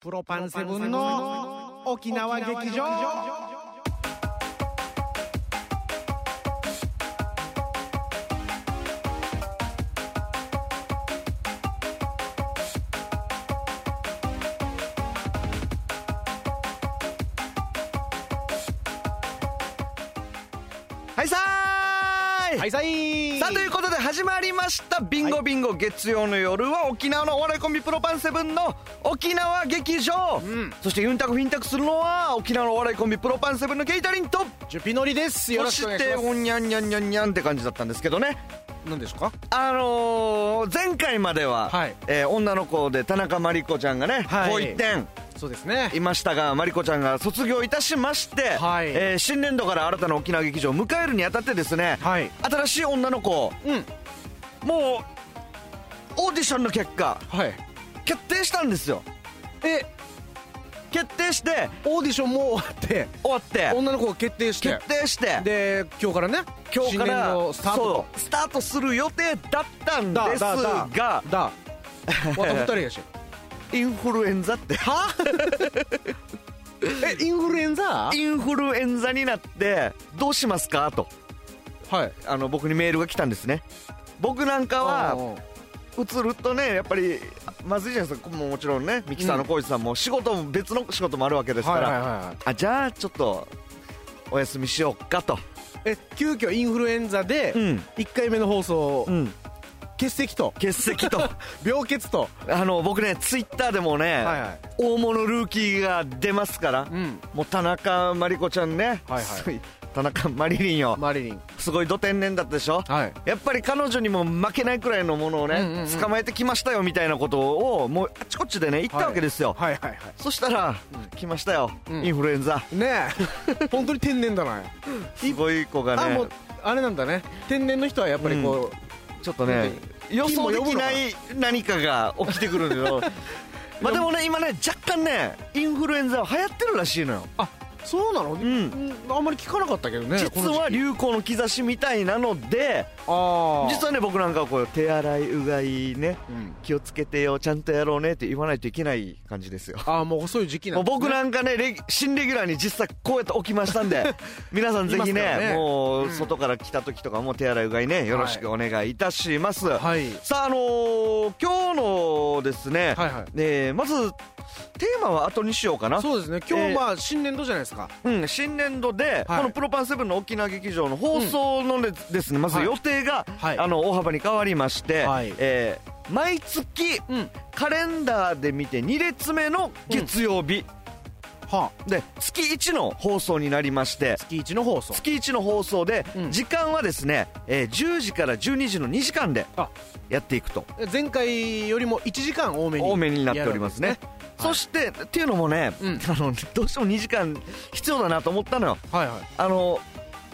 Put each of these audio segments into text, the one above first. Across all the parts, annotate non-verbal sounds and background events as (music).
プロパンセブンの沖縄劇場はいさーいはいさいさあということで始まりましたビンゴビンゴ月曜の夜は沖縄のお笑いコンビプロパンセブンの沖縄劇場、んそしてユンタクフィンタクするのは沖縄のお笑いコンビプロパンセブンのケイタリンとジュピノリですよそろしくお願しいしてまおにゃんにゃんにゃんにゃんって感じだったんですけどねす何ですかあのー、前回までは、はいえー女の子で田中真理子ちゃんがね、はいこう一点そうですねいましたが真理子ちゃんが卒業いたしまして、はいえー新年度から新たな沖縄劇場を迎えるにあたってですね、はい新しい女の子うんもうオーディションの結果はい決定したんですよえ決定してオーディションも終わって終わって女の子を決定して決定してで今日からね今日新か年ら度スタートそうスタートする予定だったんとですがだまた二人 (laughs) やしインフルエンザってはえインフルエンザインフルエンザになってどうしますかとはいあの僕にメールが来たんですね僕なんかははうつるとねやっぱりまずいじゃないですかももちろんねミキサーの浩司さんも仕事も別の仕事もあるわけですかはいはいらはあじゃあちょっとお休みしようかといえ急遽インフルエンザでうん一回目の放送うん欠席 (laughs) と欠席 (laughs) と病欠とあの僕ねツイッターでもね、はいはい大物ルーキーが出ますから、うんもう田中真理子ちゃんね、はいはいすご田中真理凛よ、マリリンすごいど天然だったでしょ、はいやっぱり彼女にも負けないくらいのものをね、うんうんうん捕まえてきましたよみたいなことをもうあちこちでね言ったわけですよ、はいはいはいそしたら、来ましたよ、うんインフルエンザね (laughs) え本当に天然だな、すごい子があねもうあれなんだね天然の人はやっぱりこちょっとねうん予想できない何かが起きてくるんだけ (laughs) どまあでもね今ね若干ねインフルエンザは流行ってるらしいのよう、あそうなの、んうんあんまり聞かなかったけどね実は流行の兆しみたいなのでああ実はね僕なんかはこう手洗いうがいねうん気をつけてよちゃんとやろうねって言わないといけない感じですよああもう遅い時期なもうんですね僕なんかねレギ新レギュラーに実際こうやって起きました (laughs) んで皆さんぜひいますねからねもううん外から来た時とかも手洗いうがいねよろしくお願いいたします、はいさああのー今日のですね、はいはいえーまずテーマは後にしようかなそうですね今え日ーまあ新年度じゃないですか、うん、新年度で、はいこのプロパンセブンの沖縄劇場の放送のねですね、まずはい予定が、はいあの、大幅に変わりまして、はいえー毎月、うんカレンダーで見て2列目の月曜日、はあで、月1の放送になりまして、月一の放送月1の放送で、うん時間はですね、えー10時から12時の2時間であやっていくと、前回よりも1時間多めに多めになっておりますね。そして、っていうのもね、うん (laughs) あの、どうしても2時間必要だなと思ったのよ。はいはあの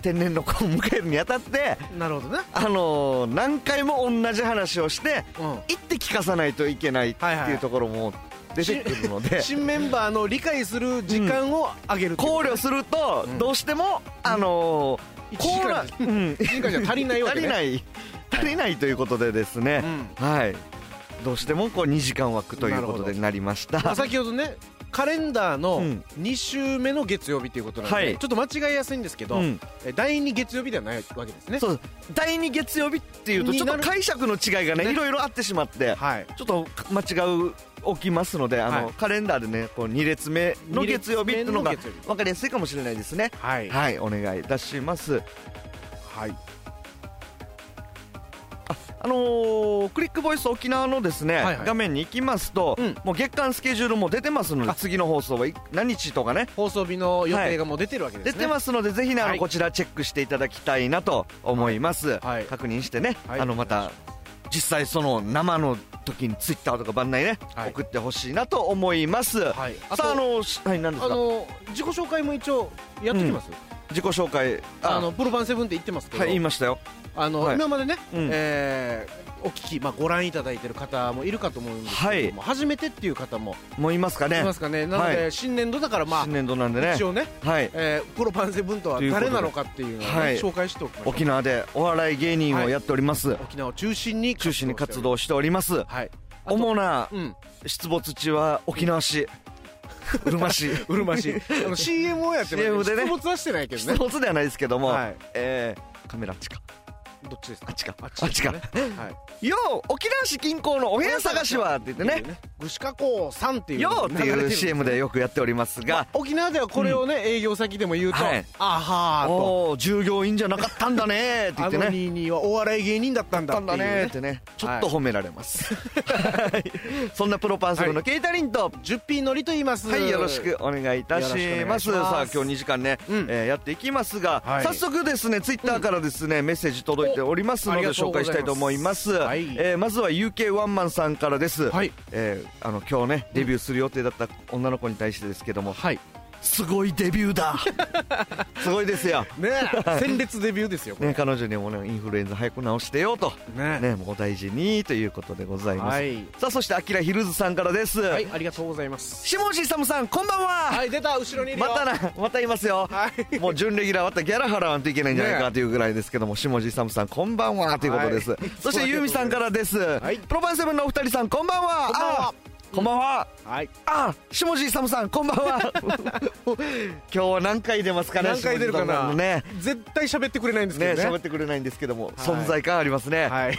天然の子を迎えるにあたっていなるほどねあの何回も同じ話をしてうん言って聞かさないといけないってはいはいいうところも出てくるので、新メンバーの理解する時間を上げるっていう考ことね慮するとうんどうしても、あの一時コー間ラ、うん、一時間じゃ足りないわけね足りない足りないということでですね、はいどうしてもこう2時間枠ということでなりましたまあ先ほどねカレンダーうのん2週目の月曜日ということなんで、はいちょっと間違いやすいんですけど、うんえ第2月曜日ではないわけですねそう第2月曜日っていうとちょっと解釈の違いがねねいろいろあってしまって、はいちょっと間違う起きますのであの、はいカレンダーでねこう2列目の月曜日っていうのが二列目の月曜日分かりやすいかもしれないですねはいはい、はいお願いいたしますあのークリックボイス沖縄のですね、はいはい画面に行きますと、うんもう月間スケジュールも出てますのであ次の放送はい何日とかね放送日の予定がもう出てるわけですね、出てますのでぜひねあの、はいこちらチェックしていただきたいなと思います、はい確認してね、はいあのまた実際その生の時にツイッターとか番内ね、はい送ってほしいなと思います、はいあとさああのしはい何ですあかの自己紹介も一応やってきます、自己紹介ああのプロパンセブンって言ってますけど、はい言いましたよあのはい今までね、うんえーお聞き、まあ、ご覧いただいてる方もいるかと思うんですけども、初めてっていう方ももう言いますかねいますかねなので、は新年度だからまあ新年度なんでね一応ね、はいえープロパンセブンとは誰なのかっていうのをね、はい紹介しておきましょう沖縄でお笑い芸人をやっております、沖縄を中心に中心に活動しておりますはいあと主なうん出没地は沖縄市、うるま (laughs) 市うるま市 (laughs) あの CM をやってます CM でね出没はしてないけど一ねつではないですけども、はいえーカメラあっちかどっちですあかっちかあっあっちかはいよう沖縄市近郊のお部屋探しはって言ってね具志堅工さんっていうようっていう CM でよよくやっておりますが沖縄ではこれをね、営業先でも言うと、はいあはーとおー従業員じゃなかったんだねーって言あってのねニーニーはお笑い芸人だったんだあっったてんいう、だねーねっ、てねちょはっいと褒められますはい (laughs) そんなプロパンソルのケイタリンと10ピーのりと言いますはいよろしくお願いいたしよろしくお願まいすしますさあ今日2時間ね、うんえーやっていきますが、はい早速ですねツイッターからですね、メッセージ届いておりますおのありでがとうご紹ざい介ますしたいと思いますはいえーまずは UK ワンマンさんからです、はいえーあの今日ねデビューする予定だった女の子に対してですけども、はいすごいデビューだ (laughs) すごいですよねえ鮮烈デビューですよこれね、彼女にもねインフルエンザ早く治してよと、ねね、もうお大事にということでございます、はいさあそしてアキラヒルズさんからです、はいありがとうございます下地勇さんこんばんは、はい出た後ろにいる (laughs) まよたなまたいますよ、はいもう準レギュラーまたギャラ払わんといけないんじゃないかというぐらいですけども下地勇さんこんばんはということです、はいそしてユーミさんからです、いプロパンセブンのお二人さんこんばんはこんばんはあこんばんははいあ下地勇さんこんばん (laughs) は今日は何回出ますかね何回出るか下地勇さなんのね絶対喋ってくれないんですねけどね喋ってくれないんですけども、い存在感ありますね、はい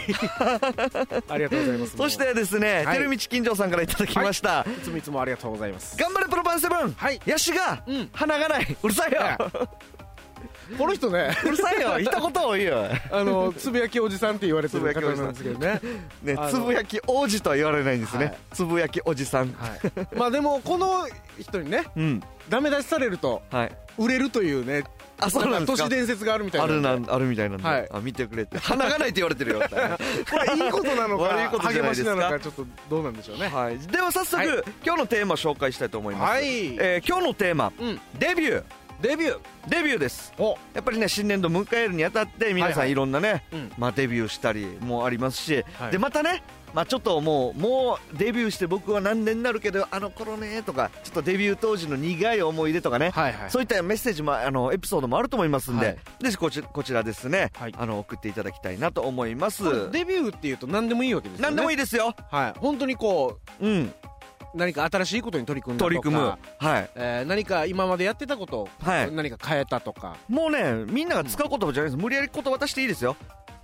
(laughs) ありがとうございますそしてですね、はいてるみち金城さんからいただきました、いつもいつもありがとうございます頑張れプロパンセブン、はいヤシが、うん鼻がないうるさいよ、ねこの人ねうるさいよ言ったこと多いよあのつぶやきおじさんって言 (laughs) われてる方つぶやきおじさんなんですけどねねあのつぶやき王子とは言われないんですね、はいつぶやきおじさん、はいまあでもこの人にねうんダメ出しされるとはい売れるというねあそうなんかで都市すか伝説があるみたいあなるなんあるみたいなんで、はいあ見てくれって鼻がないって言われてる (laughs) よこれいいことなの悪いかことじ励ゃなまいでしすかなのかちょっとどうなんでしょうねはい、では早速、はい今日のテーマ紹介したいと思います、はいえー今日のテーマ、うんデビューデビューデビューですおやっぱりね新年度迎えるにあたって皆はいさはんいいろんなね、うんまあ、デビューしたりもありますし、はいでまたね、まあ、ちょっともうもうデビューして僕は何年になるけどあの頃ねとかちょっとデビュー当時の苦い思い出とかね、はいはいそういったメッセージもあのエピソードもあると思いますんで、はいぜひこちこちらですね、はいあの送っていただきたいなと思いますこれデビューっていうと何でもいいわけですよね何でもいいですよ、はい本当にこうん、う何か新しいことに取り組んだとか取り組むはいえー何か今までやってたことをはい何か変えたとかもうねみんなが使う言葉じゃないです無理やり言葉足していいですよ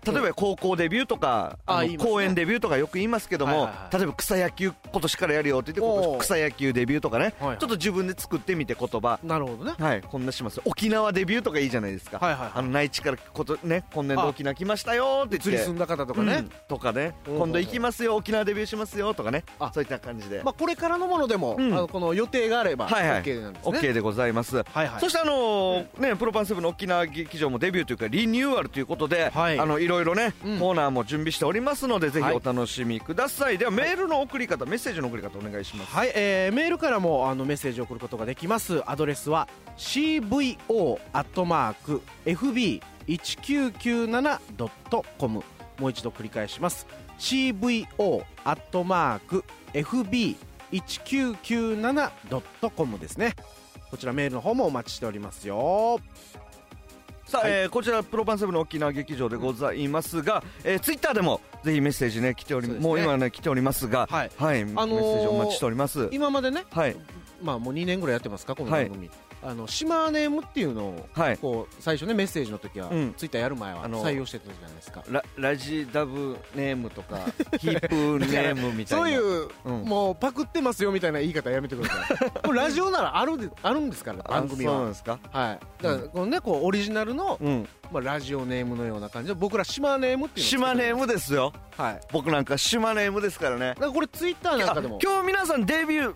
例えば高校デビューとか、ああの言いますね公園デビューとかよく言いますけども、はいはいはい例えば草野球今年からやるよって言っておー今年草野球デビューとかね、はいはいちょっと自分で作ってみて言葉なるほどねはいこんなします沖縄デビューとかいいじゃないですか、はいはいはいあの内地からことね今年度あ沖縄来ましたよって言って移り住んだ方とかうねんとかねうん今度行きますよ沖縄デビューしますよとかねあそういった感じで、まあこれからのものでもあうんのこの予定があればはいはい OK なんですね OK でございます、はいはいそしてあのーねプロパンセブンの沖縄劇場もデビューというかリニューアルということで、はいい、あのいろいろね、うんコーナーも準備しておりますのでぜひはいお楽しみください、ではメールの送り方メッセージの送り方お願いしますはい、えーメールからもあのメッセージを送ることができますアドレスは cvo.fb1997.com もう一度繰り返します cvo.fb1997.com ですねこちらメールの方もお待ちしておりますよさあ、はいえーこちらプロパンセブンの沖縄劇場でございますが、えー、ツイッターでもぜひメッセージね来ており、そうですねもう今ね来ておりますがはいメのーッセージお待ちしております今までねはいまあもう2年ぐらいやってますかこの番組、あの島ネームっていうのをはいこう最初ねメッセージの時は、うんツイッターやる前はあの採用してたじゃないですかララジダブネームとかヒップネームみたいそなういう、うんもうパクってますよみたいな言い方やめてください (laughs) これラジオならあるであるんですから番組あそうなんはですかはいだからこのねこうオリジナルの、うんまあ、ラジオネームのような感じで僕ら島ネームっていうのを島つけてネームですよはい僕なんか島ネームですからねだからこれツイッターなんあかでも今日皆さんデビュー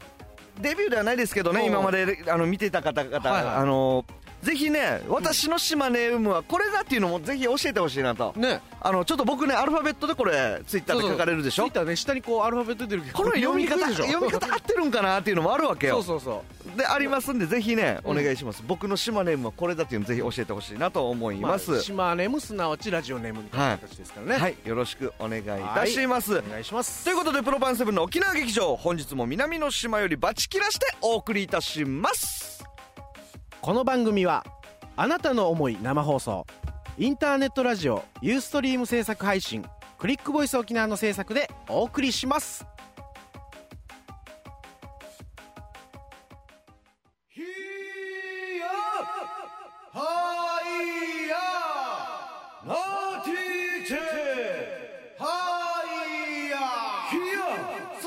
デビューではないですけどおねう今まであの見ていた方々、はいはいあのぜひね私の島ネームはこれだっていうのもぜひ教えてほしいなと、ねあのちょっと僕ねアルファベットでこれツイッターで書かれるでしょツイッターね下にこうアルファベット出てるけどこの読み方にくいでしょ読み方合ってるんかなっていうのもあるわけよそうそうそでありますんでぜひねうおん願いします、僕の島ネームはこれだっていうのぜひ教えてほしいなと思いうます、あ島ネームすなわちラジオネームみたいな形ですからね、はいよろしくお願いいたします、お願いしますということでプロパンセブンの沖縄劇場本日も南の島よりバチ切らしてお送りいたしますこの番組はあなたの思い生放送インターネットラジオユーストリーム制作配信クリックボイス沖縄の制作でお送りします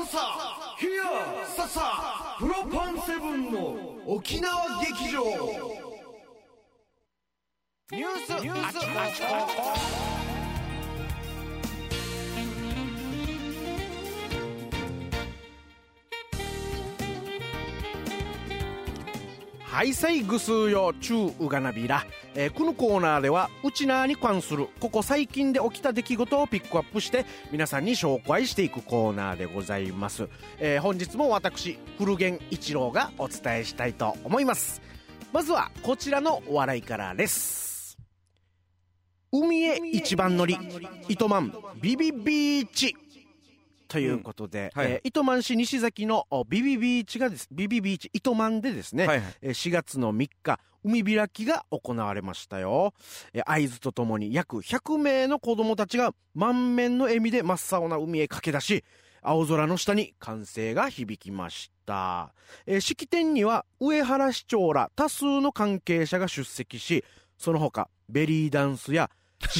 さヒアささプロパンセブンの沖縄劇場ニュースニュースあちこはい、さいぐすーよ、ちゅううがなびら。えーこのコーナーでは、うちなーに関する、ここ最近で起きた出来事をピックアップして、皆さんに紹介していくコーナーでございます。えー本日も私、古源一郎がお伝えしたいと思います。まずは、こちらのお笑いからです。海へ一番乗り、糸満ビビビーチ。ということで、うんはいえー糸満市西崎のおビビビーチがです、ビビビーチ糸満でですね、はいはいえー4月の3日、海開きが行われましたよ。えー合図とともに約100名の子供たちが満面の笑みで真っ青な海へ駆け出し、青空の下に歓声が響きました。えー式典には上原市長ら多数の関係者が出席し、その他、ベリーダンスや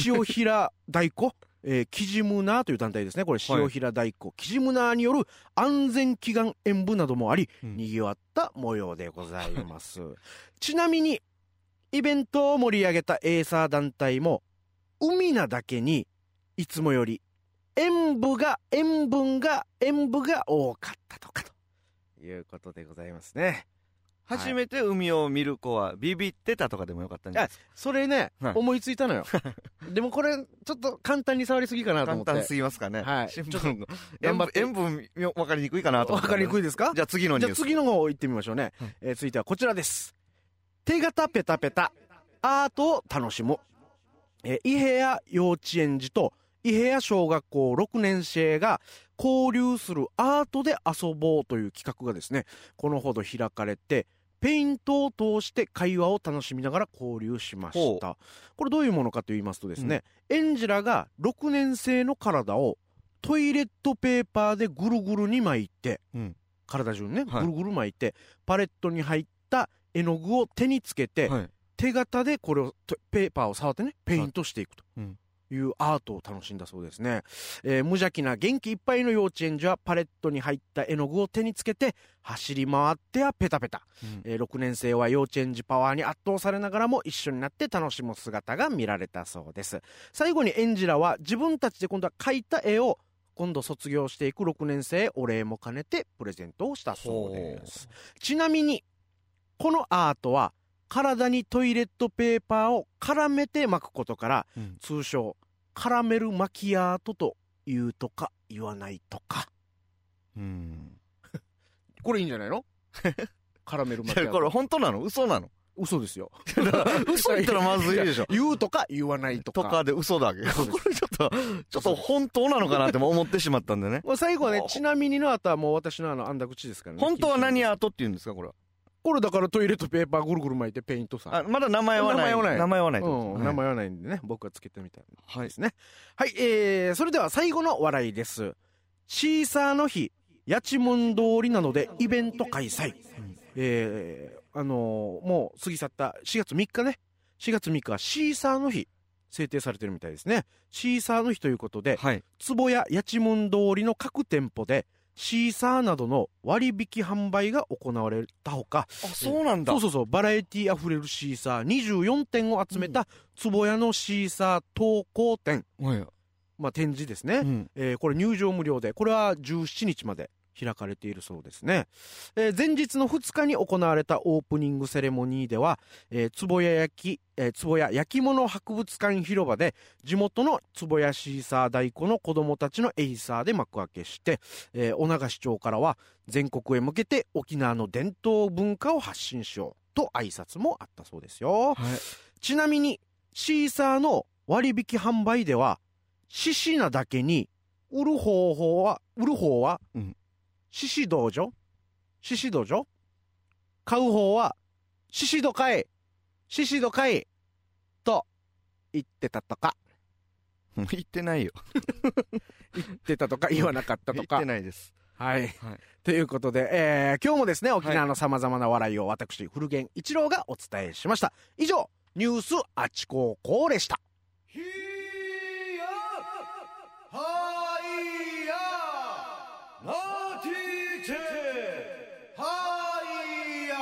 塩平太鼓、 (laughs) えー、キジムナーという団体ですね。これ、塩平太鼓、キジムナーによる安全祈願演舞などもあり、うん賑わった模様でございます。 (laughs) ちなみに、イベントを盛り上げたエーサー団体も、海なだけに、いつもより、塩分が、塩分が、塩分が多かったとか、ということでございますね。初めて海を見る子はビビってたとかでもよかったんじゃないですかそれね、はい思いついたの (laughs) よ。でもこれ、ちょっと簡単に触りすぎかなと思簡って。単すぎますかねはい新ちょっ聞頑張って塩分塩分分かりにくいかなとわかりにくいいですかじゃあ次のニじュゃあース次の方行ってみましょうね、はいえー続いてはこちらです手形ペタペタアートを楽しむ、えー伊平屋幼稚園児と伊平屋小学校6年生が交流するアートで遊ぼうという企画がですねこのほど開かれてペイントを通して会話を楽しみながら交流しましほたこれどういうものかと言いますとですね、園児らが6年生の体をトイレットペーパーでぐるぐるに巻いて、うん体中にね、はいぐるぐる巻いてパレットに入った絵の具を手につけて、はい手形でこれをとペーパーを触ってねペイントしていくとうんいうアートを楽しんだそうですね、えー無邪気な元気いっぱいの幼稚園児はパレットに入った絵の具を手につけて走り回ってはペタペタうんえー6年生は幼稚園児パワーに圧倒されながらも一緒になって楽しむ姿が見られたそうです最後に園児らは自分たちで今度は描いた絵を今度卒業していく6年生へお礼も兼ねてプレゼントをしたそうですちなみにこのアートは体にトイレットペーパーを絡めて巻くことから、うん通称カラメル巻きアートというとか言わないとかうんこれいいんじゃないの (laughs) カラメルい巻きアーやトこれ本当なの嘘なの嘘ですよ嘘言ったらまずいでしょ言うとか言わないととか。かで嘘だけどこれちょっとちょっと本当なのかなっても思ってしまったんでねもう最後はねお、ちなみにの後はもう私のあの、あんだ口ですからね。本当は何やアートって言うんですかこれはこれだからトイレットペーパーぐるぐる巻いてペイントさ。あまだ名前はな名い前はない名前はないってこうとですん、ね名前はないんでね、僕がつけてみたはいですね。はい、えー、それでは最後の笑いです。シーサーの日、八門通りなどでイベント開催。えー、あのーもう過ぎ去った4月3日ね。4月3日はシーサーの日、制定されてるみたいですね。シーサーの日ということで、はい坪や八門通りの各店舗でシーサーなどの割引販売が行われたほかあそうなんだそうそうそうバラエティあふれるシーサー24点を集めた坪屋のシーサー投稿展、はいまあ、展示ですね、うんえーこれ入場無料でこれは17日まで開かれているそうですね、えー前日の2日に行われたオープニングセレモニーでは、えー、坪屋焼き、えー、坪屋焼き物博物館広場で地元の坪屋シーサー太鼓の子どもたちのエイサーで幕開けして、えー、尾長市長からは全国へ向けて沖縄の伝統文化を発信しようと挨拶もあったそうですよはいちなみに、シーサーの割引販売では、獅子なだけに、売る方法は、売る方はうん、獅子道場獅子道場買う方は、獅子戸買え獅子戸買えと、言ってたとか、 (laughs) 言ってないよ言ってたとか言わなかった言とっかて。ないですはいはい。ということで、えー今日もですね、沖縄の様々な笑いを私、古源一郎がお伝えしました。以上、ニュースあちこーこーでした。はいやナーティてはいや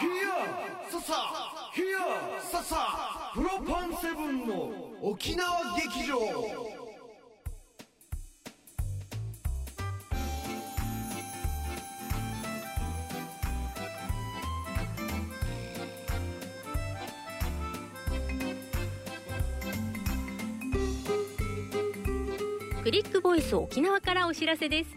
やささひやささプロパンセブンの沖縄劇場クリックボイス沖縄からお知らせです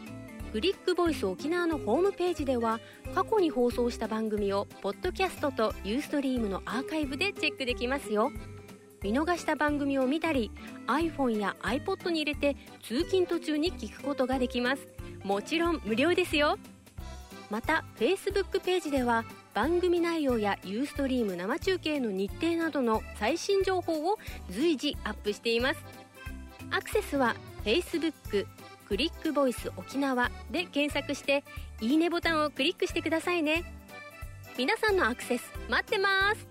クリックボイス沖縄のホームページでは過去に放送した番組をポッドキャストとユーストリームのアーカイブでチェックできますよ見逃した番組を見たり iPhone や iPod に入れて通勤途中に聞くことができますもちろん無料ですよまた Facebook ページでは番組内容やユーストリーム生中継の日程などの最新情報を随時アップしていますアクセスは Facebook クリックボイス沖縄で検索していいねボタンをクリックしてくださいね皆さんのアクセス待ってます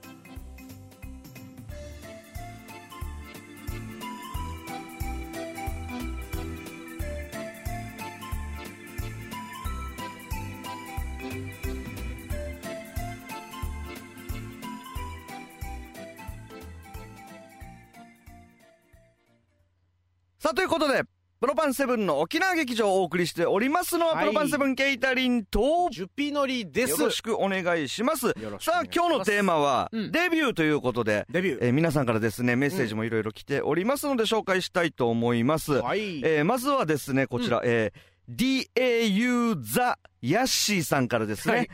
さあということでプロパンセブンの沖縄劇場をお送りしておりますのは、はいプロパンセブンケイタリンとジュピノリですよろしくお願いしますよろしくおさあ願いします今日のテーマは、うんデビューということで、デビューえー皆さんからですねメッセージもいろいろ来ておりますので紹介したいと思います、はいえーまずはですねこちら、えー DAU ザヤッシーさんからですね、はい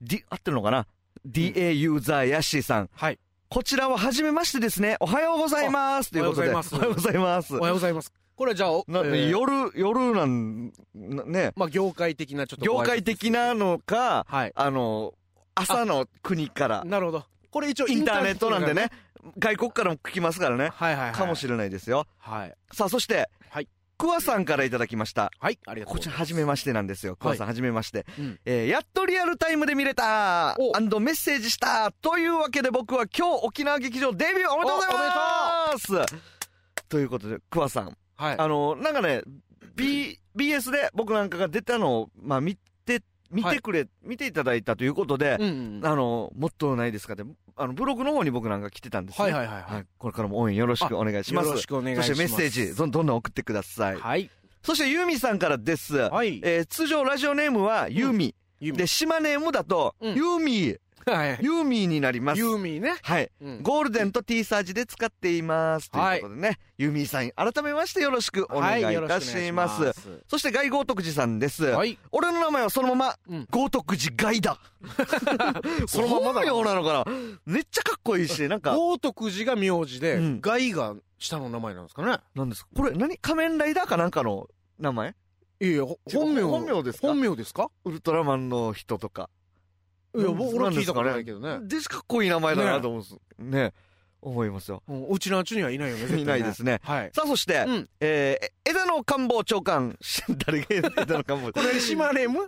D 合ってるのかな DAU ザヤッシーさんはいこちらは初めましてですねおはようございますということでおはようございますおはようございますおはようございますこれはじゃあ、おなえー夜夜なんなねまあ業界的なちょっと業ご挨拶界的なのかはいあの朝の国からなるほどこれ一応インターネットなんでね外国からも聞きますからねはいはいはいかもしれないですよはいさあそしてはいクワさんからいただきましたはいありがとうこごちざいらま初めましてなんですよ。クワさん初めまして、うんえーやっとリアルタイムで見れたおアンドメッセージしたというわけで僕は今日沖縄劇場デビューおめでとうございますということで、クワさん。すはいあの、なんかね、B、BS で僕なんかが出たのを、まあ見て、見てくれ、見ていただいたということで、うんうんあの、もっとないですかって、あの、ブログの方に僕なんか来てたんですね。はいはいはいはいはいこれからも応援よろしくお願いします。よろしくお願いしますそしてメッセージ、どんどんどん送ってください。はいそしてユーミさんからです。はいえー通常ラジオネームはユーミ、ユーミで、島ネームだと、うんユーミー、はいユーミーになります。ユーミーねはい。うんゴールデンと T サージで使っています。とはいいうことでね、ユーミーさん、改めましてよろしくお願いいはよろくおた願します。そして、外豪徳寺さんです。はい俺の名前はそのまうまん、豪徳寺 (laughs) 外だ。そのままだ。本名なのかなめっちゃかっこいいし、なんか、豪徳寺が名字で、うんガイが下の名前なんですかねなんですかこれ、何仮面ライダーかなんかの名前いやいやほ本名本名ですか本名ですかウルトラマンの人とか。いやうん僕らなん聞でいすたかこねとないけどね (laughs) でしかっこいい名前だなと思うんです。ね思いますよ。うんうちのあちにはいないよね絶対ねいないですね。はいさあ、そして、うんえー、枝野官房 (laughs) 長官、誰が枝野官 (laughs) 房これ島ネーム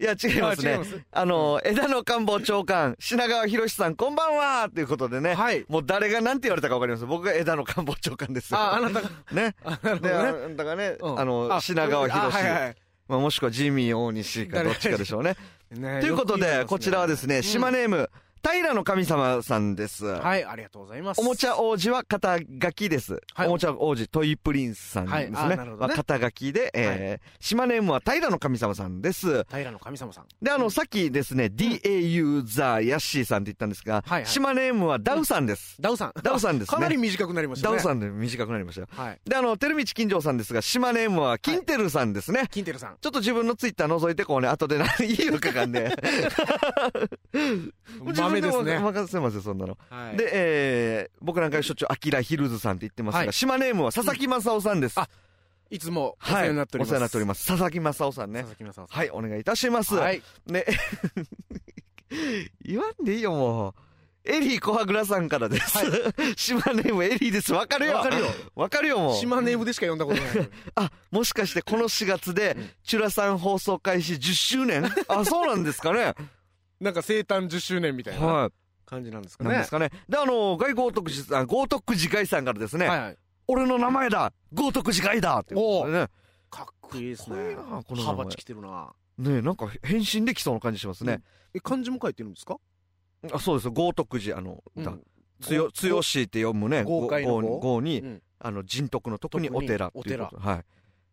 いや、違いますあね違い。ますあの、枝野官房長官、品川博さん、こんばんはということでね。 (laughs) はいもう誰が何て言われたかわかります僕が枝野官房長官です。ああなたがね。あなるほで、どあねんたがね、うんあの、品川博あはいはいまあ、もしくはジミー大西かどっちかでしょう (laughs) ね。ねということよく言いで、ますこちらはですうね、ん島ネーム、平の神様さんです。はいありがとうございますおもちゃ王子は肩書きです。はいおもちゃ王子、トイプリンスさんですね。はいあなるほどねまあ肩書きで、えー島ネームは平の神様さんです。平の神様さんで、あの、さっきですね、DAU ザヤッシーさんって言ったんですが、はいはい島ネームはダウさんです。ダウさんダウさんですね。かなり短くなりましたダねウさんで短くなりましたよ。はいで、あの、てるみち金城さんですが、島ネームはキンテルさんですね。キンテルさんちょっと自分のツイッター覗いてこうね、後でな、いいよかかんで。 (laughs) 自分 (laughs) 豆ですもね任せますよ、そんなの。はいで、えー、僕なんかしょっちゅう、アキラヒルズさんって言ってますが、はい島ネームは佐々木正夫さんです。あいつもお世はい。話になっておりますお世話になっております。佐々木正夫さん佐ね。々木正夫さんはい、お願いいたします。はいね、 (laughs) 言わんでいいよ、もう。エリー小はぐらさんからです。 (laughs) 島ネームエリーです。わかるよ。わかるよ。わかるよ、もう。島ネームでしか呼んだことないあ、もしかしてこの4月で、チュラさん放送開始10周年あ、そうなんです (laughs) かね。なんか生誕10周年みたいなは感じなんですい。かなんでねす。かね。で、あの、外豪徳寺さん、豪徳寺外さんからですね、はいはい。俺の名前だ豪徳寺外だっていうことでね。かっこいいですかっこいいねなこの名前。ハバチ来てるな。ねえなんか変身できそうな感じしますね、え漢字も書いてるんですか、あそうです豪徳寺あの、うだん、つよ強しって読むね豪快の豪豪に、うんあの人徳の徳にお寺っていうことはい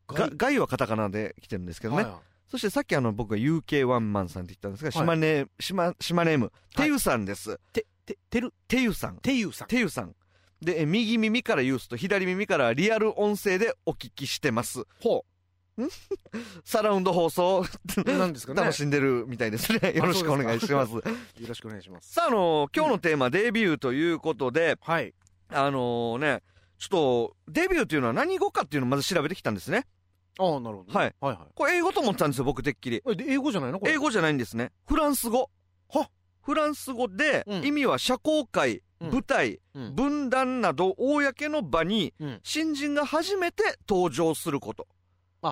が外外はカタカナで来てるんですけどね、はいそしてさっきあの僕が UK ワンマンさんって言ったんですが、い島ネ島島ネームてゆさんです、てててるてゆさんてゆさんてゆさんでえ右耳からユースと左耳からリアル音声でお聞きしてますほ (laughs) サラウンド放送うなんですかね楽しんでるみたいですねよろしくお願いしま (laughs) すよろしくお願いします (laughs) さああのー今日のテーマ、デビューということではいあのねちょっとデビューというのは何語かっていうのをまず調べてきたんですねああなるほどね、はいはいはいこれ英語と思ってたんですよ僕てっきりえで英語じゃないのこれ英語じゃないんですねフランス語はフランス語で、うん意味は社交界、うん舞台、うん分断など公の場に、うん新人が初めて登場すること、ま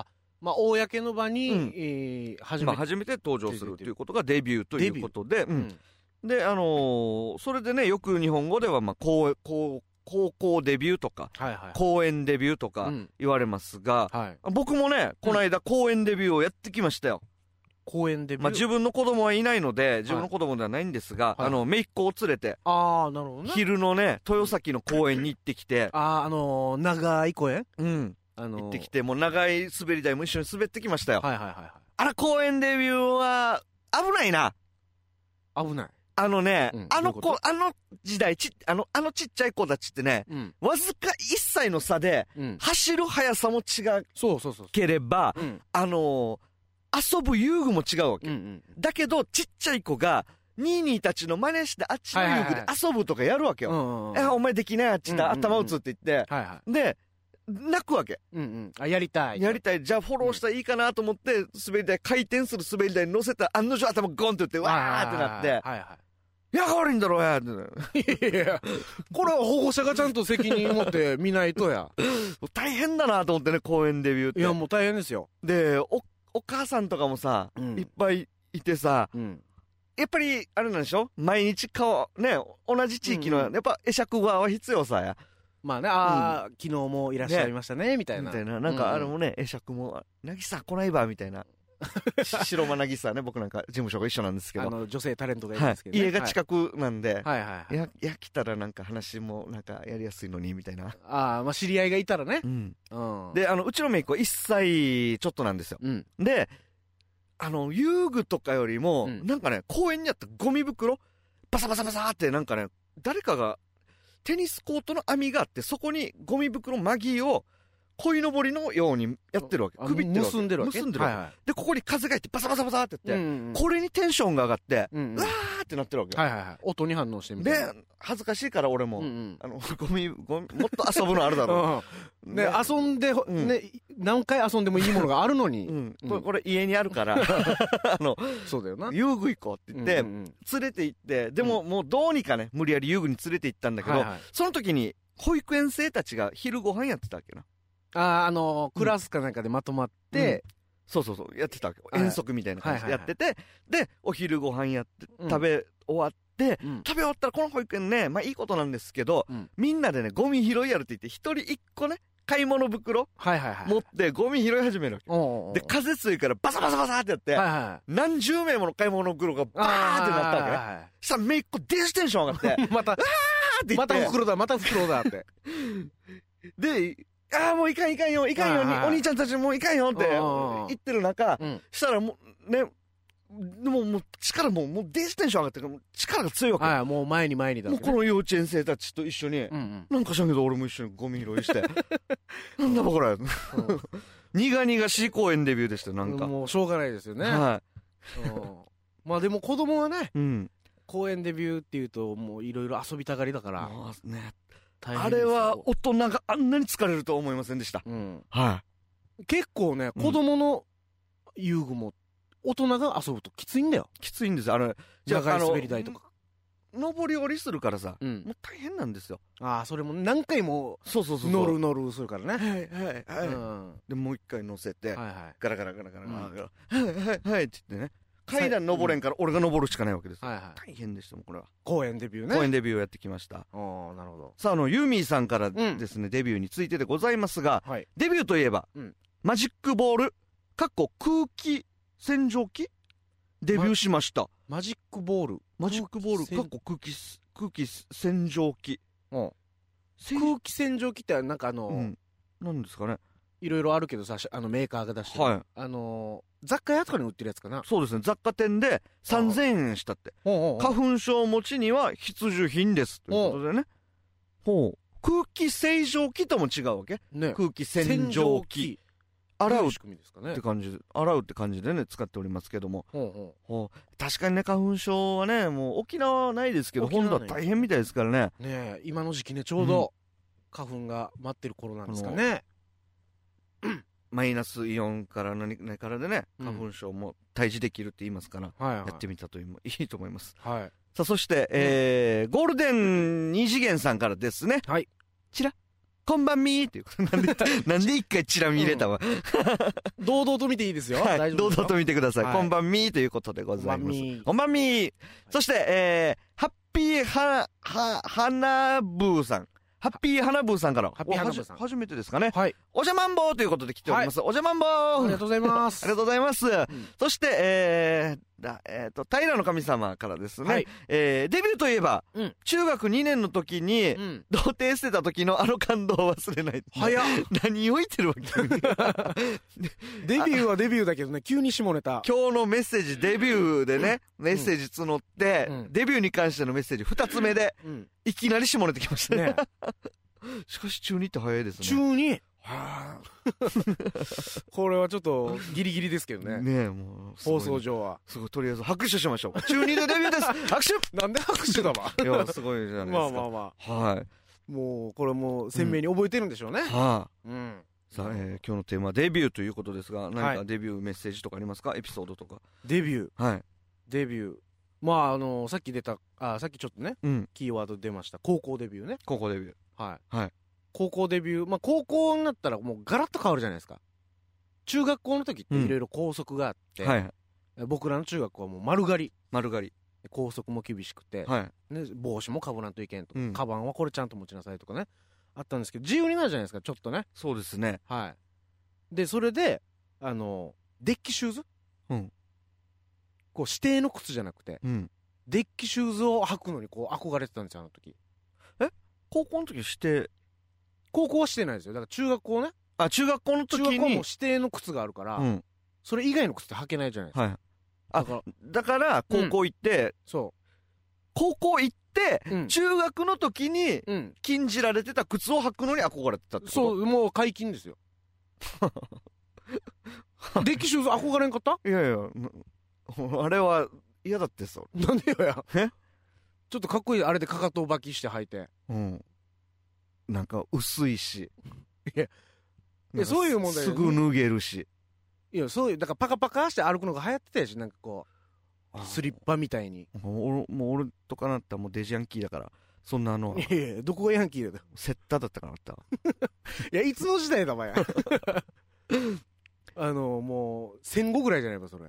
あ公の場に、うんえー初まめあ、て、初めて登場するということがデビューということで、う、うんであのーそれでねよく日本語では、まあ、高高高校デビューとかはいはい公演デビューとうかん言われますが、はい僕もねこの間公演デビューをやってきましたよ、公園デビュー、まあ、自分の子供はいないので自分の子供ではないんですが、はいあの姪っ子を連れてああなるほどね昼のね豊崎の公園に行ってきて、あーあのー、長い公園うん、あのー、行ってきてもう長い滑り台も一緒に滑ってきましたよ、はいはいはいあら公園デビューは危ないなはい危ないあのね、うんあのどう子いうあの時代ちあのあのちっちゃい子たちってねうんわずか1歳の差でうん走る速さも違そうそうそうそければううんあのー遊ぶ遊具も違うわけ、うんうんだけどちっちゃい子がニーニーたちの真似してあっちの遊具で遊ぶとかやるわけうよ、んうんうんえお前できないあっちだ、うんうんうん頭打つって言ってはいはで泣くわけいうんうんあやりたいやりたいじゃあフォローしたらいいかなと思って滑り台回転する滑り台に乗せたら案の定頭ゴンって打ってわーってなってはいは「いやが悪いんだろうや」っていはいいやいやこれは保護者がちゃんと責任持って見ないとや大変だなと思ってね公演デビュいーやってもう大変ですよでおお母さんとかもさ、うんいっぱいいてさうんやっぱりあれなんでしょ毎日顔ね同じ地域の、うんうんやっぱ会釈は必要さやまあねああ昨日もいらっしゃいましたねみたいなみたいななんかあれうんうんもね会釈も「なぎさ来ないば」みたいなし白間なぎさね僕なんか事務所が一緒なんですけあど、の女性タレントがいるんはですけい、どね家が近くなんで、はいはいはいはいいや、いや、来たらなんか話もなんかやりやすいのに、みたいな。ああまあ知り合いがいたらねうん。うんで、あの、うちのメイクは1歳ちょっとなんですよ。うんで、あの、遊具とかよりも、うんなんかね、公園にあったゴミ袋、バサバサバサってなんかね、誰かが、テニスコートの網があって、そこにゴミ袋マギーを、鯉のぼりのようにやってるわけ。あ首ってるわけ。結んでるわけ結んでるわけはいはいで、ここに風が入ってバサバサバサってやって、うんうんこれにテンションが上がって、うんうんうわーってなってるわけよ。はいはいはい音に反応してみてで、恥ずかしいから俺も、うんうんあの、ゴミ、ゴミ、もっと遊ぶのあるだろうんね遊んでほうんね何回遊んでもいいものがあるの (laughs) うにん。うんこれ、これ家にあるから、あの、そうだよな遊具行こうって言って、うんうんうん連れて行って、でももうどうにかね、無理やり遊具に連れて行ったんだけど、はいはいその時に、保育園生たちが昼ご飯やってたわけな。あああのクラスかなんかでまとまってそうそうそう、やってたわけ。い遠足みたいな感じでやってて、で、お昼ご飯やって、食べ終わって、うん食べ終わったらこの保育園ね、まあいいことなんですけど、うんみんなでね、ゴミ拾いやるって言って、一人一個ね、買い物袋はいはいはい持ってゴミ拾い始めるわけ。おうおうおうで、風強いからバサバサバサってやって、はいはいはい何十名もの買い物袋がバーってなったわけね。けそしたらめいっ子電子テンション上 (laughs) がって、あーね。っまた、て言まって、た袋だ、また袋だって。で、ああ、もういかんいかんよ、いかんよ、はいはいお兄ちゃんたちもういかんよってうん言ってる中、うんしたらもう、ね、でももう力も、もう電子テンション上がってるから、力が強いわ (laughs) はい、もう前に前にけ。だもね。うこの幼稚園生たちと一緒に、うんなんかしらんけど俺も一緒にゴミ拾 (laughs) いして、なんだこれ、うん (laughs) 苦々しい公演デビューでした、なんか。もうしょうがないですよね。はうんまあでも子供はね、い。うん。公園デビューっていうと、もういろいろ遊びたがりだから、もうね、大あ変ですれよは大人があんなに疲れるとは思いませんでした。うんは結構ね、うん子供の遊具も、大人が遊ぶときついんだよ。い。きついんですよあれ、じゃあ長い滑り台とか。上り下りするからさ、うんもう大変なんですよ。ああ、それも何回もそうそうそうそう。乗る乗るするからね。はいはいはうい。ん。はで、もう一回乗せいて、はい。ガラガラガラガラガラうガラ、はいはいはいって言ってね。階段登れんから俺が登るしかないわけです。はいはい。大変でしたもん、これは。公園デビューね。公演デビューをやってきました。ああ、なるほど。さあ、あの、ユーミーさんからんですね、デビューについてでございますが、はいデビューといえば、うんマジックボール、かっこ空気洗浄機デビューしました。マジックボールマジックボール、空かっ気こ空気す、空気す洗浄機。うんせん空気洗浄機ってなんかあの、うん。なんですかね。いろいろあるけどさしあのメーカーが出してる、はいあのー雑貨屋とかに売ってるやつかなそうですね。雑貨店で3000円したって。ほ花粉症持ちには必需品です。ということでね。ほう。空気清浄機とも違うわけね空気洗浄機。洗洗ううっ仕組みですかねて感じで、洗うって感じでね、使っておりますけども。ほうほほう確かにね、花粉症はね、もう沖縄はないですけど、沖縄は本土ないは大変みたいですからね。うねえ今の時期ねちょうど花粉が待ってる頃なんですかねマイナスイオンから何何からでね、うん花粉症も退治できるって言いますから、はいはいやってみたといいもいいと思います。はいさあ、そして、えー、ゴールデン二次元さんからですね。はい。チラ、こんばんみーっていうこと (laughs) なんで、なんで一回チラ見入れたわ。堂々と見ていいですよ、は大丈い。堂夫です々よと見てください。はいこんばんみーということでございます。うこんばんみー。そして、えー、ハッピーは、は、花ブーさん。ハッピー花ブーさんから。ハッピー花ブーさんおはじ初めてですかね。はいおじゃまんぼうということで来ております。おじゃまんぼうあありりがとうございますがとうございます。んそして、えー、だ、えっ、と、平の神様からですね。はいえー、デビューといえば、うん中学2年の時に、うん童貞捨てた時のあの感動を忘れない。早っ (laughs) 何を言ってるわけデビューはデビューだけどね急に下ネタ (laughs) 今日のメッセージ、デビューでね、メッセージ募って、うんデビューに関してのメッセージ2つ目で、うんいきなり下ネてきましたね。ね (laughs) しかし中2って早いですね。中にはあこれはちょっとギリギリですけどねねえ、もう。すごい放送。上はすごい、とりあえず拍手しましょ (laughs) う。中2でデビューです拍なんで拍 (laughs) 手だわ手いや、すごいじゃないですか。まあまあまあはい。もうこれもう鮮明に覚えてるんでしょうね、はあ。うんさあ、えー今日のテーマはデビューということですが、何はかいデビューメッセージとかありますかエピソードとか。デビューはい。デビューまああのさっき出たあさっきちょっとねうん。キーワード出ました高校デビューね高校デビュー。はい、はい高校デビューまあ高校になったらもうガラッと変わるじゃないですか中学校の時ってうんいろいろ校則があって、はい。僕らの中学校はもう丸刈り丸刈り。校則も厳しくて、はい。ね、帽子もかぶらんといけんとか、うんカバンはこれちゃんと持ちなさいとかねあったんですけど自由になるじゃないですかちょっとねそうですね。はいでそれであのデッキシューズ、うんこう指定の靴じゃなくてうん。デッキシューズを履くのにこう憧れてたんですよあの時高校の時して、高校はしてないですよだから中学校ねあ、中学校の時中学に。校はもう指定の靴があるから、うん。それ以外の靴って履けないじゃないですかはい。だあからだから、高校行って、そ高校行って、ううん、中学の時にうん、禁じられてた靴を履くのに憧れてたってことそうもう解禁 (laughs) ですよデッキシューズ憧れんかったいやいや、な (laughs) あれは嫌だってさ。 (laughs) なんでよやえちょっとかっこいいあれでかかと履きして履いてうん。なんか薄いし。いやなんかそういう問題すぐ脱げるし。いやそういうだからパカパカして歩くのが流行ってたやしなんかこうスリッパみた (laughs) いにもう俺、もう俺とかなったらもうデジヤンキーだから。そんなあの、いやいやどこがヤンキーだよセッターだったからなった。いやいつの時代だお前 (laughs) あのもう戦後ぐらいじゃないかそれ、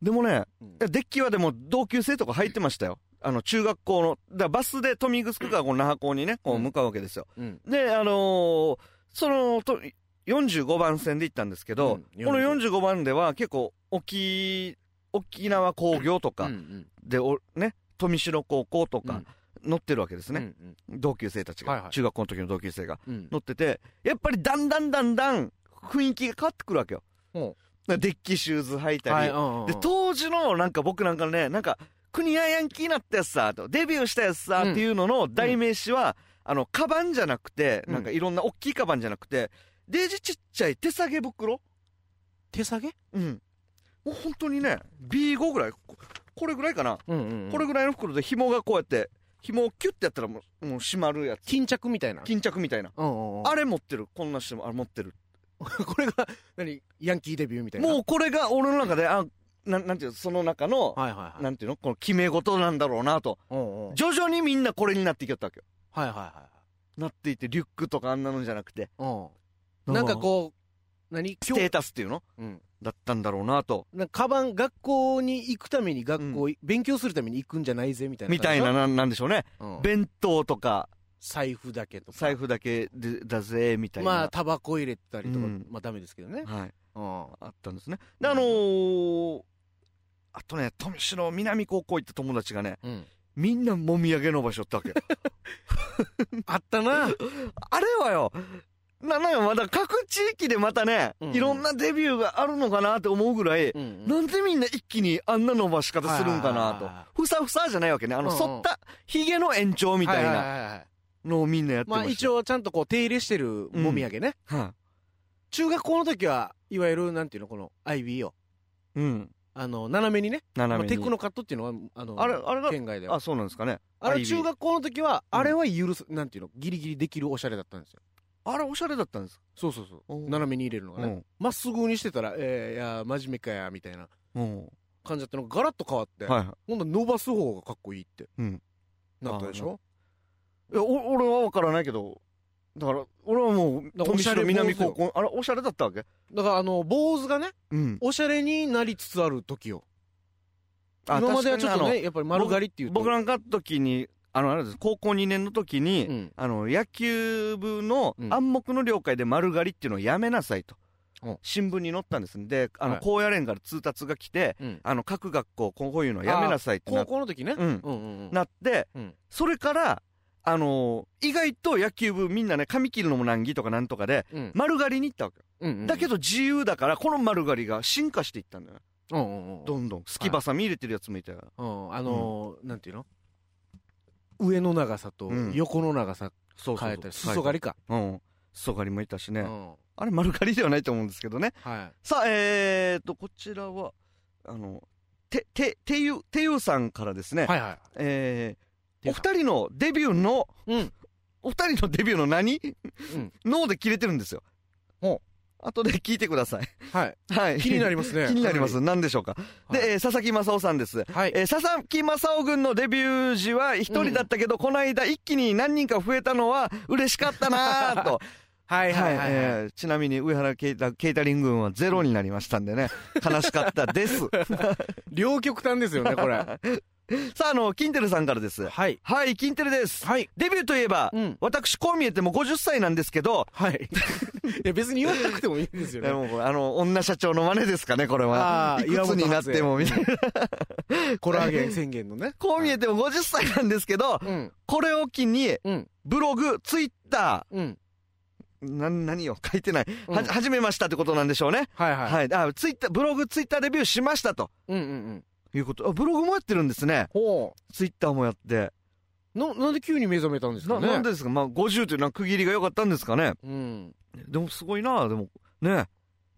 でもね、うんデッキはでも同級生とか入ってましたよ。あの、中学校の。だからバスで豊見城からこう那覇港にね、こう向かうわけですよ。うんで、あのーそのと、45番線で行ったんですけど、うんこの45 45番では結構沖、沖縄工業とうんうかんで、おね、富城高校とか乗ってるわけですうんね。同級生たちが、はいはい中学校の時の同級生がうんうん乗ってて、やっぱりだんだんだんだん雰囲気が変わってくるわけよ。うんだからデッキシューズ履いたり、はいうんうんで、当時のなんか僕なんかね、なんか、国やヤンキーになったやつさ、とデビューしたやつさ、うんっていうのの代名詞は、あの、カバンじゃなくて、うんなんかいろんな大きいカバンじゃなくて、デージちっちゃい手提げ袋手下げうん。もう本当にね、B5 ぐらい、ここれぐらいかな、うんうんうんこれぐらいの袋で紐がこうやって、紐をキュッてやったらもう、もう閉まるやつ。巾着みたいな巾着みたいな。うんうんうんあれ持ってる。こんなしても、あれ持ってる。これが何ヤンキーデビューみたいなもうこれが俺の中で、あ、なん、なんていうの、その中の、はいはいはないんていうの、この決め事なんだろうなと。うんうん徐々にみんなこれになっていきよったわけよ。はいはいはなっていって、リュックとかあんなのじゃなくて。いはいうんなんかこう何ステータスっていうの今日うんだったんだろうなと。なんかカバン学校に行くために学校、勉強するために行くんじゃないぜみたいなみたいな、感なんなんでしょうね。じでしょ、うん弁当とか、財布だけとか財布だけでだぜ、みたいな。まあタバコ入れたりとか、うんまあダメですけどねはい。うんあったんですね。で、あのーあとね、富城南高校行った友達がね、うん、みんなもみあげの場所ってわけよ。あった (laughs) なあれはよ、な、なんよ、まだ各地域でまたね、うんうんいろんなデビューがあるのかなって思うぐらい、なんでみんな一気にあんな伸ばし方するんかはいはいはいなはと。ふさふさじゃないわけね。あの、うんうん剃った、髭の延長みたいななのをみんなやってまました。あ一応ちゃんとこう手入れしてるもみあげね、は中学校の時はいわゆるなんていうのこの IB をい。うん。あの斜めにね斜めに。まあ、テクノカットっていうのはあのあれあれが県外ではあ、そうなんですかね。あれ IB 中学校の時はうんあれは許す、なんていうのギリギリできるおしゃれだったんですよあれ、おしゃれだったんですかそうそうそうおう斜めに入れるのがねま、っすぐにしてたら「えー、いやー真面目かや」みたいなうん。うん。感じだったのがガラッと変わって、はいは今度伸ばす方がかっこいいって、うんなったでしょい。いや、お俺はわからないけど、だから、俺はもう、だからお富しゃれ城南高校、あれ、おしゃれだったわけだからあの坊主がねうん。おしゃれになりつつある時よあ今まではち確ょっとかにあのねやっぱり丸刈りっていうと僕なんかの時に、あの、あれです、高校2年の時に、うんあの、野球部のうん暗黙の了解で丸刈りっていうのをやめなさいとうん。新聞に載ったんですんで、あの、はい高野連から通達が来て、うんあの、各学校、こうこういうのやめなさいってな高っ校の時ね、うんうんうんうんなってうん、それから、あのー、意外と野球部みんなね、髪切るのも難儀とかなんとかで、うん丸刈りに行ったわけ。うんうんだけど自由だから、この丸刈りが進化していったんだよね。うんうんうんどんどん。すきばさみ入れてるやつもいたから。うんあのーなんていうの上の長さとうん横の長さそうそうそう変えたり裾刈りか、うん。裾刈りもいたしね。うんあれ丸刈りではないと思うんですけどね。 (laughs) はいさあ、えーと、こちらは、あの、て、て、てゆ、てゆさんからですね。はいはえーてゆおさ二人のデビューの、いうんお二人のデビューの何、ん脳で切れてるんですよ。ほ後で聞いてください。はいはい。気になりますね気になります。何でしょうか。はいで、えー佐々木正夫さんです。はいえー佐々木正夫軍のデビュー時は一人だったけど、この間一気に何人か増えたのは嬉しかったなぁと。はいははいいはいはい、えーちなみに上原ケータケータリング軍はゼロになりましたんでね、悲しかった (laughs) です。両極端ですよねこ (laughs) れはさあ、あの、キンテルさんからです。いはい、キンテルです。はいデビューといえば、うん私こう見えても50歳なんですけど、はい (laughs) いや別に言わなくてもいいんですよ (laughs) でねもうあの、女社長の真似ですかね、これはあ。ーいくつになっても、みたいな。コラーゲン宣言のねこう見えても50歳なんですけど、うんこれを機に、うんブログ、ツイッタうんー、な、何よ、書いてない。うんはじ、始めましたってことなんでしょうね。はいはい、はい。あ、ツイッター、ブログ、ツイッターデビューしましたと。うんうんうんいうこと。あ、ブログもやってるんですね。ほツイッターもやって。うななんで急に目覚めたんですかなねなんでですか、まあ、50というのは区切りが良かったんですかね。うんでもすごいな、でも、ね、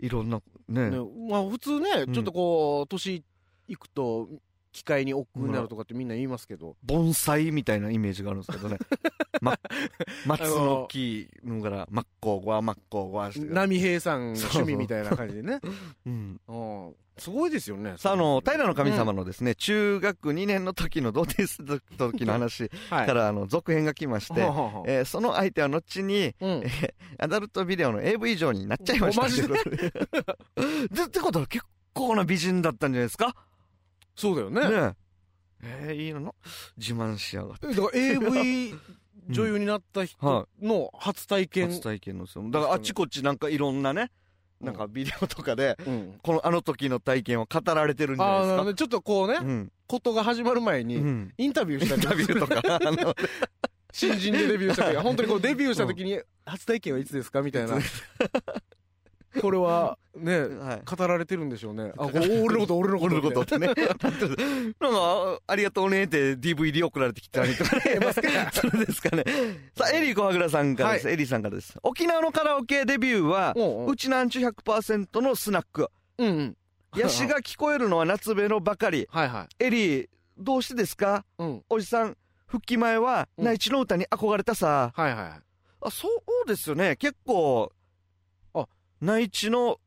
いろんな、ね、ねまあ普通ね、うんちょっとこう年いくと機械に億劫になるとかってみんな言いますけど、盆栽みたいなイメージがあるんですけど (laughs) ね。ま、松の木のから、真っ向ごわ、真っ向ごわしてから。波平さんの趣味みたいな感じでねうん。うんすごいですよねさあ、あの、そ平の神様のですね、中学2年の時の童貞する時の話はいから、あの、続編が来ましはてあ、はあはあえーその相手は後に、 (laughs) うんえーアダルトビデオの AV 以上になっちゃいましたおマジでということ (laughs) ででってことは結構な美人だったんじゃないですかそうだよねねえ。えーいいの自慢しやがって。だから AV 女優になった人の初体験、初体験のですよ。だからあちこちなんかいろんなね、なんかビデオとかで、うんこのあの時の体験を語られてるんじゃああないなでるすほか。どちょっとこうね、うん。ことが始まる前うに、ん。インタビューしイたンりタビューとか、 (laughs) あの、新人でデビュー (laughs) した時本当にこうデビューした時に初体験はいつですかみたいなこれはねはい。語られてるんでしょうね (laughs) あこれ俺のこと俺のこと俺のことってね。なんか、あありがとうねって DVD 送られてきたりとか (laughs) ね。ますそれですかね。さあ、エリー小はぐらさんからです。エリーさんからです。沖縄のカラオケデビューは、おうおううちなんちゅ100%のスナック。うんうんヤシが聞こえるのは夏べのばかり。はいはいエリー、どうしてですかうんおじさん、復帰前は、うん内地の歌に憧れたさ。はいはいあ、そうですよね。結構、あ、内地の、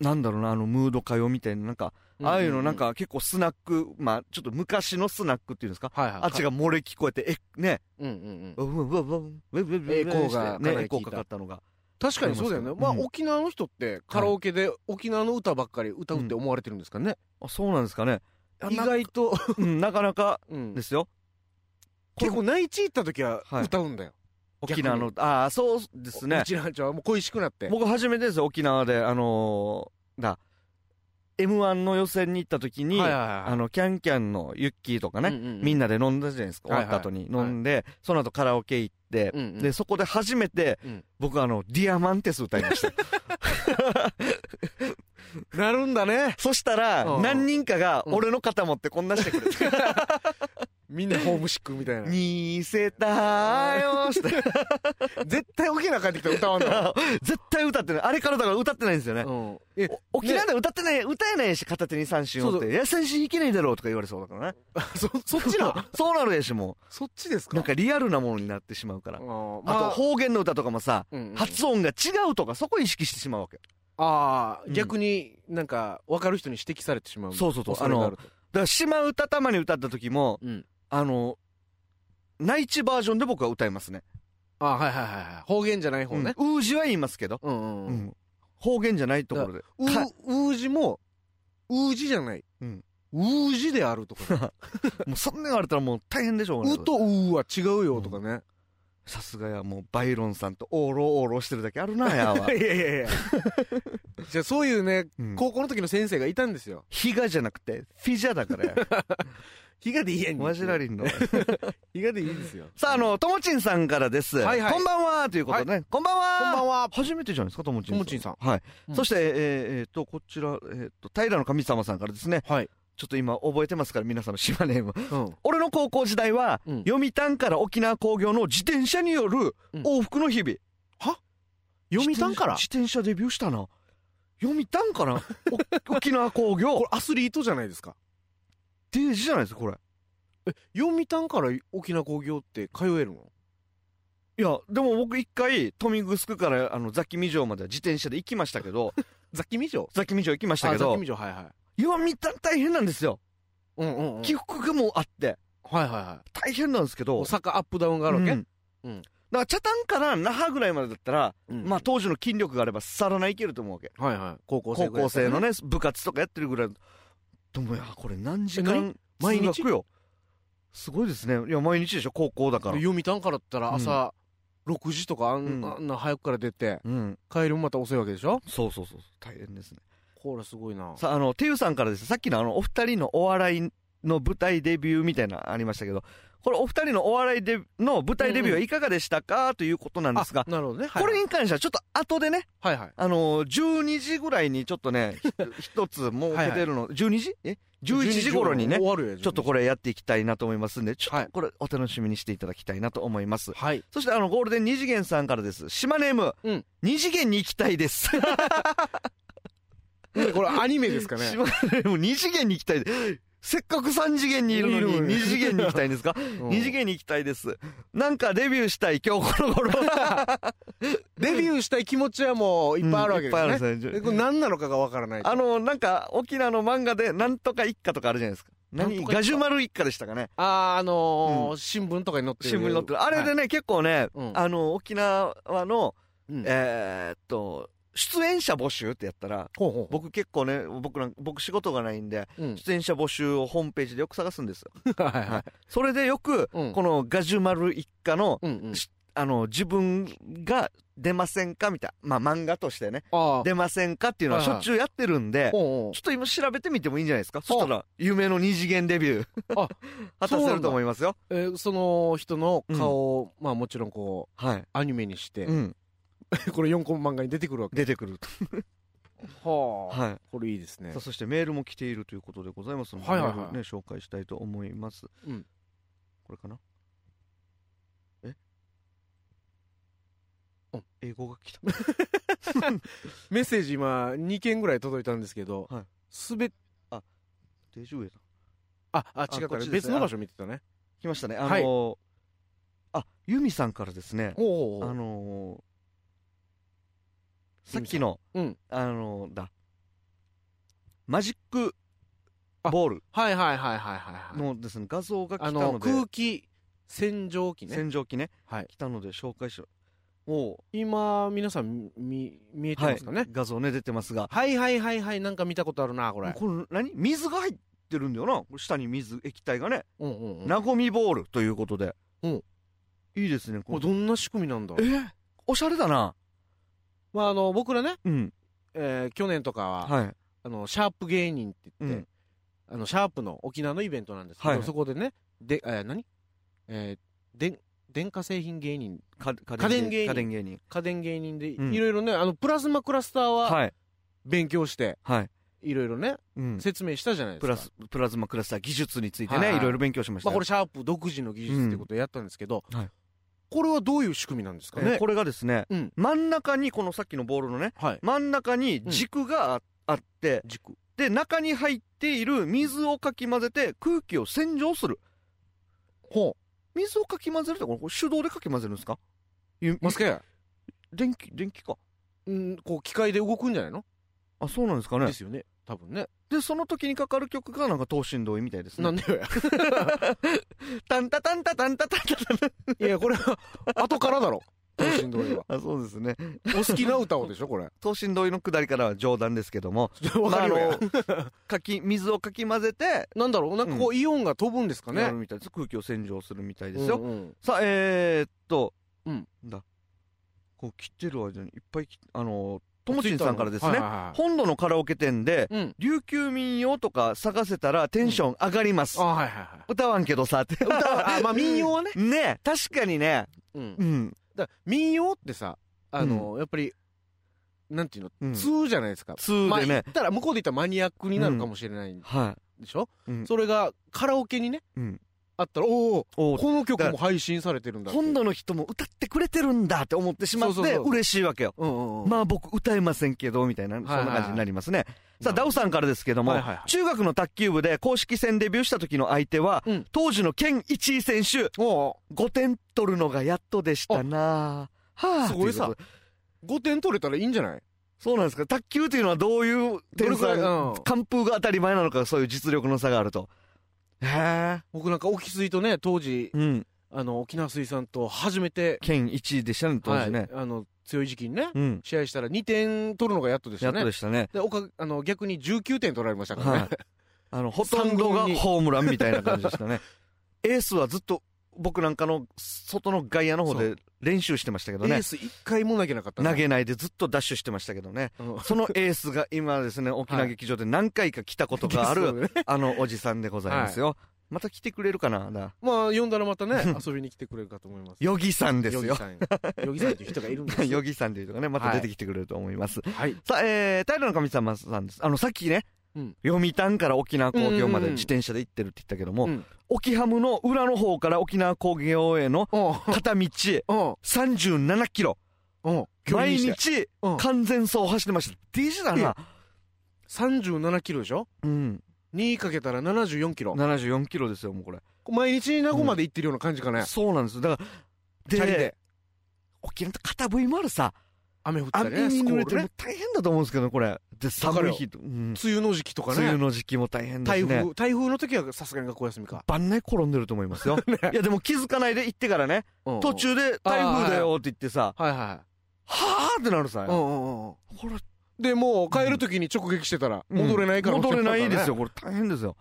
なんだろうな、あの、ムード歌謡みたいな、なんか、ああいうのなんか結構スナック、まあ、ちょっと昔のスナックっていうんですか。はいはいあっちが漏れ聞こえて、え、ね、うんうんううんんうんうんうんうんうんうんエコーがかなね、りエコ効いーたかかったのが。確かにそうだよねまあうん沖縄の人ってカラオケで沖縄の歌ばっかり歌うって思われてるんですかねあ、そうなんですか (laughs) ね。意外と、うんなかなかうんですよ。結構内地行った時ははい歌うんだよ沖縄の、ああ、そうですねう。ちなんちゃんはもう恋しくなって僕初めてですよ、沖縄で、あのだ M1 の予選に行った時に、はいはいあの、キャンキャンのユッキーとかはね、いうんうんみんなで飲んだじゃないですか、はいはい終わった後に飲んで、その後カラオケ行って、うんうんで、そこで初めて、うん僕あの、ディアマンテス歌い (laughs) ました。なるんだねそしたら、うん何人かが、うん俺の肩持ってこんなして (laughs) くれて、みんなホームシックみたいな似せたよーして、 (laughs) 絶対沖縄帰ってきたら歌わんの、(laughs) 絶対歌ってない。あれからだから歌ってないんですよね。うん、えお沖縄で歌ってない、歌えないし、片手に三振をって、優しいいけないだろうとか言われそうだからね。そそっちなそうなるやし、もそっちですう。なんかリアルなものになってしまうからあ。ーまああと、方言の歌とかもさ、うんうん発音が違うとか、そこ意識してしまうわけ。あうあん逆になんか分かる人に指摘されてしまうそうそうそう恐れがあるとだから、島歌たまに歌った時も、うんあの、内地バージョンで僕は歌いますね。あーはいはいはいはい方言じゃない方ねうん。うーじは言いますけど、うんうんううんん。方言じゃないところで。うかうじもうじじゃないうんうじであるとかもうそんなん言われたらもう大変でしょうがないうと (laughs) うは違うよとかねさすがや、もうバイロンさんとオーロオーロしてるだけあるな、や (laughs) わ。いやいやいやじゃあそういうねうん高校の時の先生がいたんですよヒガじゃなくて、フィジャ (laughs) だからや。日がでいいやんマジラリンの。日がでいいんですよさあ、あの、ともちんさんからです。はいはいこんばんはということでね、こんばんはこんばんは初めてじゃないですか、ともちんさとん。もちんさんはい。うんそして、えーえーと、こちら、えーと、平の神様さんからですね。はいちょっと今覚えてますから、皆さんの島ネーム。うん俺の高校時代は、うん読谷から沖縄工業の自転車によるうん往復の日々。 (laughs) 読谷から自転車自転車デビューしたな。読谷から (laughs) お沖縄工業これアスリートじゃないですかデージじゃないですか、これ。読谷から沖縄工業って通えるのいや、でも僕一回、豊見城から、あの、ザキミ城までは自転車で行きました (laughs) けど、ザキミ城ザキミ城行きましたけあどザキ、ミ城はいはい読谷大変なんですよ。うんうんうん起伏もあって、はいはいはい大変なんですけど。大阪アップダウンがあるわけ、うんうんだから、茶炭から那覇ぐらいまでだったら、うんまあ当時の筋力があれば、さらないけると思うわけ。はいはい高校生高ぐらいで校すか生ねのね、部活とかやってるぐらい。でもいや、これ何時え間、毎日通学よ。すごいですね。いや、毎日でしょ、高校だから。で読谷からだったら朝6時とかあん,、うんあんな早くから出てうん。帰りもまた遅いわけでしょそうそうそう。大変ですね。これすごいなさあ、あの、てゆさんからです。さっきのあの、お二人のお笑いの舞台デビューみたいなのありましたけど、これお二人のお笑いでの舞台デビューはいかがでしたか、ということなんですがあ、なるほどねはいこれに関してはちょっと後でね、はいはいあのー、12時ぐらいにちょっとね、ひ一つもうけてるの、12時え ?11 時頃にね終、わるよちょっとこれやっていきたいなと思いますんで、ちょっはいとこれお楽しみにしていただきたいなと思います。はいそしてあの、ゴールデン二次元さんからです。島ネーム、うん二次元に行きたいです。でこれアニメですか (laughs) ね島根も2次元に行きたい。せっかく3次元にいるいのるのにに2次元に行きたいんです (laughs) かうん ?2 次元に行きたいです。なんかデビューしたい今日この頃。デビューしたい気持ちはもういっぱいあるわけですね、 (laughs) いっぱいあるんですでねこれ何なのかがわからないあの、なんか沖縄の漫画でなんとか一家とかあるじゃないですか。なんと何か一家ガジュマル一家でしたかね。あーあのー新聞とかに載ってる新聞に載ってる。あれはでいね、結構ね、うんあの、沖縄の、うんえーっと、出演者募集ってやったら、ほうほう僕結構ね、僕なん僕仕事がないんで、うん (laughs) 出演者募集をホームページでよく探すんですよ。はいはいそれでよく、うんこのガジュマル一家の、うんうんあの、自分が出ませんかみたいな。まあ、漫画としてね。ああ出ませんかっていうのははいしょはいっちゅうやってるんで、ちょほうほっと今調べてみてもいいんじゃないですかほそうしたら、夢の二次元デビュー。あ (laughs) 果たせると思いますよ。うえーその人の顔を、まあもちろんこうはい。アニメにして、うん。 (laughs) これ4コマ漫画に出てくるわけ出てくるはと。はい。これいいですねさあ、そしてメールも来ているということでございますので、はいはいはいメールね、紹介したいと思います。うんこれかなえうん英語が来 (laughs) た。メッセージ今2件ぐらい届いたんですけど、はいすべデジウエだ。ああ違ったこっねちですね別の場所見てたね来ましたね。あのーあ、ユミさんからですね。おうおうおうあのーさっきの、ユミあのーだ、マジックボールはいはいはいはいはいはいのですね、画像が来あたのので、空気洗浄機ね洗浄機ね、はい来たので紹介しよう。お今皆さんみ見えうてますかね、画像ね、出てますが、はい、はいはいはいなんか見たことあるなこれこれ何水が入ってるんだよな。これ下に水、液体がね、うんうんうんなごみボールということで。うんいいですね、これこどんな仕組みなんだれ。えおしゃれだな。まああの僕らねうん。ええー去年とかは、はい。あのシャープ芸人って言って、うんあのシャープの沖縄のイベントなんですけど、はいはいそこでねで、えー何、えーでん電化製品芸人か家電芸人家電芸人。家電芸人でうんいろいろね、あのプラズマクラスターははい。勉強してはい。いろいろね、うん。説明したじゃないですかプラス、プラズマクラスター技術についてはいね、いろいろ勉強しましまたあ、よ。これシャープ独自の技術っていうことをやったんですけど、うんはいこれはどういう仕組みなんですかえねーこれがですねうん、真ん中に、このさっきのボールのね、はい真ん中に軸がああって、軸で、中に入っている水をかき混ぜて空気を洗浄する。ほ水をかき混ぜるってこれこれ手動でかき混ぜるんですかうマスカヤ電気、電気か。うんこう機械で動くんじゃないの、あ、そうなんですかでね。すよね多分ねで、その時にかかる曲がなんか等身同意みたいですなねん。でよや (laughs) タンタタンタタンタタンタタン。いやこれは後からだろ等身同意はあ、そうですね。お好きな歌をでしょこれ等身同意のくだりからは冗談ですけども、わかるよ、まああのかき、水をかき混ぜて、なんだろうなんかこう、イオンが飛ぶんですかやねるみたいです。空気を洗浄するみたいですよ。うんうんさあ、えー、っと、うんなんだ。こう切ってる間にいっぱい切っ、あの、ともちんさんからですね、はいはいはい本土のカラオケ店で、うん琉球民謡とか探せたらテンション上がります。あはいはいはい歌わんけどさって。歌 (laughs) はあまあ民謡はね、ねえ確かにね。うん、うん。だから民謡ってさあの、やっぱりなんていうの、うん通じゃないですか通まあで言っね。たら向こうで言ったらマニアックになるかもしれないんはでしょ、い。うん。それがカラオケにね、うんあったらおーおおうこの曲も配信されてるんだって本土の人も歌ってくれてるんだって思ってしまっそうそうてそう嬉しいわけよ。うんうんうんまあ僕歌えませんけど、みたいな、そんいなはい感じになりますね。さなあ、ダるほウどさんからですけども、はいはいはい中学の卓球部で公式戦デビューした時の相手は、うん当時の県1位選手、おう5点取るのがやっとでしたなぁはぁ、すごいさとうことで5点取れたらいいんじゃないそうなんですか。卓球というのはどういう点どれ差、くらいうん完封が当たり前なのか、そういう実力の差があると。へ僕なんか沖水とね当時ぇ。うん。あの沖縄水産と初めて、県1位でしたね、当時ね。はいあの強い時期にね、うん。試合したら2点取るのがやっとでしやたっねとでしたね。でおかあの逆に19点取られましたからね、はい。あ (laughs) の、ほとんど三が軍にホームランみたいな感じでしたね。 (laughs) エースはずっと僕なんかの外の外野の方で練習してましたけどエねー。ス1回も投げなかったね投げないでずっとダッシュしてましたけど (laughs) ね。うんそのエースが今ですね、沖縄劇場で何回か来たことがあ (laughs) そうる、ねあのおじさんでございますよ。また来てくれるかななまあ呼んだらまたね遊びに来てくれるかと思いますヨギさんですヨギよ。さんヨギさんっていう人がいるんです (laughs) ヨよギさんというとかね、また出てきてくれると思います。はいさあ、えー、平の神様さんです。あの、さっきね、うん読谷から沖縄工業まうんうんでうん自転車で行ってるって言ったけども、うん沖ハムの裏の方から沖縄工業へのおう片道おう37キロ。おう距離毎にして日うん完全走走ってました。デジだいなや。37キロでしょうん。 2かけたら74キロ74キロですよ、もうこれ。毎日名護まで行ってるような感じかね、そうなんですよ。だかチャら、リでで、沖縄って片部位もあるさ、雨降ったり雨ねにスコ濡ーれてルもねう大変だと思うんですけどね、これ。で、かるよ寒い日と、うん梅雨の時期とか梅雨ねの時期も大変だ台しね。風台風の時はさすがに学校休みか晩年転んでると思 (laughs) いますよ。いや、でも気づかないで行ってからね、途途中で台風だよって言ってさ、はいははぁーってなるさい、うんうんうんこれでもう帰る時に直撃してたらうん戻れないから、戻れないですよ、これ大変ですよ。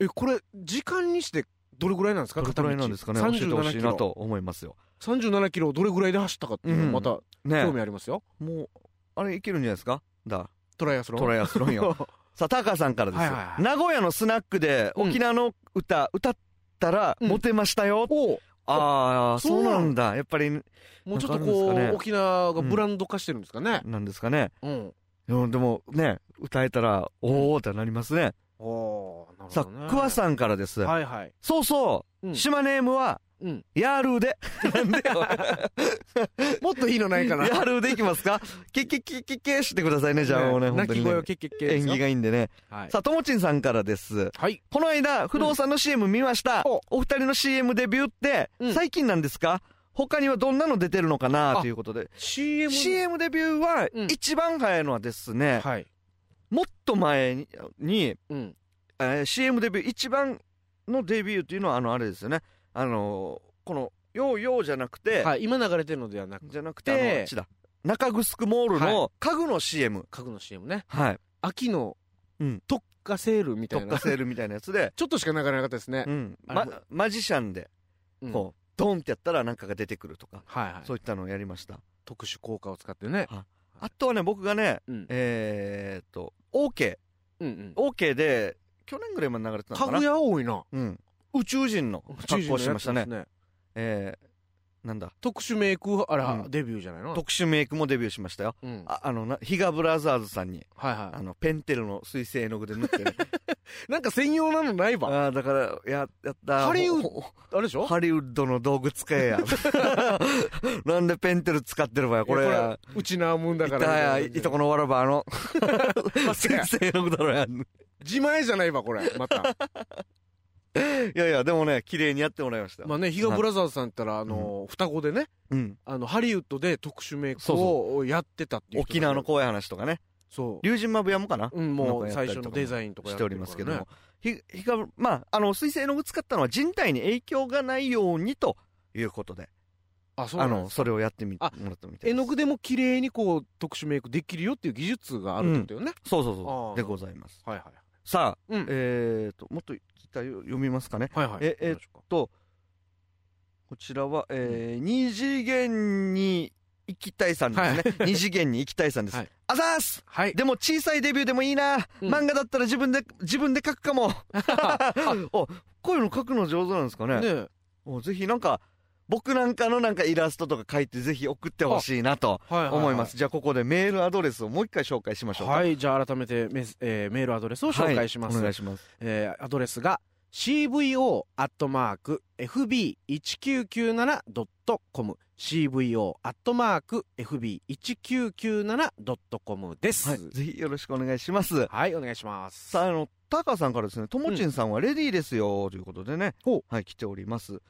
えこれ時間にしてどれぐらいなんですかどれくらいなんですかね、教片え道てほし37いなキとロ思いますよ。 37キロをどれぐらいで走ったかっていうのもまたね興味ありますよ、もう、あれいけるんじゃないですかだ、トライアスロントライアスロンよ。 (laughs) さあ、タカさんからですはいはいはい名古屋のスナックでうん沖縄の歌、歌ったらうんモテました (laughs) よ。おうああ、そそううななんんだ。やっぱり、もうちょっとなんかあるんこう、ですかね沖縄がブランド化してるんですかね。なんですかね。うん。うんでもね、歌えたら、おーってなりますね。おー、なるさほど、ね。あ、クワさんからです。はいはい。そうそうう、ん島ネームはうん、ヤー (laughs) ルで。なんでよ。もっといいのないかな。ヤールでいきますかキキキキキしてくださいね、じゃあもうね、本泣当きにね声は結局演技がいいんでね。はい。さあ、ともちんさんからです。はい。この間、不動産の CM 見ました。おお二人の CM デビューってう、ん最近なんですか他にはどんなの出てるのかなあということで。 CM。 CM デビューはう、ん一番早いのはですね、はい。もっと前にに、うん。えー CM デビュー、一番のデビューっていうのは、あの、あれですよね。あのー、この、ヨーヨーじゃなくて、はい。今流れてるのではなく、じゃなくあのて、あっちだ中城モールの家具の CM。家具の CM ね。はい。秋のうん特化セールみたい特な。化セー (laughs) ちルみたいなやつで、ょっとしか流れなかったですね (laughs) う。ん。あれまもマジシャンで、うんこう、ドンってやったらなんかが出てくるとか、はいはいそう。いったのをやりました。特殊効果を使ってね。はあとはね、僕がね、うんえーっと、OK。うんうん。 OK で、去年ぐらいまで流れてたのかかぐな。や多いな。うん。宇宙人の格好をしましたね。宇宙人のやつです。えー、なんだ、特殊メイクあら、うんデビューじゃないの特殊メイクもデビューしましたよ。うん。はいああのな、ヒガブラザーズさんに、あはの、ペンテルの水性絵の具で塗ってね。い。なんか専用なのないあわ。ーだから、や、やった。ハリウッほほあれでしょハリウッドの道具使えや。 (laughs) なんでペンテル使ってるわよ、こいれやや。うちなもんだいかたら。や、いとこのわらば、(laughs) あの、まさ水か性絵の具だろや。自前じゃないわ、これ。ま (laughs) た。いやいや、でもね、綺麗にやってもらいました。まあね、ヒガブラザーズさんって言ったら、あの、双子でね、うん。あの、ハリウッドで特殊メイクそうをやってたっていう人たち。沖縄の怖い話とかね。そ竜神マブヤもかなう。うん、もうなんかや最った初りとかのもデザインとかやしてておるりからねますけども。ひ、ひかぶ、まあ、あの、水性の具使ったのは人体に影響がないようにということで、あ、そうあなのの、それをやってみ、もらあったみたい絵のです。具でも綺麗にこう、特殊メイクできるよっていう技術があるってことよね。そうそうあそあう。でございます。はいはい。さあ、うん。えーと、もっとた読みますかね。はいはい。ええどうでしょうかこちらは、えー、二次元に行きたいさんですね。二次元に行きたいさんです。はいあざーすはい。でも小さいデビューでもいいな、うん漫画だったら自分で、自分で書く (laughs) かも。あ、こういうの書くの上手なんですかね。ねえおぜひなんか、僕なんかのなんかイラストとか書いてぜひ送ってほしいなとはいはは思います。。じゃあここでメールアドレスをもう一回紹介しましょうか。はい、じゃあ改めてメス、えーメールアドレスを紹介します。はいお願いします。えーアドレスが cvo.fb1997.com cvo.fb1997.com です。ははいい、、ぜひよろしくお願いします。お願いします。さあ、あの、タカさんからですね、ともちんさんはレディーですよ、ということでね、ほはい、来ております。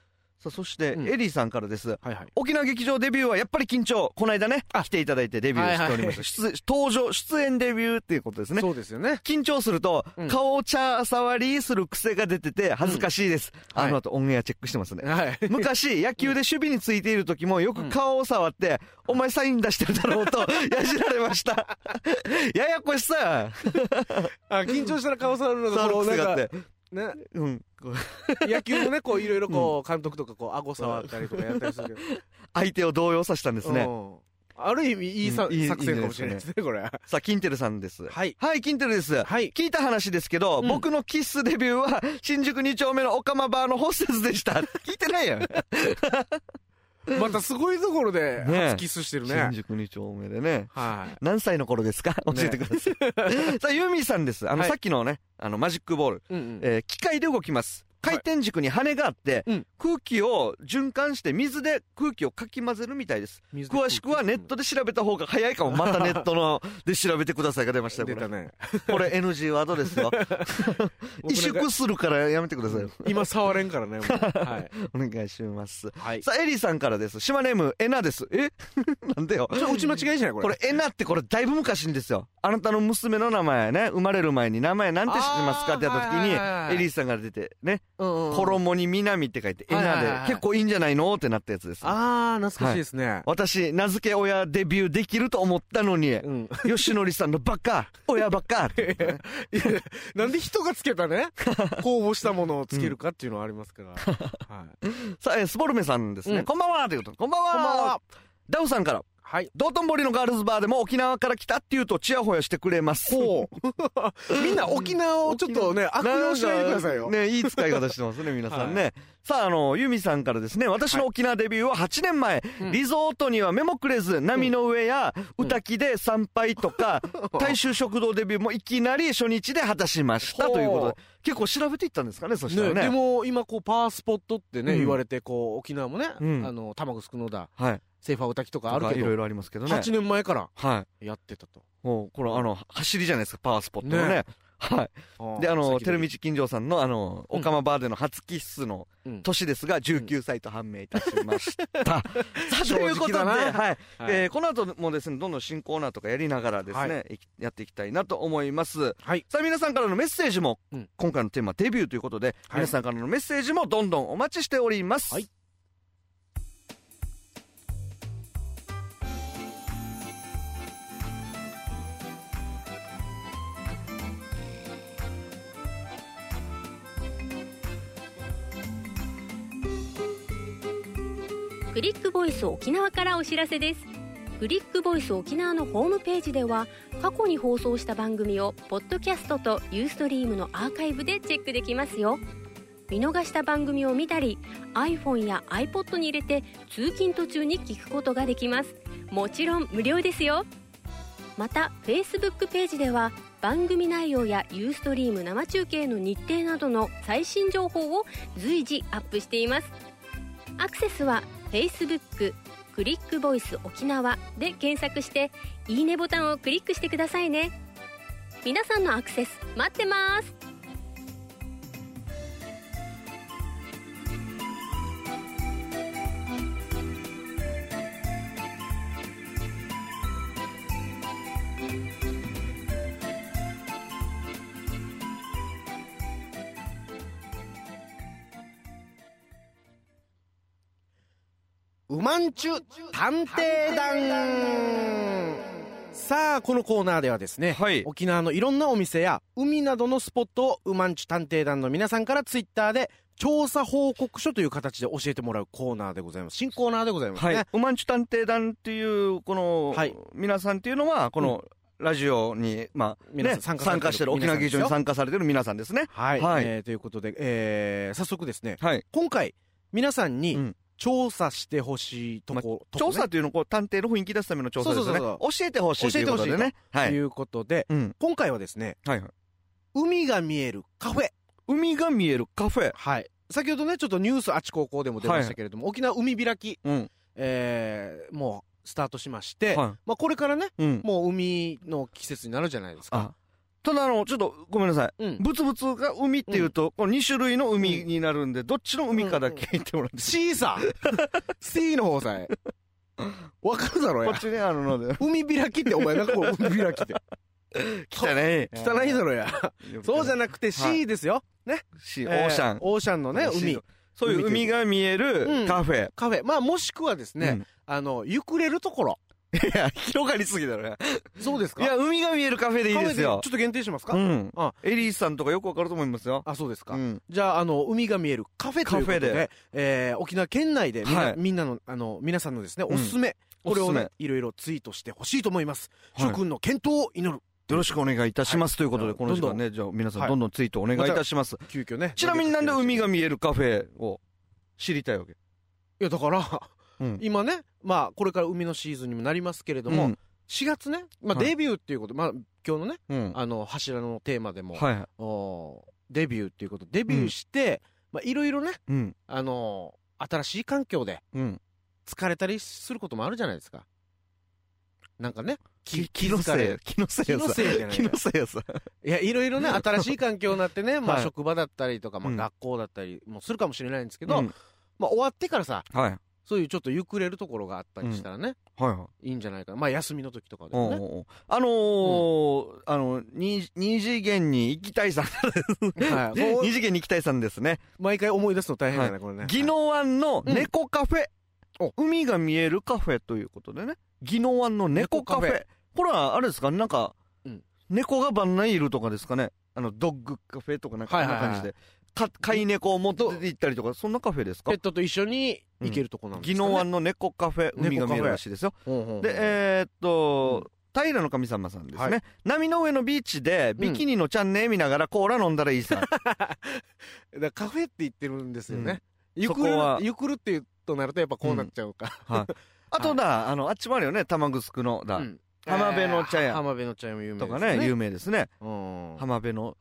さあ、そして、うんエリーさんからです。はいはい。沖縄劇場デビューはやっぱり緊張。この間ね、来ていただいてデビューしておりました。出登場、出演デビューっていうことですね。そうですよね。緊張すると、うん顔を茶触りする癖が出てて恥ずかしいです。うんはいあの後オンエアチェックしてますね。 (laughs) (laughs) はい。昔、野球で守備についている時もよく顔を触って、お前サイン出してるだろうと、やじられ (laughs) ました。ややこしさ。あ緊張したら顔触るのがこ触 (laughs) うる癖があなっんてか。ねうん。こう野球もねこういろいろこう監督とかこう顎触ったりとかやったりするけど。相手を動揺させたんですね。うん。ある意味いいさうんいい作戦かもしれないですねこれ。はさあ、キンテルさんです。いはい、キンテルです。はい。聞いた話ですけど、うん僕のキッスデビューは、新宿2丁目のオカマバーのホステスでした。聞いてないや (laughs) ん。またすごいところでねえ初キスしてるね新。宿2丁目でね。はい。何歳の頃ですか教ねえてくだ (laughs) さい。さあ、ユーミンさんです。あの、はいさっきのね、あの、マジックボール。うんうんえー機械で動きます。は回い転軸に羽があって、うん空気を循環して水で空気をかき混ぜるみたいです。水で詳しくはネットで調べた方が早いかも。またネットので調べてくださいが出ましたよ。こ出たれね。これ NG ワードですよ。萎縮するからやめてください。今触れんから (laughs) ね。もうはい。お願いします。はい。さあ、エリーさんからです。島ネーム、エナです。え (laughs) なんでよ。ちょ、打ち間違いじゃないこれ。これ、エナってこれだいぶ昔にですよ。あなたの娘の名前ね、生まれる前に名前なんて知ってますかってやった時に、あーはいはいはいはいエリーさんが出て、ね、うんうん、衣に南って書いて、エはいはいナはで、い結構いいんじゃないのってなったやつです。あー、懐かしいですね。私、名付け親デビューできると思ったの (laughs) に、うん。吉典さんのバカ、親バカってことね、なんで人がつけた (laughs) ね、公募したものをつけるかっていうのはありますから。はい。さあ、えースボルメさんですね。うんこんばんはということでこんばんはこんばんは。ダウさんから、はい。道頓堀のガールズバーでも沖縄から来たっていうと、チヤホヤしてくれます。こ (laughs) う。みんな沖縄をちょっとね、悪用しないでくださいよ。ね、いい使い方してますね、皆さんね。さあ、あの、ユミさんからですね、私の沖縄デビューは8年前、うんリゾートには目もくれず、波の上や、うん歌きで参拝とか、 (laughs) 大衆食堂デビューもいきなり初日で果たしましたほうということで、結構調べていったんですかね、そしたらねね。でも今こうパワースポットってね、うん言われてこう沖縄もね、うんあの玉城のだはい。セーファー歌きとかあとるかけいろどいろありますけどね。 8年前からはい。やってたともう、これ、あの、走りじゃないですか、パワースポットのねね。はい。で、あの、テルミチ金城さんの、あの、うんオカマバーでの初キッスのうん年ですが、19歳と判明いたし (laughs) ました。さあ、と正いう直ことで、だなはい。はいえーこの後もですね、どんどん新コーナーとかやりながらですはね、いきやっていきたいなと思います。はいさあ、皆さんからのメッセージもうん、今回のテーマ、デビューということで、はい皆さんからのメッセージもどんどんお待ちしております。はいクリックボイス沖縄からお知らせですクリックボイス沖縄のホームページでは過去に放送した番組をポッドキャストとユーストリームのアーカイブでチェックできますよ見逃した番組を見たり iPhone や iPod に入れて通勤途中に聞くことができますもちろん無料ですよまた Facebook ページでは番組内容やユーストリーム生中継の日程などの最新情報を随時アップしていますアクセスは Facebook クリックボイス沖縄で検索していいねボタンをクリックしてくださいね皆さんのアクセス待ってますうまんちゅ探偵団さあこのコーナーではですね、はい沖縄のいろんなお店や海などのスポットをうまんちゅ探偵団の皆さんからツイッターで調査報告書という形で教えてもらうコーナーでございます新コーナーでございますね、はい。うまんちゅ探偵団っていう、この、はい皆さんっていうのは、この、ラジオに、まあ、皆さんね参参加されてる加してる、沖縄劇場に参加されてる皆さんですね。はい、はいえーということで、えー早速ですねはい。今回皆さんうにん調査してほしいとこ,、とこね調査っていうのをこう、探偵の雰囲気出すための調査でそすうよね。そうそう教えてほしいということで教えね。はといい。うことで、うん。今回はですねはいはい。海が見えるカフェ海が見えるカフェ。はい先ほどねちょっとニュースあちここでも出ましたけれども、沖縄海開き、うん。えーもうスタートしまして、はまあ、これからねい。うん。もう海の季節になるじゃないですかあ、ただあの、ちょっとごめんなさい。うんブツブツが海っていうと、この2種類の海になるんで、どっちの海かだけ言ってもらって。 C さ (laughs) C の方さえわかるだろうこやっちね、あの、なんで。海開きってお前なんかこれ海開きって汚い。 (laughs) 汚いだろうやそうじゃない。なくて C ですよ、ねし、オえーーシャン。オーシャンのね海そういう海が見えうんるカフェ。カフェまあもしくはですね、うんあのゆくれるところいや、広がりすぎだろ。いそうですや、海が見えるカフェでいいですよちょ。っと限定しますか、うんあ。エリーさんとかよくわかると思いますよ。あそうですか、うん。じゃああの海が見えるカフェということでカフェでえー沖縄県内でみんな,、はいみんなのあの皆さんのですねんおすすめ、これをおすねすいろいろツイートしてほしいと思います、はい諸君の健闘を祈るよろしくお願いいたしますということはで、いこの時間ね、じゃあ皆さんどんどんツイートお願いいたします。急遽ねちなみになんで海が見えるカフェを知りたいわけいやだから、うん今ねまあこれから海のシーズンにもなりますけれども、うん4月ね、まあ、はいデビューっていうこと、まあ今日のねうん。あの柱のテーマでも、はい。おーデビューっていうことデビューして、まあいろいろねうん。あのー新しい環境でうん。疲れたりすることもあるじゃないですかなんかねき気のせい。気のせい気やのさ。せいじゃない気のせいやさ。いやいろい (laughs) ろね新しい環境になってね、まあ、はい職場だったりとか、まあ、うん学校だったりもするかもしれないんですけど、うんまあ、終わってからさはい。はいそういうちょっとゆくれるところがあったりしたらね、はい。いいんじゃないかなまあ休みの時とかでおもうね、おうおうあのーあの、に二次元に行きたい (laughs) さん。はいもう二次元に行きたいさんですね。毎回思い出すの大変だね、はこれね宜野湾の猫カフェ、海が見えるカフェということでね宜野湾の猫カフェ猫カこれはあれですかなんか、うん猫が番内いるとかですかねあのドッグカフェとかなんかはこいんはいなはい感じで、か飼い猫を持って行ったりとかそんなカフェですかペットと一緒に行けるとこなんです宜か、ね野湾の猫カフェ猫カフェ海が見えるらしいですよほうほうほうでえーっと、平の神様さんですね、は波の上のビーチでビキニのチャンネル見ながらコーラ飲んだらいい (laughs) さ、だからカフェって言ってるんですよね。ゆそくこるは、ゆくるって言うとなるとやっぱこうなっちゃうか。はいあとだ、あのあっちもあるよね玉城のだ、うん浜辺の茶屋浜辺の茶屋も有名でとすかよねね。有名ですねうん浜辺の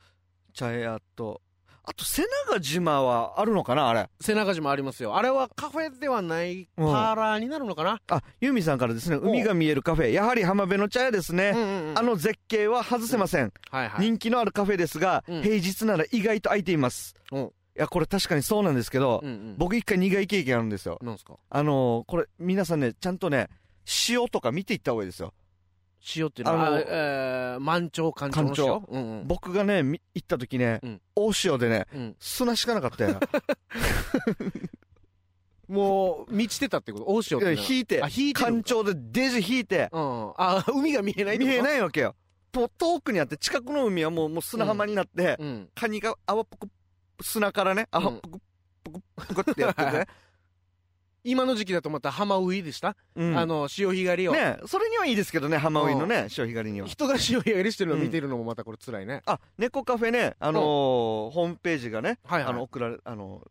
茶屋とあと瀬長島はあるのかなあれ背中島ありますよ。あれはカフェではないパーラーになるのかな。あユーミンさんからですねう海が見えるカフェやはり浜辺の茶屋ですね、うんうんうんあの絶景は外せません、はいはい。人気のあるカフェですが、うん平日なら意外と空いています、うんいやこれ確かにそうなんですけど、うんうん僕一回苦い経験あるんですよなんですか。あのーこれ皆さんねちゃんとね塩とか見ていった方がいいですよ塩っていうのはあのあえー満潮干潮の干潮塩。うんうん僕がねみ行った時ね、うん大塩でねうん砂しかなかった (laughs) よもう満ちてたってこと。大塩っいやて。引いてあ引いてるの干か。潮でデジ引いて、うん。あ (laughs) 海が見えないって見ことえないわけよもう遠くにあって近くの海はもうもう砂浜になって、うん。カニが (laughs) 泡っぽく砂からね泡っぽく、ぽくぽくってやっててね今の時期だとまた浜ウイでした、うんあの潮干狩りを、ねそれにはいいですけどね浜ウイのね潮干狩りには人が潮干狩りしてるのを見てるのもまたこれ辛いね、あ猫カフェねあのーホームページがねはいはいあの送られあの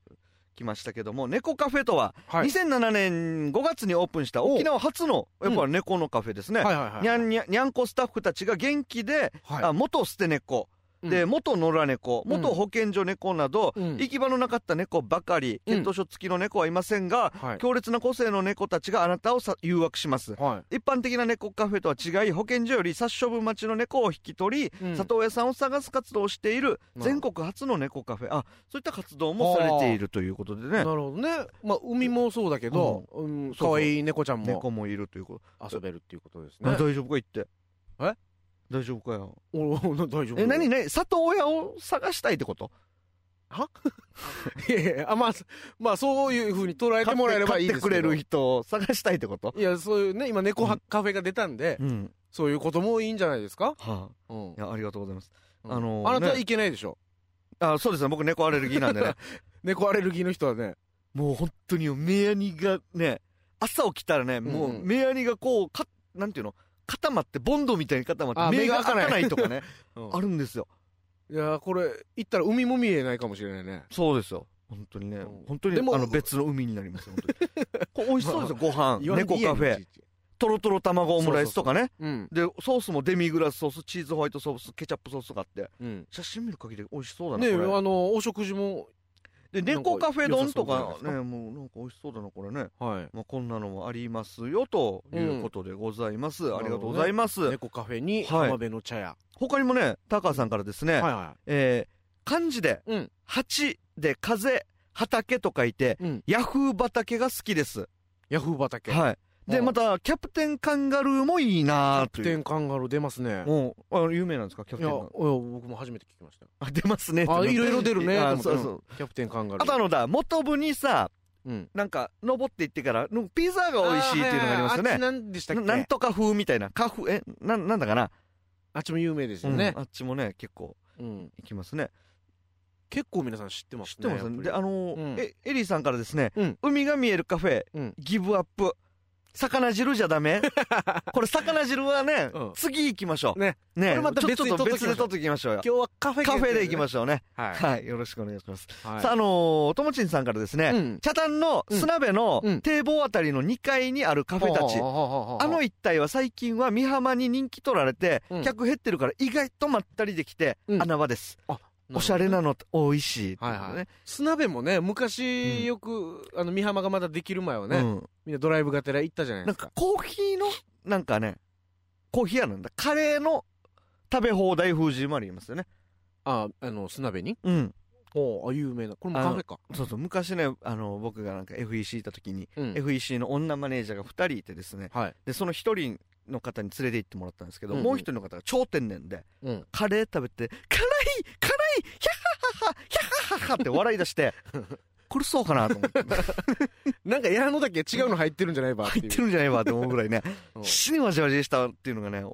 来ましたけども猫カフェとははい、 2007年5月にオープンした沖縄初のおやっぱ猫のカフェですね、はいはいはいにゃんにゃんにゃんこスタッフたちが元気で、はいあ元捨て猫、うんで元野良猫うん元保健所猫など、うん行き場のなかった猫ばかりうん血統書付きの猫はいませんが、はい強烈な個性の猫たちがあなたをさ誘惑しますは一般的な猫カフェとは違い保健所より殺処分待ちの猫を引き取り、い、うん里親さんを探す活動をしているなる全国初の猫カフェあそういった活動もされているということでね (laughs) なるほどねまあ海もそうだけど、うんそうそう可愛い猫ちゃんも猫もいるということ遊べるっていうことですあね大丈夫か言ってえ大丈夫かよ (laughs) おおな大丈夫え何何里親を探したいってこといやいやあまあそまあそういうふうに捉えてもらえればいいですけど買ってくれる人を探したいってこといやそういうね今猫はカフェが出たんで、うんそういうこともいいんじゃないですか、はうんあいやありがとうございますうんあのーあなたはねいけないでしょあそうですね僕猫アレルギーな (laughs) んでね猫アレルギーの人はねもう本当に目やにがね朝起きたらねもううん目やにがこうかなんていうの固まってボンドみたいに固まあって目が目が開開かないかないと (laughs) かねうんあるんですよいやーこれ行ったら海も見えないかもしれないねそうですよ本当にねうん本当にでもあの別の海になりますよ本 (laughs) 当にこれ美味しそうですよご飯言わんで猫いいやカんフェいちいちとろとろ卵オムライスとかねうんでソースもデミグラスソースチーズホワイトソースケチャップソースがあってうん写真見る限り美味しそうだなねあこれのお食事もで猫カフェ丼とか良さそうじゃないですねもうなんか美味しそうだなこれね、はいまあ、こんなのもありますよということでございます、ありがとうございます、猫カフェにはい浜辺の茶屋、は他にもねタカさんからですね、いはえー漢字でうん「蜂」で「風」「畑」と書いて、うんヤフー畑が好きです、いヤフー畑はいでうんまたキャプテンカンガルーもいいなーキとャプテいうンカンガルー出ますねもうあ有名なんですかキャいプやいテンやカンガルー僕も初めて聞きましたあ出ますねってあいろいろ出るねとあ思ってそうそうキャプテンカンガルーあとあのだ、元部にさ、うんなんか、登っていってから、のピザが美味しいっていうのがありますよあっねち。何でしたっなけなんとか風みたいな。カフ、え、なん、なんだかな、あっちも有名ですうよねんあ、っちもね、結構うん行きますね。結構皆さん知ってま知っすてねますやね。っで、ぱあのーうんえ、エリーさんからですね、うん海が見えるカフェ、うんギブアップ。魚汁じゃ (laughs) ダメこれ魚汁はね、うん次行きましょう。ね。ねこれまたちょ別にちょっと取っときま別しょうで取っときましょうより。今日はカフェカフェで行きまししょうね。たはいはい。よろしくお願いします。はいさあ、あのー、ともちんさんからですね、うん茶壇の砂辺のうん堤防あたりの2階にあるカフェたほうほち、うほうほうあの一帯は最近は美浜に人気取られて、うん客減ってるから意外とまったりできて、うん穴場です。なおしゃれなの多いし、はいはいという砂辺もねうん昔よくあの美浜がまだできる前はことでねね。みんなドライブがてら行ったじゃないうん。でなんすかかコーヒーの、なんかね、コーヒー屋なんだ。カレーの食べ放題風神もありますよね。ああの砂辺にうん。おあ有名なこれもカフェかそうそう、昔ね、あの、僕がなんか FEC 行った時に、うん FEC の女マネージャーが2人いてですね、はいで、その1人の方に連れて行ってもらったんですけど、うんうんもう1人の方が超天然で、うんカレー食べて、辛い辛いヒャッハッハヒャッハッハって笑い出して、これそうかなと思って、なんか矢野だけ違うの入ってるんじゃないばって入いっうてるんじゃないわって思うぐらいね (laughs) う、ん死にわじわじしたっていうのがね、お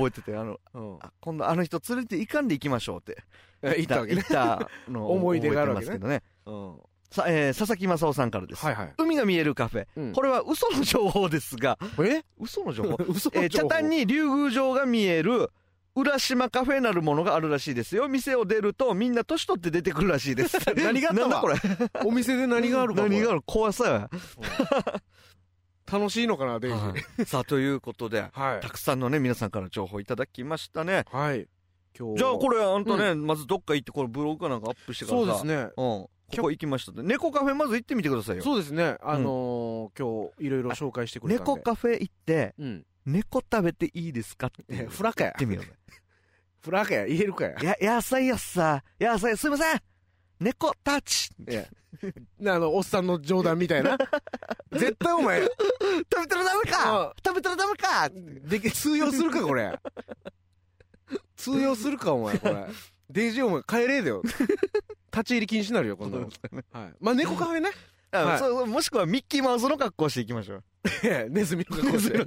(laughs) お覚えてて、あの、うんあ今度あの人連れて行かんで行きましょうって。え (laughs) 行ったわけ行ねったのを (laughs) 思い出があるわけね覚えてますけどね。うんはさ、えー佐々木正夫さんからです。いはい海が見えるカフェ。うんこれは嘘の情報ですが、え嘘の情報 (laughs) 嘘 (laughs) えー、茶ン壇に竜宮城が見える浦島カフェなるものがあるらしいですよ店を出るとみんな年取って出てくるらしいです (laughs) 何があったわ (laughs) なんだこれお店で何があるか何があるる怖さや、楽しいのかなデイジーはい (laughs) さあということではいたくさんのね皆さんから情報いただきましたねはい今日じゃあこれあんたね、まずどっか行ってこれブログかなんかアップしてからそうさですねうん、ここ行きましたって猫カフェまず行ってみてくださいよそうですねあのー今日いろいろ紹介してくれたんで猫カフェ行ってうん猫食べていいですかってえフラカや行ってみようフラカや言えるかやや、野菜やさ、野菜、すいません猫たちいやなあのおっさんの冗談みたい (laughs) な絶対お前食べたらダメああか食べたらダメかでけ通用するかこれ通用するかお前こ (laughs) れ (laughs) デイジーお前帰れだよ立ち入り禁止になるよこんなの、はい、まあ猫カフェねはいそうもしくはミッキーマウスの格好していきましょう。 (laughs) ネズミの格好ネしズ (laughs) て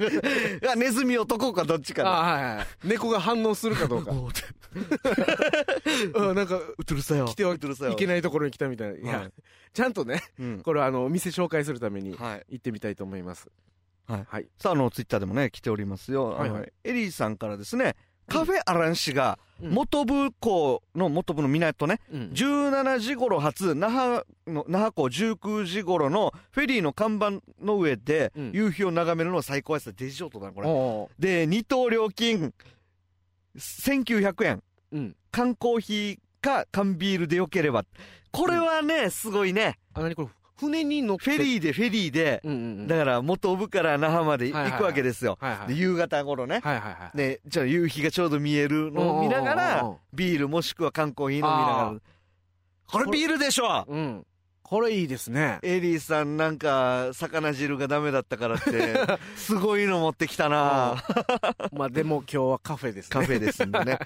ミネズミ男かどっちかあではいはいはい (laughs) 猫が反応するか (laughs) どうかうんなんかうつるさよ。来てはうつるさよ。いけないところに来たみたいないや、は (laughs) ちゃんとねうん。これはあのお店紹介するためにはい。行ってみたいと思いますはいはい、さあ、あの、ツイッターでもね、来ておりますよ。はいはいあのエリーさんからですね、カフェアラン氏が、うん元部港の元部の港ね、うん17時頃発、那覇の、那覇港19時頃のフェリーの看板の上でうん、夕日を眺めるのは最高やつだ。デジョートだな、これ。おで、二等料金、1900円。ーうん缶コーヒーか缶ビールでよければ。これはね、すごいね。あ何これ船に乗ってフェリーでフェリーで、うんうんうんだから元部から那覇まで行くわけですよ。はいはいで夕方頃ね。はいはいはいね、じゃあ夕日がちょうど見えるのを見ながら、ビールもしくは缶コーヒー飲みながあら。これビールでしょうんこれいいです (laughs) ねエリーさんなんか、魚汁がダメだったか (laughs) らって、すごいの持ってきたなまあでも今日はカフェですねカフェですんでね。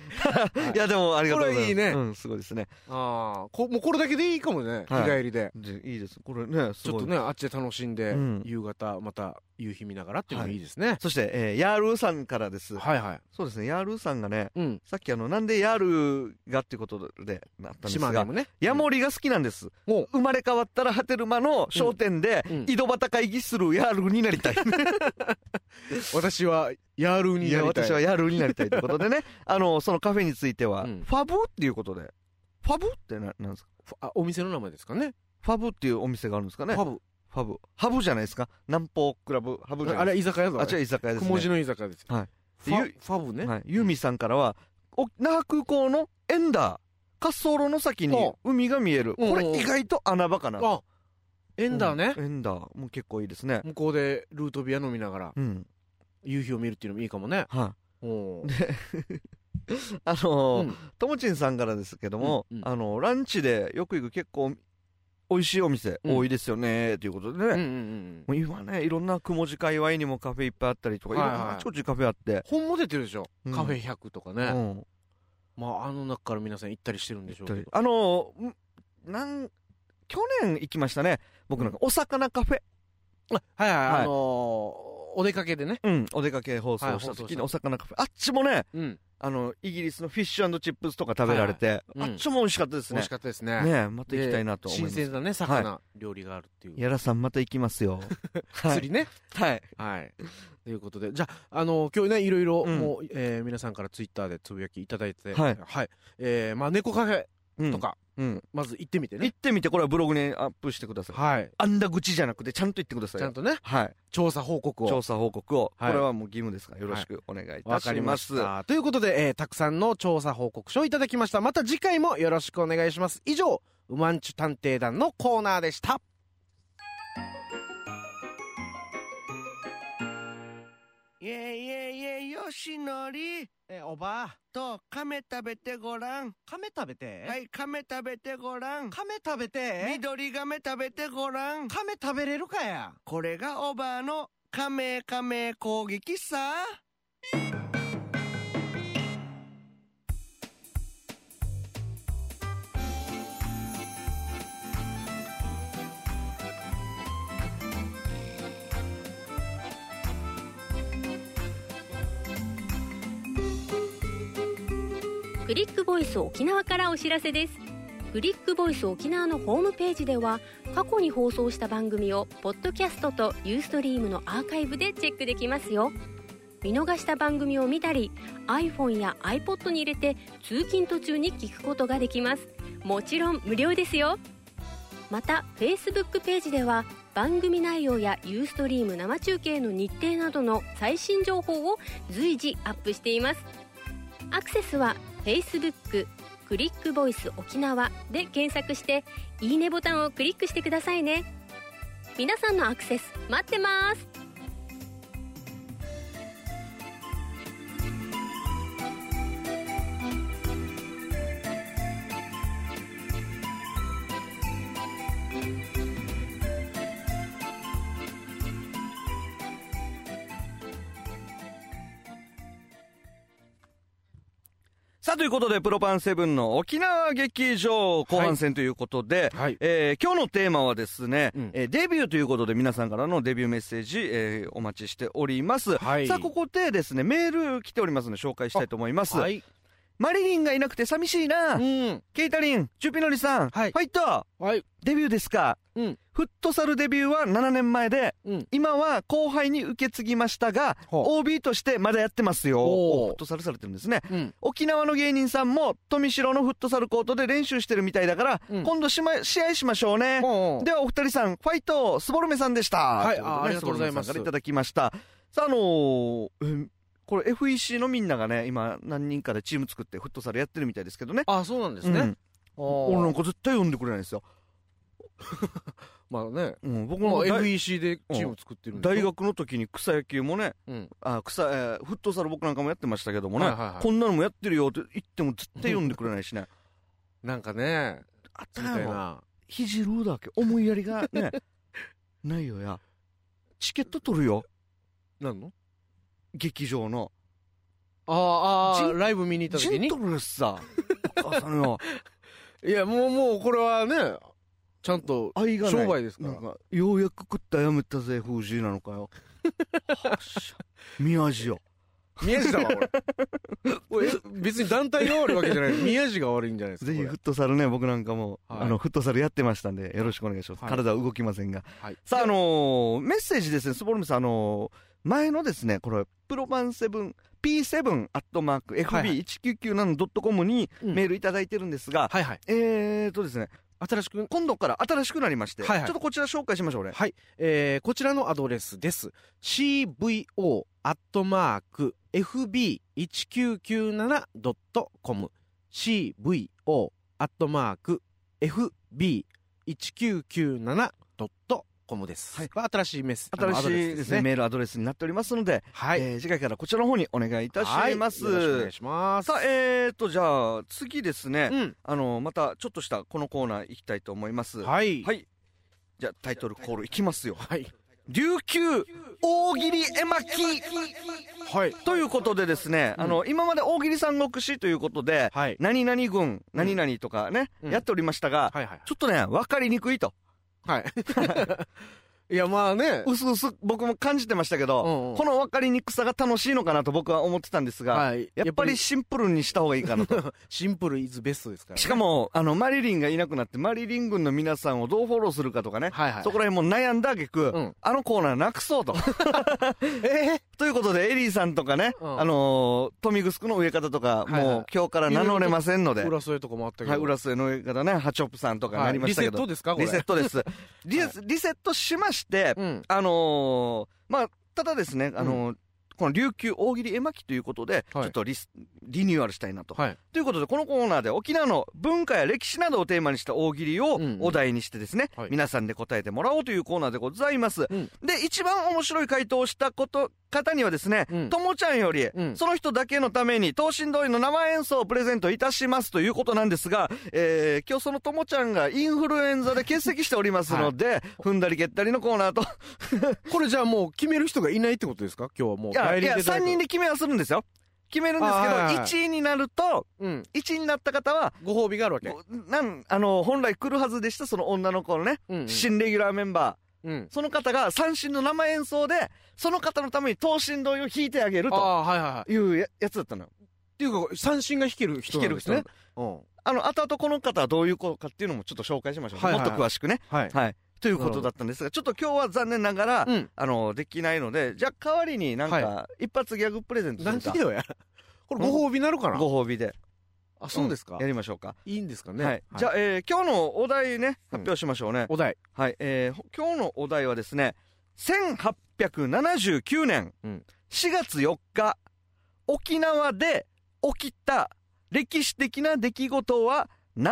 いいや、でもありがとうございまこれす。いいねうん、すごいですね。ああこもうこれだけでいいかもね日はい帰りででいいです。これね、すちょごっいとねあっちで楽しんでうん夕方また夕日見ながらっていうのもはいいいですねそして、えーヤールーさんからです。はいはいそうですね、ヤールーさんがね、うんさっきあの、なんでヤールがってことでなったんです島根が、もねヤモリが好きなんです。お生まれ変わったらハテルマの商店でうんうん、井戸端会議するヤールになりたい。私はヤールいになや、り (laughs) たい私はヤールになりたいということ (laughs) でね、あの、そのカフェについては、うんファブっていうことで、ファブってななんですかあお店の名前ですかねファブっていうお店があるんですかねパブファブ。ハブじゃないですか南方クラブ、ハブじゃなあいでれ居酒屋すだか。わあ、違う、居酒屋ですくもじね。の居酒屋ですはいファゆファブねはい。ユミさんからは、お那覇空港のエンダー、滑走路の先に海が見える。うんこれ意外と穴場かな。あエンダーねうんエンダーも結構いいですね。向こうでルートビア飲みながらうん。夕日を見るっていうのもいいかもねはおーい。あのうーんともちんさんからですけども、うんうんあのーランチでよく行く結構美味しいお店うん多いですよねということでね。うんうんうんもう今ね、いろんなくも字界隈にもカフェいっぱいあったりとか、いはろいんはいなちょちカフェあって。本も出てるでしょうんカフェ100とかうねん。まあ、あの中から皆さん行ったりしてるんでしょうけど。あのーんなん、去年行きましたね。僕なんか、お魚カフェ。はいはい、はいあのーお出かけでね。うん、お出かけ放送はいした放送し時たのお魚カフェ。あっちもね、うん。あの、イギリスのフィッシュチップスとか食べられて、いはいうんあっちも美味しかったです美味ねし。かったですね。ねえ、また行きたいなと思いま新す。鮮なね、魚、料理があるっていう。やらさんまた行きますよ。(laughs) は釣りい。ね。はい。はい。ということで、じゃあ、あのー今日ね、いろいろ、うんもう、えー皆さんからツイッターでつぶやきいただいて、はいえーまあ、猫カフェうんと。か、うん。まず行ってみてね行。ってみて、これはブログにアップしてください。はい。あんだ口じゃなくて、ちゃんと言ってくださいちゃんよ。とね、はい。調査報告を。調査報告を。こはいれはもう義務ですから、よろしくお願いいたわかしりまましす。た。ということで、えーたくさんの調査報告書をいただきました。また次回もよろしくお願いします。以上、うまんちゅ探偵団のコーナーでした。いえいえいえ、よしのりえ、おばあ、と、亀食べてごらん。亀食べてはい、亀食べてごらん。亀食べて緑亀食べてごらん。亀食べれるかやこれがおばあの亀亀攻撃さ。クリックボイス沖縄からお知らせですクリックボイス沖縄のホームページでは過去に放送した番組をポッドキャストとユーストリームのアーカイブでチェックできますよ見逃した番組を見たり iPhone や iPod に入れて通勤途中に聞くことができますもちろん無料ですよまた Facebook ページでは番組内容やユーストリーム生中継の日程などの最新情報を随時アップしていますアクセスは Facebook クリックボイス沖縄で検索していいねボタンをクリックしてくださいね皆さんのアクセス待ってますさあ、ということで、プロパンセブンの沖縄劇場後半戦ということで、はいえー今日のテーマはですね、うんえーデビューということで皆さんからのデビューメッセージ、えーお待ちしております、はいさあここでですねメール来ておりますので紹介したいと思います、はいマリリンがいなくて寂しいな、うんケイタリンチュピノリさんはいファイトはいデビューですか、うんフットサルデビューは7年前でうん今は後輩に受け継ぎましたがほう OB としてまだやってますよおーおフットサルされてるんですねうん沖縄の芸人さんも富城のフットサルコートで練習してるみたいだから、うん今度し、ま、試合しましょうね、ほうではお二人さんファイトスボルメさんでしたはいとうことであありがとうございますスボルメさんからいただきましたさああのーえこれ FEC のみんながね今何人かでチーム作ってフットサルやってるみたいですけどねあそうなんですうねんお俺なんか絶対呼んでくれないんですよ、まあねうん、僕まもあ大 FEC でチーム作ってるんでしょ大学の時に草野球もねうんあ草、えーフットサル僕なんかもやってましたけどもね、はいはいはいこんなのもやってるよって言っても絶対呼んでくれない (laughs) しねなんかねあっみたたいやろなひじるだけ思いやりがね (laughs) ないよやチケット取るよなんの劇場のあーあジーライブ見に行った時ジンにトルスさお母さん (laughs) よいやもうもうこれはねちゃんと愛がない商売ですかならんかようやく食ったやめたぜ風じなのかよは (laughs) っしゃ宮地よ宮地だわ (laughs) 俺俺別に団体が悪いわけじゃない宮地が悪いんじゃないですかぜひこフットサルね僕なんかも、はいあのフットサルやってましたんでよろしくお願いします、はい体は動きませんが、はいさああのーメッセージですねスボルムさんあのー前のですねこれプロパンセブン P7 アットマークはいはい FB1997.com にうんメールいただいてるんですが、れはいはいえーとですね新しく今度から新しくなりまして、はいはいちょっとこちら紹介しましょう俺はい、えーこちらのアドレスです。cvo アットマーク fb 一九九七ドットコム cvo アットマーク fb 一九九七ドットコムです。はいこれ新しいメッセ新しいですね。メールアドレスになっておりますので、はい、えー次回からこちらの方にお願いいたします。はいよろしくお願いします。さあ、えーと、じゃあ、次ですね、うん、あの、またちょっとしたこのコーナー行きたいと思います。い。はい、はい。じゃあ、タイトルコールいきますよ。はい、琉球大喜利絵巻はい、ということでですね、うんあの、今まで大喜利三国志ということで、はい、何々軍、何々とかね、うんやっておりましたが、はい、はい、ちょっとね、わかりにくいと。 (laughs) はい。いや、まあ (laughs) ね、うすうす僕も感じてましたけど、うんうんこの分かりにくさが楽しいのかなと僕は思ってたんですが、はい、やっぱりシンプルにした方がいいかなと。シンプルイズベストですから、ね。しかも、あの、マリリンがいなくなって、マリリン軍の皆さんをどうフォローするかとかね、はいはい。そこら辺も悩んだ挙句、うんあのコーナーなくそうと。えということで、エリーさんとかね、うんあのー、トミグスクの植え方とはか、いはいもう今日から名乗れませんのー、で、裏添えとかもあったけど。はい、浦添の植え方ね、ハチョップさんとかはないりまリしたセけッど、トですかこれ。リセッ (laughs) トです。リセリセットしまして、うん。あのーまあ、ただですね、あのーこの琉球大喜利絵巻ということで、はいちょっとリスリニューアルしたいなと。はい。ということで、このコーナーで沖縄の文化や歴史などをテーマにした大喜利をうんうんお題にしてですね、はい皆さんで答えてもらおうというコーナーでございます。うんで、一番面白い回答をしたこと、方にはですね、うんともちゃんより、うんその人だけのために、等身同意の生演奏をプレゼントいたしますということなんですが、えー、今日そのともちゃんがインフルエンザで欠席しておりますので、踏んだり蹴ったりのコーナーと、これじゃあもう決める人がいないってことですか今日はもう。いや、いや、で誰3か人で決めはするんですよ。決めるんですけど、あーはいはい1位になると、うん。 1位になった方は、ご褒美があるわけ。こうなん、あの、本来来るはずでした、その女の子のね、うんうん。新レギュラーメンバうんー。。その方が三振の生演奏で、その方のために等身同意を弾いてあげるあとあ、はいはいはい。っいうややつだったのよ。ていうか、三振が弾ける人なんですね弾。あの、後々この方はどういう子かっていうのもちょっと紹介しましょう。はいはいもっと詳しくね。うん。はい。はい。ということだったんですが、ちょっと今日は残念ながら、うん。あの、できないので、じゃあ代わりになんはか、一発ギャグプレゼントす何るかで。よや。これご褒美なるかなご褒美であ、そうですかやりましょうか。いいんですかね。はい。じゃあ、あ、えー今日のお題ね、うん発表しましょうね。お題。はい、えーほ今日のお題はですね、1879年うん4月4日、沖縄で起きた歴史的な出来事はな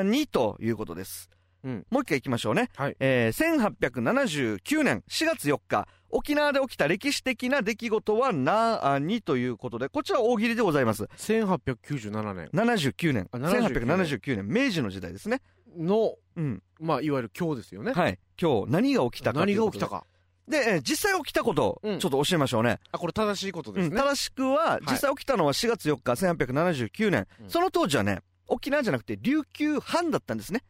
ーにということです。うんもう一回いきましょうね。はいえー1879年4月4日、沖縄で起きた歴史的な出来事はなーにということで、こちら大喜利でございます。 1897年79年。あ79 1879年、明治の時代ですね。の、うん。まあ、いわゆる今日ですよね。はい。今日何が起きたかと何いうがこ起ときですたか。で、えー実際起きたことうをんちょっと教えましょうね。あこれ正しいことですうんね、正しくは、実際起きたのは4月4日1879年、うんその当時はね、沖縄じゃなくて琉球藩だったんですね。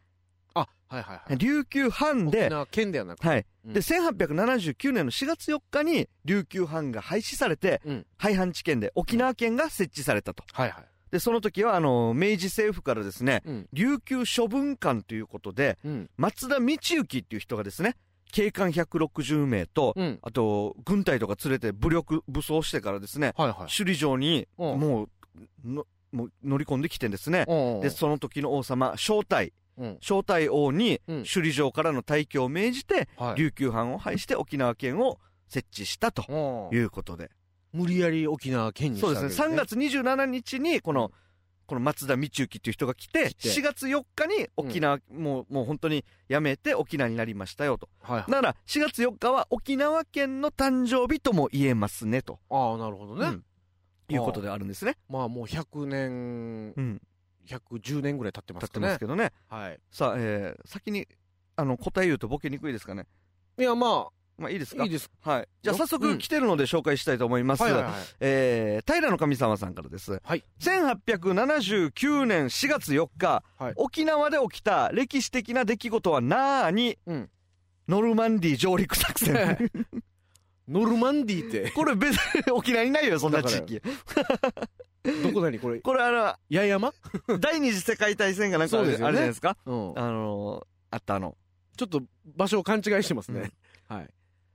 あはいはいはい琉球藩沖で、縄県ではなくはい。うんで、1879年の4月4日に琉球藩が廃止されて、うん廃藩置県で沖縄県が設置されたと。はいはいで、その時は、あの、明治政府からですね、うん琉球処分館ということで、うん松田道行っていう人がですね、警官160名と、うんあと、軍隊とか連れて武力武装してからですね、はいはい首里城に、うんもう、のもう乗り込んできてですね、おうおうで、その時の王様、正体、うん正体王に、うん首里城からの退去を命じて、はい琉球藩を廃して沖縄県を設置したとおういうことで。無理やり沖縄県にしたそうわでけすね。ですね3月27日に、この、この松田道行っていう人が来て、来て4月4日に沖縄、もう、もう本当にやめて沖縄になりましたよと。はいはいだから、4月4日は沖縄県の誕生日とも言えますね、と。ああなるほどね、うんいうことであるんですね。まあもう100年うん。 110年ぐらい経ってま立すってかまねすけどね。はいさあ、えー、先に、あの、答え言うとボケにくいですかね。いやままあ、いいですあかいいですはい。じゃあ、早うん速来てるので紹介したいと思います。はいはいはいえー、平の神様さんからです。はい1879年4月4日、はい沖縄で起きた歴史的な出来事はなーに、うんノルマンディー上陸作戦。 (laughs) ノルマンディー (laughs) ってこれ別に沖縄にないよ、そんな地域。どこだにこれこれあ八重山、の、 (laughs) 第二次世界大戦がなんかあそうる,、ですよねあるじゃないですか。うん、あのーあったあの。ちょっと場所を勘違いしてますね、はい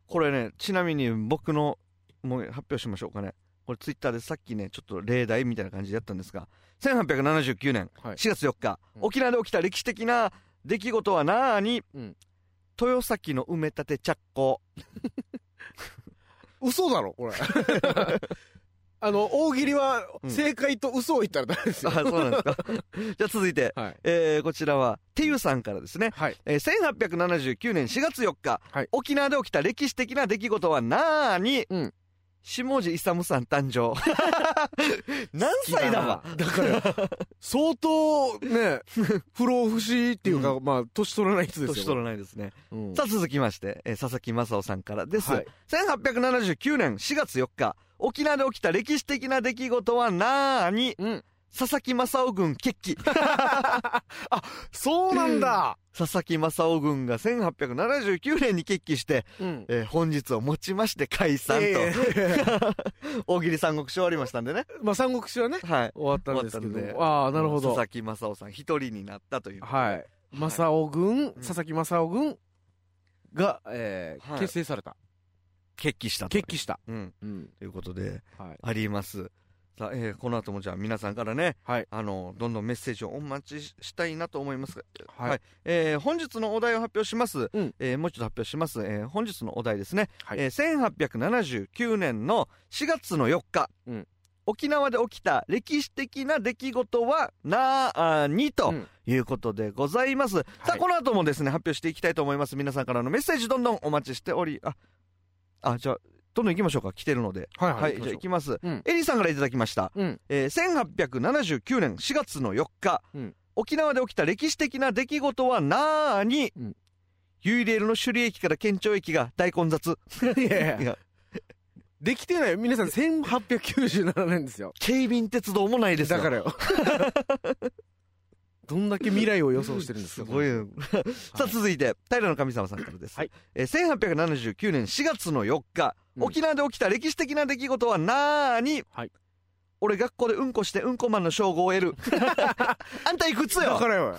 これね、ちなみに僕の、もう発表しましょうかね。これツイッターでさっきね、ちょっと例題みたいな感じでやったんですが、1879年はい4月4日、うん沖縄で起きた歴史的な出来事はなーに、うん豊崎の埋め立て着工。嘘だろこれ (laughs) あの大喜利はうん正解と嘘を言ったらダメですあ、よ、そうなんですか。 (laughs) じゃあ続いて、はいえー、こちらは、てゆさんからですね。はいえー、1879年4月4日、はい沖縄で起きた歴史的な出来事はなーに、うん下地勇さん誕生。 (laughs) 何歳だわ好きだなだから相当ね不老不死っていうか、まあ年取らない人です年よ取らないですね。らない、うんさあ続きまして、えー佐々木正夫さんからです。はい1879年4月4日、沖縄で起きた歴史的な出来事はなーに、うん佐々木正夫軍決起。そうなんだ、佐々木正夫軍が1879年に決起して、うんえー本日をもちまして解散と、え (laughs) え (laughs) 大喜利三国志終わりましたんでね。まあ三国志はねはい。終わったんですけ終わったんどでああなるほ佐ど々木正夫さん一人になったという。はい正雄軍、佐々木正雄軍が、えーはい結成された決起したと。決起した、うん。うんということで、はいあります。さあ、えーこの後もじゃあ皆さんからね、はいあの、どんどんメッセージをお待ちししたいなと思います。はい、はいえー本日のお題を発表します。うんえーもう一度発表します。えー本日のお題ですね。はいえー1879年の4月の4日。うん沖縄で起きた歴史的な出来事はなーにとうんいうことでございます、さあこの後もですね発表していきたいと思います皆さんからのメッセージどんどんお待ちしておりああじゃあどんどん行きましょうか来てるのではいはい、じゃあ行きます、うんエリーさんからいただきました、うんえー1879年4月の4日、うん沖縄で起きた歴史的な出来事はなーに、うんユイレールの首里駅から県庁駅が大混雑 (laughs) いやいいややできてないよ皆さん1897年ですよ警備鉄道もないですよだ (laughs) からよどんだけ未来を予想してるんですすかごい、 (laughs) さあ続いて平の神様さんからです、はいえー1879年4月の4日、うん沖縄で起きた歴史的な出来事はなーに、はい俺学校でうんこしてうんこマンの称号を (laughs) 得るあんたいくつだよからよ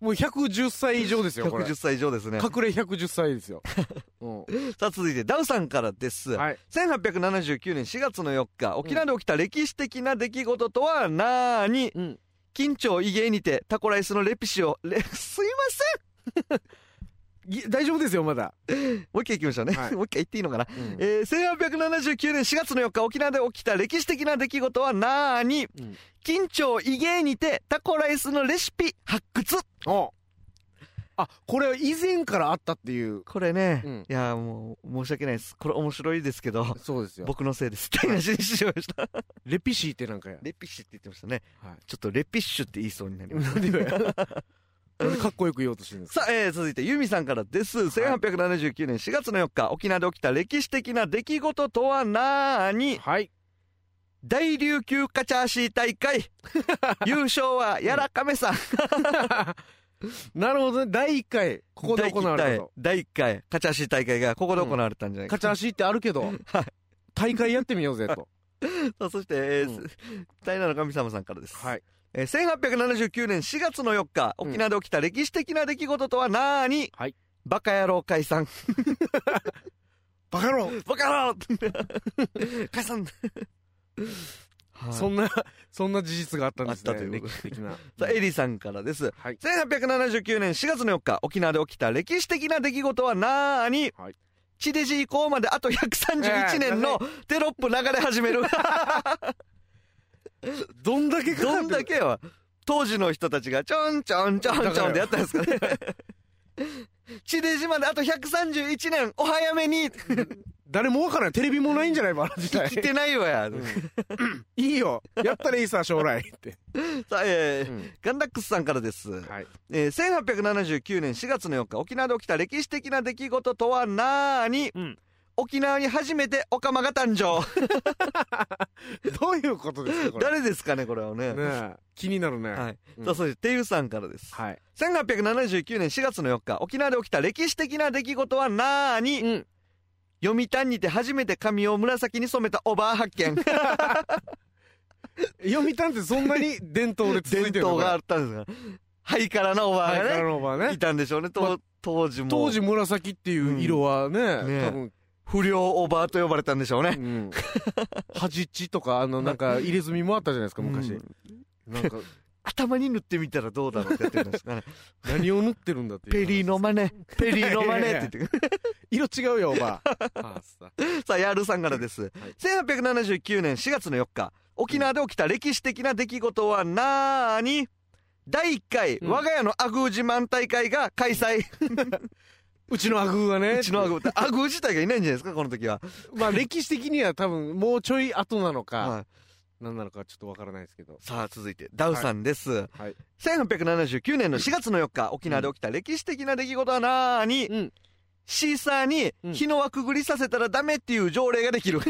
もう110歳以上ですよこれ110歳以上ですね隠れ110歳です (laughs) よ、うんさあ続いてダウさんからです、はい1879年4月の4日沖縄で起きた歴史的な出来事とはなーに、うん緊張異芸にてタコライスのレピシをレ (laughs) すいまぎ大丈夫ですよまだ、せんもう一回行きましょうね、はい (laughs) もう一回言っていいのかな、うんえー、1879年4月の4日沖縄で起きた歴史的な出来事はなーに、うん緊張異芸にてタコライスのレシピ発掘おあこれは以前からあったっていうこれね、うんいやーもう申し訳ないですこれ面白いですけ (laughs) どそうですよ僕のせいですって話にしてしまいましたレピシーってなんかや、レピッシュって言ってましたねはいちょっとレピッシュって言いそうになりましたなんでよなんでかっこよく言おうとしてるんですさあ、えー続いてユミさんからです。1879年4月の4日、沖縄で起きた歴史的な出来事とはなーにか (laughs) はい大琉球カチャーシー大会 (laughs) 優勝はやらかめさん。なるほどね第1回ここで行われたと第1回カチャーシー大会がここで行われたんじゃないか、勝ち足ってあるけど大会やってみようぜとさあそして、えーう大名の神様さんからです、はいえー1879年4月の4日沖縄で起きた歴史的な出来事とはなーに、はいバカ野郎解散 (laughs) バカロバカ野郎 (laughs) 解散、はい (laughs) そんなそんな事実があったんですあったねというこ歴と史的 (laughs) なさあエリーさんからですはい1879年4月の4日沖縄で起きた歴史的な出来事はなーに、はい地デジ移行まであと131年のテロップ流れ始めるどんだけかかって (laughs) どるんだけよ当時の人たちがちょんちょんちょんちょんでやったんですかね (laughs) 地デジまであと131年お早めに誰もわからないテレビもないんじゃないバラ時代来てないわや、いいよやったらいいさ将来って、さあえーガンダックスさんからです、はいえー1879年4月の4日沖縄で起きた歴史的な出来事とはなーに、うん沖縄に初めてオカマが誕生どういうことですかこれ (laughs) 誰ですかねこれはねねえ気になるねはい、うんさあそしててゆさんからです、はい1879年4月の4日沖縄で起きた歴史的な出来事はなーに、うん読谷にて初めて髪を紫に染めたおばあ発 (laughs) 見読谷ってそんなに伝統で続伝いてるの統がかあったんですがハイカラなおばあがね,、いねたんでしょうねと、まあ当時も当時紫っていう色はね、ね多分、不良おばあと呼ばれたんでしょうね、うん、はじっちとかあのなんか入れ墨もあったじゃないですか昔、うんなんか (laughs) 頭に塗ってみたらどうだろうってやってるんですか (laughs) ね何を塗ってるんだっていうペリーの真 (laughs) 似ペリーの真似いやいやいやって言って色違うよおば (laughs) あさあヤールさんからです、1879年4月の4日沖縄で起きた歴史的な出来事はなーに第1回、うん我が家のアグー自慢大会が (laughs) 開催、うちのアグーがうねちのアグーアグー自体がいないんじゃないですかこの時は、まあ歴史的には多分もうちょい後なのかはい何なのかちょっとわからないですけど (laughs) さあ続いてダウさんです、はい1879年の4月の4日沖縄で起きた歴史的な出来事はなーに、うんシーサーにうん日の輪くぐりさせたらダメっていう条例がで (laughs) きる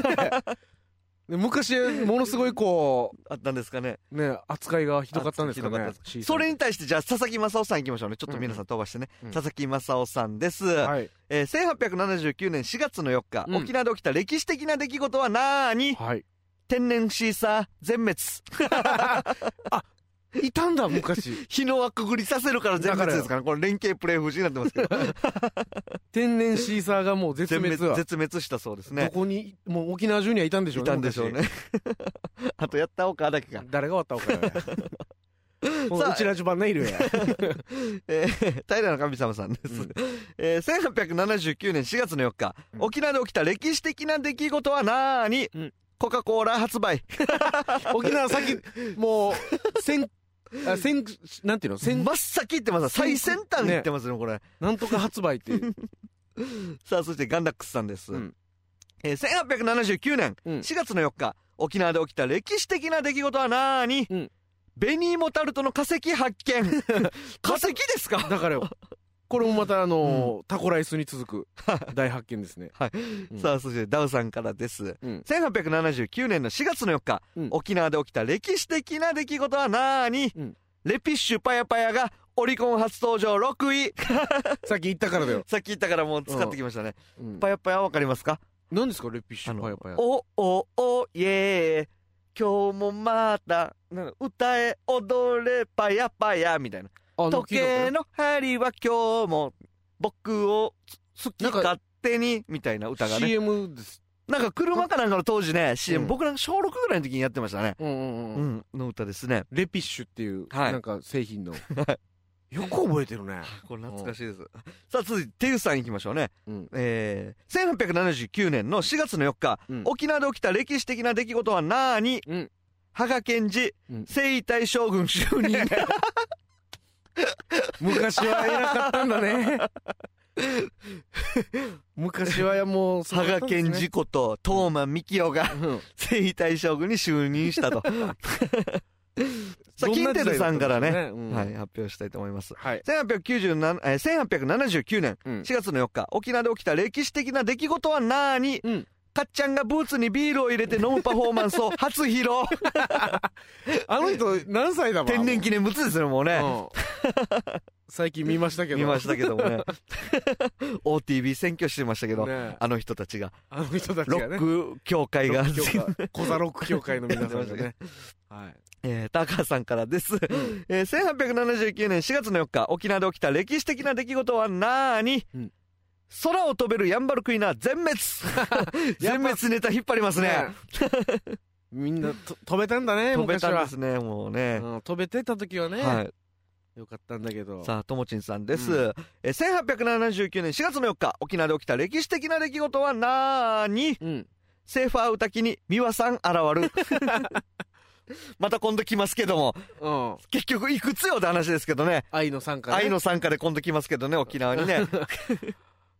で昔ものすごいこあったんですかねうね扱いがひどかったんですかひどかねった (laughs) それに対してじゃあ佐々木正夫さん行きましょうねちょっと皆さん飛ばしてね、うんうん佐々木正夫さんです、はいえー1879年4月の4日、うん沖縄で起きた歴史的な出来事はなーにはい天然シーサー全滅いたんだ昔日の輪くぐりさせるから全滅ですからねこれ連携プレー不自由になってま (laughs) すけど天然シーサーがもう絶全滅滅は絶滅したそうですどねこにもう沖縄中にはいたんでしょいうねたんでしょうね (laughs) あとやったおかだけが昔、誰が割ったおかやこのうちらじばんねいるや (laughs) えー、平の神様さんです、うんえー1879年4月の4日、うん沖縄で起きた歴史的な出来事はなーに、うんコカ・コーラ発売沖縄先もう先あ先なんていうの先真っ先行ってます最先端行ってますねこれなんとか発売っていうさあそしてガンダックスさんです、うんえー1879年うん4月の4日、沖縄で起きた歴史的な出来事はなーに、うんベニーモタルトの化石発見 (laughs) 化石ですかだからよこれもまたあのータコライスに続く大発見ですねうんさあそしてダウさんからです、うん1879年の4月の4日、うん沖縄で起きた歴史的な出来事はなーに、うんレピッシュパヤパヤがオリコン初登場6位さっき言ったからだよ、さっき言ったからもう使ってきましたね、うん、パヤパヤわかりますか何ですかレピッシあュのパヤパヤおおおイエー今日もまたなんだ歌え踊れパヤパヤみたいなあの時計の針は今日も僕をつ好きなんか勝手にみたいな歌がね CM ですなんか車かなんかの当時ねう CM、ん僕らが小6ぐらいの時にやってましたねうんうんううんんの歌ですねレピッシュっていう、はいなんか製品のよく覚えてるね (laughs) これ懐かしいですさあ続いてテウさん行きましょうね、うんえー、1879年の4月の4日、うん沖縄で起きた歴史的な出来事はなーに、うん羽賀健治うん征夷大将 (laughs) 軍就任昔は偉かったんだ (laughs) ね昔はもうそう佐だった賀んですね健治こと東間幹雄がうん (laughs) 征夷大将軍に就任したとさあ、どん近な時代だったんでしょうね鉄さんからね、うんはい、発表したいと思います。はい。 1897えー1879年うん4月の4日、沖縄で起きた歴史的な出来事はなーに、うんかっちゃんがブーツにビールを入れて飲むパフォーマン (laughs) スを初披露あの人何歳だもん。天然記念物ですね、もうね。うん最近見ましたけど。見ましたけども (laughs) ね (laughs) OTB 選挙してましたけど、ねあの人たちがあの人たちロがね。ック協会が、ロック (laughs) 協会小座ロック協会の皆さんがね。はい。えー、高橋さんからです、ん (laughs) えー1879年4月の4日沖縄で起きた歴史的な出来事はなーに、うん空を飛べるヤンバルクイナ全 (laughs) 滅全滅ネタ引っ張りますねねみんなと飛べたんだね、飛べたんで昔すねもうね、はうん飛べてた時はね、はいよかったんだけど。さあ、ともちんさんです。うえー、1879年4月の4日、沖縄で起きた歴史的な出来事はなーに、うん。セーファー歌きに美和さん現 (laughs) る。また今度来ますけどうも、ん。結局いくつよって話ですけどね。愛の参加ね。愛の参加で今度来ますけどね、沖縄にね。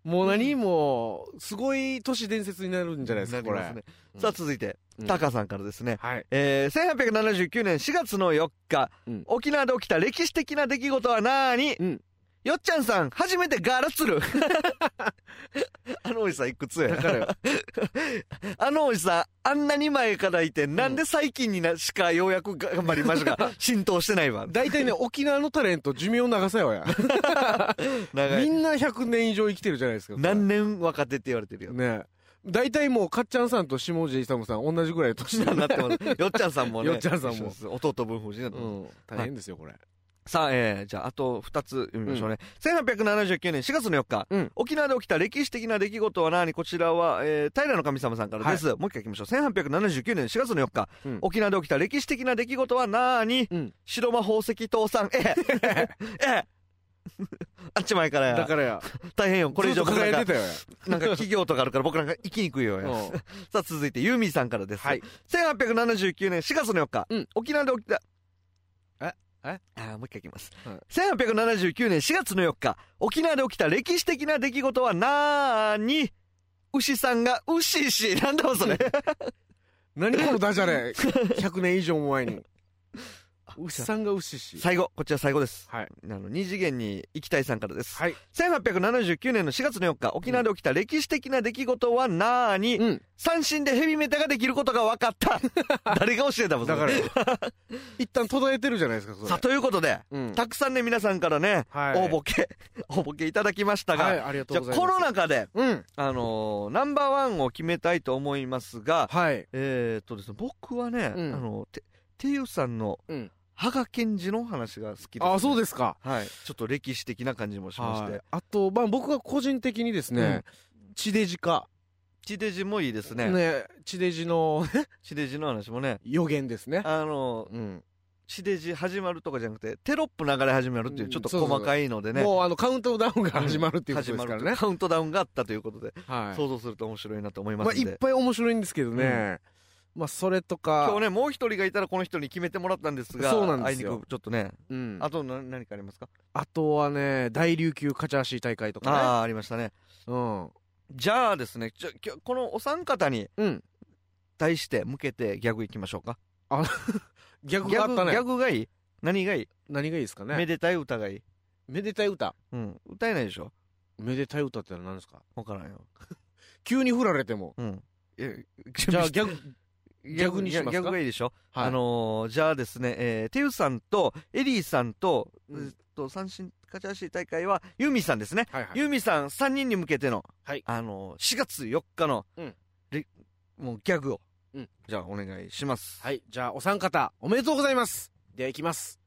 もう何もう、すごい都市伝説になるんじゃないですか、これ。なりますねさあ、続いて、タカさんからですね。はい。えー、1879年4月の4日、うん沖縄で起きた歴史的な出来事はなーに、うんよっちゃんさん、初めてガラツ (laughs) ル。あのおじさんいくつやだからよ、 (laughs) あのおじさん、あんなに前からいて、なんで最近にな、しかようやくが頑張りまし (laughs) たが、浸透してないわ。大体ね、沖縄のタレント寿命長さよや。長みい。んな100年以上生きてるじゃないですか。これ何年若手って言われて (laughs) るよ。ね大体もう、かっちゃんさんと下地勇さん同じぐらいの年だなってます。よっちゃんさんもね。よっちゃんさんもそうです。弟分夫人だった。うん。大変ですよ、これ。さあ、えー、じゃあ、あと2つ読みましょうね。1879年4月の4日、うん沖縄で起きた歴史的な出来事は何こちらは、えー、平の神様さんからです。もう一回行きましょう。1879年4月の4日、うん沖縄で起きた歴史的な出来事は何、うん白魔宝石倒産。ええええ (laughs) あっち前からや。だからや、大変よ。ここれれ以以上上僕なん輝いかて、たよなんか企業とかあるから僕なんか行きにくいよや。や。うんさあ続いてユーミンさんからです。はい。 1879年4月の4日、うん沖縄で起きた、ええあーもう一回いきます。はい1879年4月の4日、沖縄で起きた歴史的な出来事はなーに、牛さんが牛し、なんだろうそれ。何このダジャレ100年以上も前に牛さんが牛し最後、こちら最後です。はいあの、二次元に行きたいさんからです。はい1879年の4月の4日、沖縄で起きた歴史的な出来事はなーに、うん三振でヘビメタができることが分 (laughs) かった。誰が教えたもん、そだれから一旦途絶えてるじゃないですかそれさあ、ということで、うんたくさんね、皆さんからね、はい応募 (laughs) け、応募けいただきましたが、はいありがとじうごゃざあいますコロナ禍で、うんあのーナンバーワンを決めたいと思いますが、はいえーっとですね、僕はね、うんあの、て、てゆさんの、うん羽賀健二の話が好きです、あそうでですかす。はい。ちょっと歴史的な感じもしましはてい。あとまあ僕は個人的にですね地デジ化地デジもいいですね。ね地デジの (laughs) 地デジの話もね、予言ですねあのーうん地デジ始まるとかじゃなくて、テロップ流れ始まるっていう、ちょっと細かいのでね。もうあのカウントダウンが始まるっていうこと始でますからるというねカウントダウンがあったということで、はい想像すると面白いなと思いまますあんいでっ。ぱい面白いんですけどねまあそれと今日かね、もう一人がいたらこの人に決めてもらったんですが、そうなんですよあいにくちょっとね、うんあとな何かありますかあとはね大琉球カチャーシー大会とかねああ、ありましたね。うんじゃあですね、ちょ今日このお三方にうん対して向けてギャグいきましょうか。ギャグギがあっャグ、たギねャ。グがいい何がいい、何がいいですかめね。でたい歌がいいめでたい歌。うん、歌えないでしょめでたい歌ってのは何ですかわからんよ。急に振られても。うん。えじゃあギャグ、ギャギャグにしますかギャグがいいでしょ、はいあのーじゃあですね、えー、てゆさんと、エリーさんと、うんえっと、三振、勝ち足大会は、ユーミンさんですね。はいはユーミンさん3人に向けての、はいあのー、4月4日の、うんレもうギャグを、うんじゃあお願いします。はい。じゃあお三方、おめでとうございます。では行きます。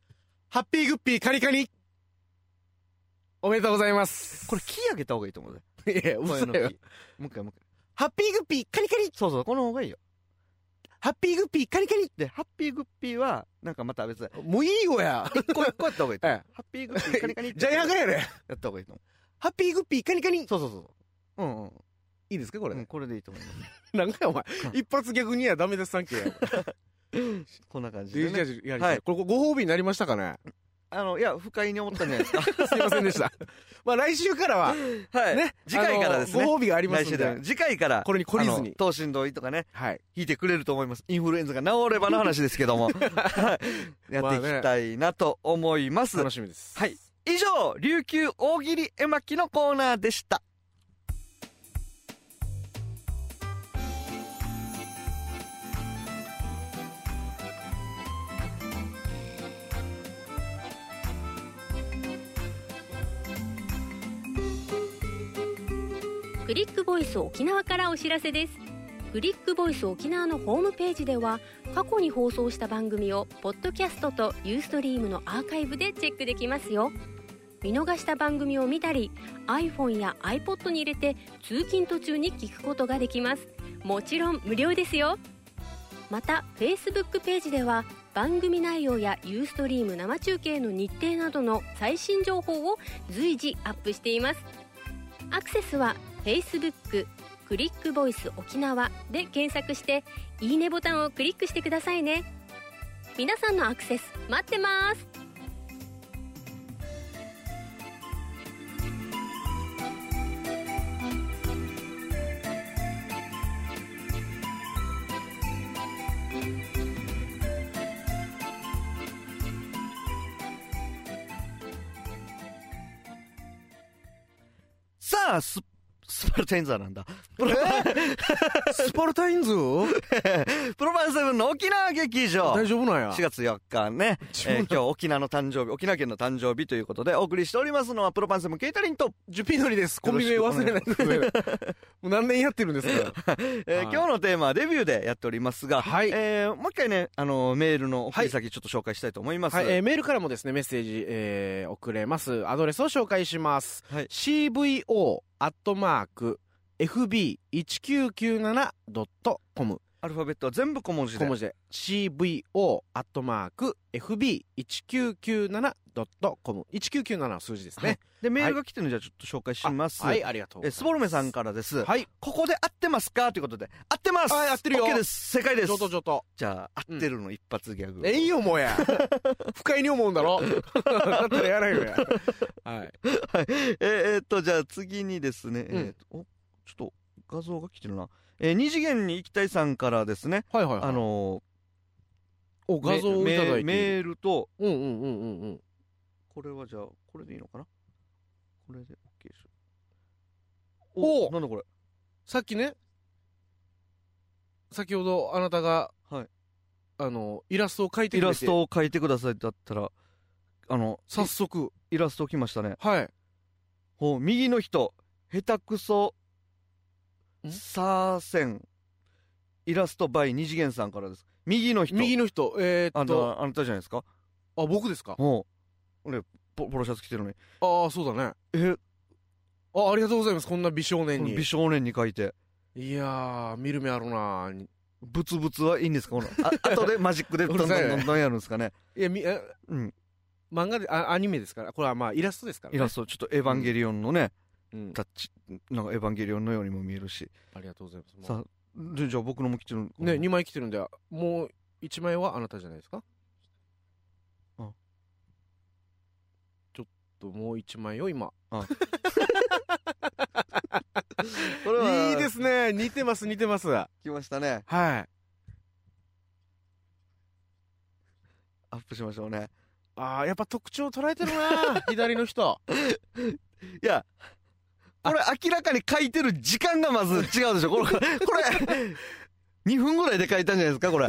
ハッピーグッピーカニカニ。おめでとうございます。これ、木上げた方がいいと思うね。れ、いや、嘘声の木だよ。もう一回、もう一回。ハッピーグッピーカニカニ。そうそう、この方がいいよ。ハッピーグッピーカニカニ。で、ハッピーグッピーは、なんかまた別で、もういいよや。一個一個やった方がいいと思う。え (laughs) ハッピーグッピー、カニカニ。じゃあやがやれ。やった方がいいと思ハッピーグッピーカニカニう。。そうそうそう。うんうん。いいですかここれ。これでいいと思います。なんかお前、一発逆に (laughs) やダメですさんけや。こんな感じデで、ジャね。ジやりははいい。これごご褒美になりましたかねあのいや不快に思ったんじゃないですかすいませんでした。 (laughs) まあ来週から (laughs) は、はい、ね、次回からですねあのご褒美があります来週んでで、次回からこれに懲りずに。東進堂とかねはい。引いてくれると思いますインフルエンザが治ればの話ですけ (laughs) どもはいやっていきたいなと思います、楽しみです。はい。以上琉球大喜利絵巻のコーナーでしたクリックボイス沖縄からお知らせですクリックボイス沖縄のホームページでは過去に放送した番組をポッドキャストとユーストリームのアーカイブでチェックできますよ見逃した番組を見たり iPhone や iPod に入れて通勤途中に聞くことができますもちろん無料ですよまた Facebook ページでは番組内容やユーストリーム生中継の日程などの最新情報を随時アップしていますアクセスは Facebook クリックボイス沖縄で検索していいねボタンをクリックしてくださいね皆さんのアクセス待ってますさあススパルタインザーなんだプロ,、スパルタインズプロバンセブンの沖縄劇場大4丈夫なんや。月4日ね、自えー分今日沖縄の誕生日沖縄県の誕生日ということでお送りしておりますのはプロバンセブンケイタリンとジュピノリです。コンビ名忘れないでくれ。もう何年やってるんですかえーはい今日のテーマはデビューでやっておりますが、はいえーもう一回ね、あのーメールの送り先ちょっと紹介したいと思います。はい、えーメールからもですね、メッセージ、えー送れます。アドレスを紹介します。はい CVO アットマーク FB1997.com アルファベットは全部小文字小で文。字で CVO アットマーク FB1997.com 1997は数字ですね。で、メールが来てるのでじゃあちょっと紹介します。はい、ありがとうござえいーます。スボルメさんからです。はい。ここで合ってますかということで。合ってますはい合ってるよ OK です正解ですちょっとちょっと。じゃあ、合ってるの一発ギャグ。えいよもう (laughs) や。不快に思うんだ (laughs) ろ。だったらやらんよや。はい。はい。えーえーっと、じゃあ次にですね、うんえーっとおちょっと画像が来てるな。えー二次元に行きたいさんからですね、はいはいはい。あ、のお、ー、画像をいメただいメて。ールと、うんうんうんうんうん。これはじゃあ、これでいいのかなこれで OK でしょ。おなんだこれさっきね、先ほどあなたが、はいあの、イラストを描いてイくれてラストを描いてくださいだったら、あの、早速、イラスト来ましたね。はい。ほう右の人、下手くそ、んサーセン、イラストバイ二次元さんからです。右の人、右の人、えーあっと、のあなたじゃないですかあ僕ですかほう俺、ポポロシャツ着てるのに。ああ、そうだね。え、あありがとうございます。こんな美少年に美。少年に描いて。いやー、見る目あるなーブツブツはいいんですかこのあ後でマジッ (laughs) クでどんどんうるさいねどんどんやるんですかね。いや、み、えうん。漫画で、あアニメですから。これはまあ、イラストですから、ね。イラスト、ちょっとエヴァンゲリオンのね、うん。タッチ、なんかエヴァンゲリオンのようにも見えるし。ありがとうございます。さあ、でじゃあ僕のも着てるね、2枚来てるんで、もう1枚はあなたじゃないですかあちょっともう1枚を今。これはい。いですすね。似てます、似てます。は来ましたね。い。アップしましょうね。ああ、やっぱ特徴捉えてるな (laughs) 左の人。いや、これ明らかに書いてる時間がまず違うでしょ。これ、これ、2分ぐらいで書いたんじゃないですか、こ (laughs) れ。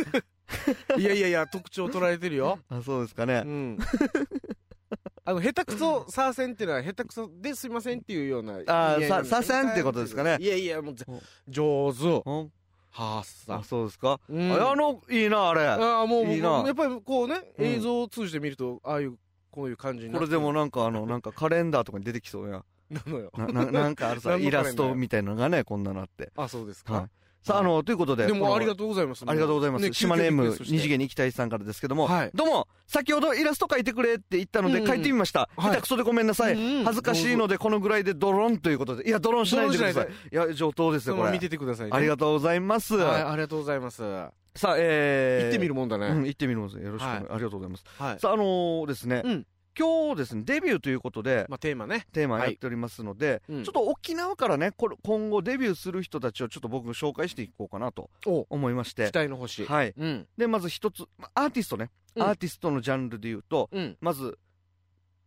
いやいやいや、特徴捉えてる (laughs) よ。あ、そうですかうね。ん。 (laughs) あの、下手くそ、サーセンっていうのは、下手くそですいませんっていうような。あー意味合いなんですさねサーセンってことですかねいやいや、もうぜお、上手。うんはあさあ、。そうですか。うんああの、いいな、あれ。ああもういいなやっぱりこうねうん映像を通じて見るとああいうこういう感じになこってれでもなんかあの、なんかカレンダーとかに出てきそうや。なのよな、 (laughs) ななんかあるさ、何のイカレンダーラストみたいなのがね、こんなのあって。あそうですか、はい。さあ、あの、ということで。でこのもありがとうございますありがとうございます。島ネーム、二次元元に行きたいさんからですけども、はいどうも、先ほどイラスト描いてくれって言ったのうんでうん描いてみました。はい下手くそでごめんなさい。うんうん恥ずかしいのでこのぐらいでドロンということで。いや、ドロンしないでください。いや、上等ですよ、これ。見ててくださいねありがとうございます。はいありがとうございます行さあ、えー、ってみるもんだうねん、行ってみるもんです。よろしくお願い、はありがとうございます。はいさあ、あのーですね、うん今日ですね、デビューということで、まあ、テーマね。テーマやっておりますので、うんちょっと沖縄からね、これ今後デビューする人たちをちょっと僕紹介していこうかなとお思いまして期。待の星。はい。うん。で、まず一つ、まアーティストね、うんアーティストのジャンルで言うと、うん。まず、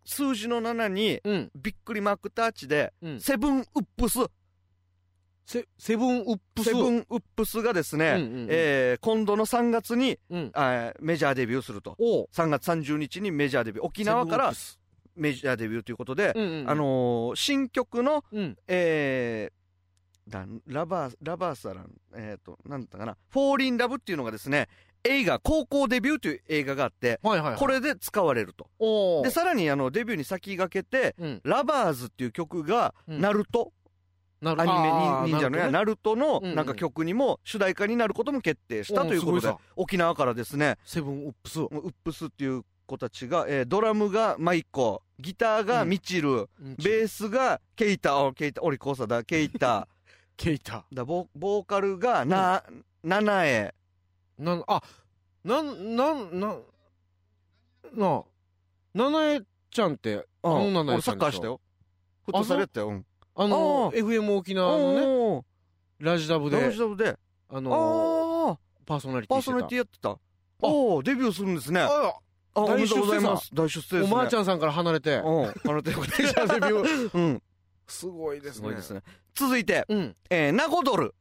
数字の7に、うん。びっくりマークタッチで、うん。セブンウップス、セセブンウップス。セブンウップスがですね、うんうんうんえー今度の3月にうん。あーメジャーデビューすると。おう3月30日にメジャーデビュー。沖縄かセブンウッらプスメジャーデビューということで、うんうんうんあ、のー新曲の、うん。えーなんラバー、ラバーサラン、えっ、と、なんだったかな、フォーリンラブっていうのがですね、映画、高校デビューという映画があって、はいはいはい。こ、れで使われると。おうで、さらにあの、デビューに先駆けて、うん。ラバーズっていう曲が、うんナルト、なるアニあーメに忍者のなね、るナルトのうんうんなんか曲にも主題歌になることも決定したというこおーすごとでいさ、沖縄からですね、セブンウップス。もうウップスっていう子たちが、えードラムがマイコ、ギターがミチル、ベースがケイタ、おケイタ、オリコーサだ、ケ (laughs) イタ、ケイタ。だボボーカルがな、ナナエ、なん、あ、なん、なん、なん、なあ、ななえちゃんって、うんあのナナエ俺ちサゃッんでしょカーしたよ。フットサルやったよ。うん。ああの、ー FM 沖あ縄のね、ラジダブダブでル、ダブルで。ああの、あパーソナリテパィーしてソた。ナリティやってた。おおデビューするんですね。あ、あおめ大で出とう世ございます。大出世おですね。ばあちゃんさんから離れて、うん。あの、ということでメジャーデビュー。うん。すご (laughs) いですね。すごいですね。続いて、うん。えー、ナゴドル。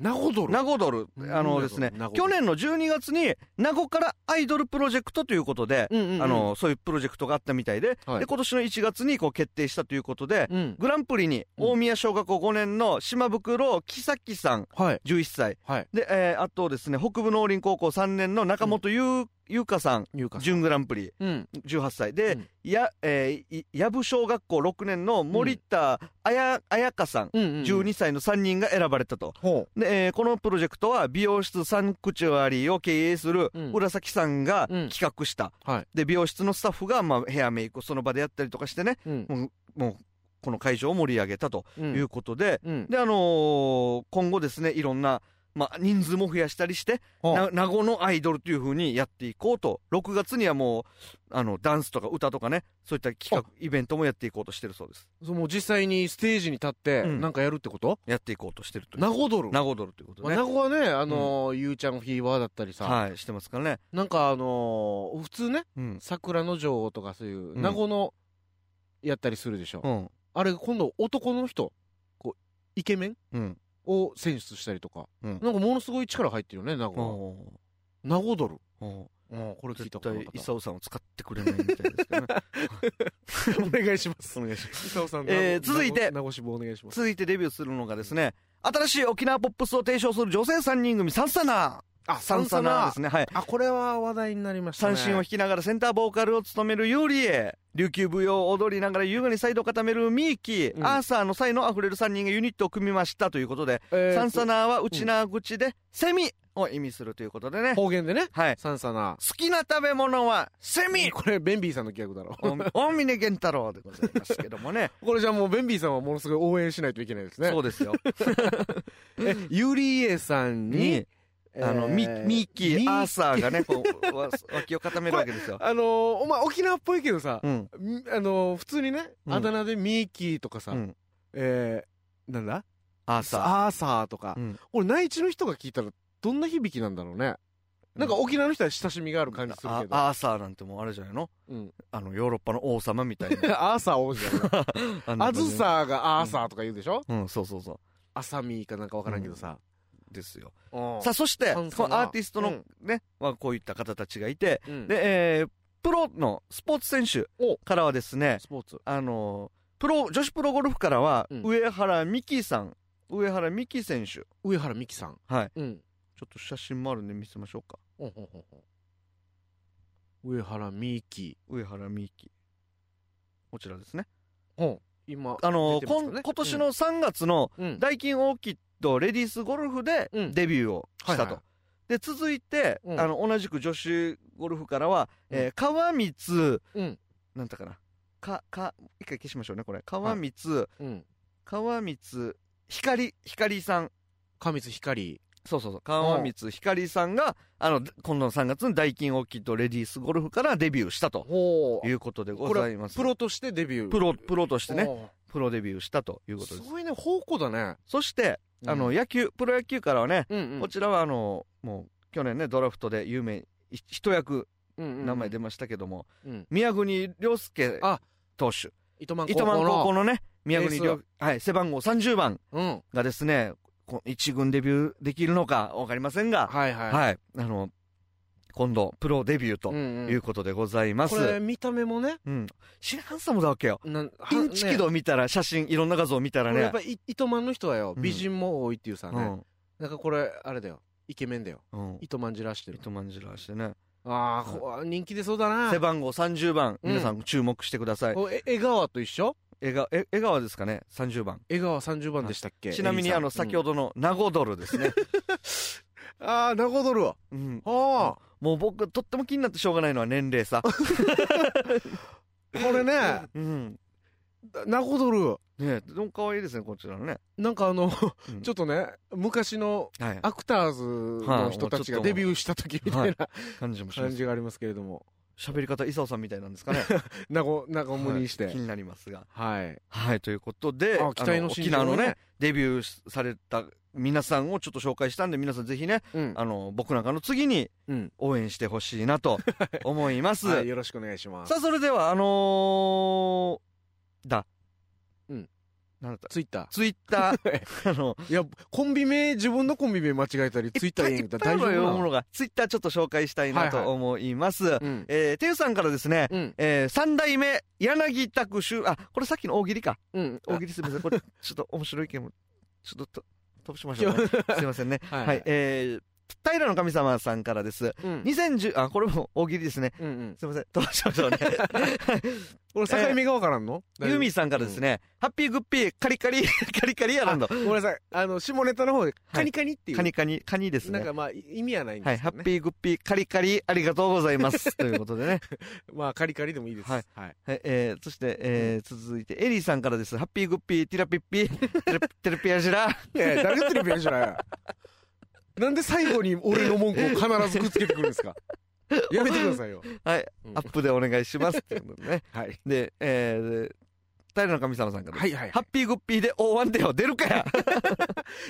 ナゴドル。ナゴドル。うんあのですねナゴ、ドル去年の12月に、ナゴからアイドルプロジェクトということで、うんうんうんあ、の、そういうプロジェクトがあったみたいで、はいで、今年の1月にこう決定したということで、うん。グランプリにうん大宮小学校5年の島袋木崎さん、はい。 11歳。はい。で、えーあとですね、北部農林高校3年の中本優優香さん、入荷。準グランプリ、うん。 18歳。で、うんや、えーいやぶ小学校6年の森田彩彩香さん、うんうんうん。 12歳の3人が選ばれたと。ほで、えーこのプロジェクトは美容室サンクチュアリーを経営するうん浦崎さんがうん企画した。はいで、美容室のスタッフが、まあ、ヘアメイクをその場でやったりとかしてね、う。うん。もう、この会場を盛り上げたとういんう。ことで、うん。で、あのー今後ですね、いろんな、まあ、人数も増やしたりして、ほうな名護のアイドルというふうにやっていこうと、6月にはもう、あの、ダンスとか歌とかね、そういった企画、イベントもやっていこうとしてるそうです。そうもう実際にステージに立って、うんなんかやるってことやっていこうとしてるという。ナゴドル。名護ドルということまであね。名古はね、あのー、ゆうちゃんフィーバーだったりさ、はい、してますからね。なんかあのー、普通ね、うん。桜の女王とかそういうんう、名護の、やったりするでしょ。うん。あれ、今度男の人、こう、イケメンうん。を選出したりとか、うんなんかものすごい力入ってるよね、名護は。お名護ドル。ーおうん、これー聞い絶たことな対か、イった。サオさんを使ってくれないみたい (laughs) ですけど (laughs) ね。お願いします。お願いします。さん、えー続いて名護志望お願いします。続いてデビューするのがですね、新しい沖縄ポップスを提唱する女性3人組、サンサナあ、ー。サンサナーですね。はい。あ、これは話題になりましたね。三振を弾きながらセンターボーカルを務めるユーリエ琉球舞踊を踊りながら優雅にサイドを固めるミーキー、うんアーサーの際のあふれる3人がユニットを組みましたということで、えーサンサナーは内縄口でセミを意味するということでね、方言でね。はい、サンサナ。好きな食べ物はセミこれ、ベンビーさんのギャグだろ。大峰源太郎でございますけども (laughs) ねこれじゃあもう、ベンビーさんはものすごい応援しないといけないですね。そうですよえ、ユーリエさんにに、、あのミミッキーアース。サーがねこうわ脇を固めるわけ (laughs) ですよ、 (laughs) あのー、お前、沖縄っぽいけどさう、ん、みあのー、普通にね、うんあだ名でミーキーとかさうん、えー、なんだアーサアーサーとかー、う。ん、俺、内地の人が聞いたら、どんな響きなんだろうね。なんか沖縄の人は親しみがある感じするあけど。アーサーなんてもうあれじゃないのうん。あのヨーロッパの王様みたいな (laughs) アーサー王子 (laughs) だよねあんなア感じズサーがアーサーとか言うでしょうん、そうそうそアサミーかなんかわからんけどさ。う。ですよ。うんさあ、そして、サこンのサナアーティストのうんね、まあこういった方たちがいて、うんで、えープロのスポーツ選手おからはですね、スポーツ。あのープロ、女子プロゴルフからは、うん上原美希さん、上原美希選手。ちょ上原美希さん。はい。うん。っと写真もあるんで見せましょうか。ほんほんほんほん上原美希。上原美希。こちらですね。ほん。今、あのー出てまこすかんね今年の、3月のうんうん。ダイキンオーキッドレディースゴルフでうんデビューをしたと。はいはいで、続いて、うんあの、同じく女子ゴルフからは、うんえー川光、うん。なんだかな。か、か、一回消しましょうね、これ。川光、うん。川光、光、光さん。上津光。そうそうそう。川光光さんが、あの、今度の3月にダイキンオーキッドレディースゴルフからデビューしたとほいうことでございます。プロとしてデビュープロ、プロとしてね、ねプロデビューしたということすです。ごいね宝庫だねそして、あの、う野球、プロ野球からはね、うんこちらはあの、もう、去年ね、ドラフトで有名、い一役、うん名前出ましたけども、うん宮国良介あ投手、糸満高糸満校高校ののね、宮国エー良、はい、背番号30番うんがですね、こ一軍デビューできるのかわかりませんが、はいはいはい、あの、今度、プロデビューとうんうんいうことでございます。これ見た目もねうん。シンハンサムだわけよ。なんインチキね度見たら、写真、いろんな画像見たこられやねっぱ。り糸満の人はようん美人も多いっていうさうねん。なんかこれあれだよイケメンだようん。糸満じらしてる糸満じらしてね。あーこ人気出そうだな背番号30番、うん皆さん注目してください。おえ江川と一緒江川、え江川ですかね ?30 番。江川30番でしたっけちなみに、あの、先ほどどのナゴドルで (laughs) すね。ああなごどるわうん。あもう僕、とっても気になってしょうがないのは年齢さ。あこれ (laughs) ねうん。なごどるねえ、とても可愛いですね、こちらのね。なんかあのう (laughs) んちょっとね昔のはい。アクターズの人たちがはいもうちょデっとビューした時みたいな感じもしま感す。じがありますけれども喋り方、伊沢さんみたいなんです (laughs) かね。なごなごむにしはいて気になりますが。はいはい、ということで、あ期待のあ新沖人をね縄のね、デビューされた皆さんをちょっと紹介したんで、皆さんぜひね、うんあの、僕なんかの次にうん応援してほしいなと思いま (laughs) す。はいよろしくお願いしますさあ、それでは、あのー、だ。うん。なんだったツイッターツイッタ (laughs) ー、あの、いや、コンビ名、自分のコンビ名間違えたり、ツイッターい言えっんかぱいったら大いっ丈ぱ夫いあるよなおものろが、ツイッターちょっと紹介したいなとはいはい思います。うん。えー、てゆさんからですね、うん。えー、三代目、柳田区主、あ、これさっきの大喜利か。うん。大喜利すみません。これ、ちょっと面白い意見も、ちょっとと、飛ばしましょう、ね。すいませんね。ははい、。えー、平の神様さんからです。うん。 2010、あ、これも大喜利ですね。うんうん。すいません。飛ばしましょうね。俺、境目がわからんのユーミーさんからですね、ハッピーグッピー、カリカリ、 (laughs) カリカリやらんの。ごめんなさい。あの、下ネタの方で、カニカニっていう。カニカニ、カニですなんね。かまあ、意味はないんはでい、すハけどね。ッピーグッピー、カリカリ、ありがとうござ (laughs) います。ということでね。まあ、カリカリでもいいです。はい。はい、えー、そして、えー、続いて、エリーさんからです。ハッピーグッピー、ティラピッピ、テラ (laughs) テラピアジラ。いやいや誰がテレビやんじゃないなんで最後に俺の文句を必ずくっつけてくるんですかやめてくださいよ。はい、うんアップでお願いします。っていうことでね。はい。で、えー、平の神様さんからです。はいはい。ハッピーグッピーで大ワンデーは出るか (laughs) や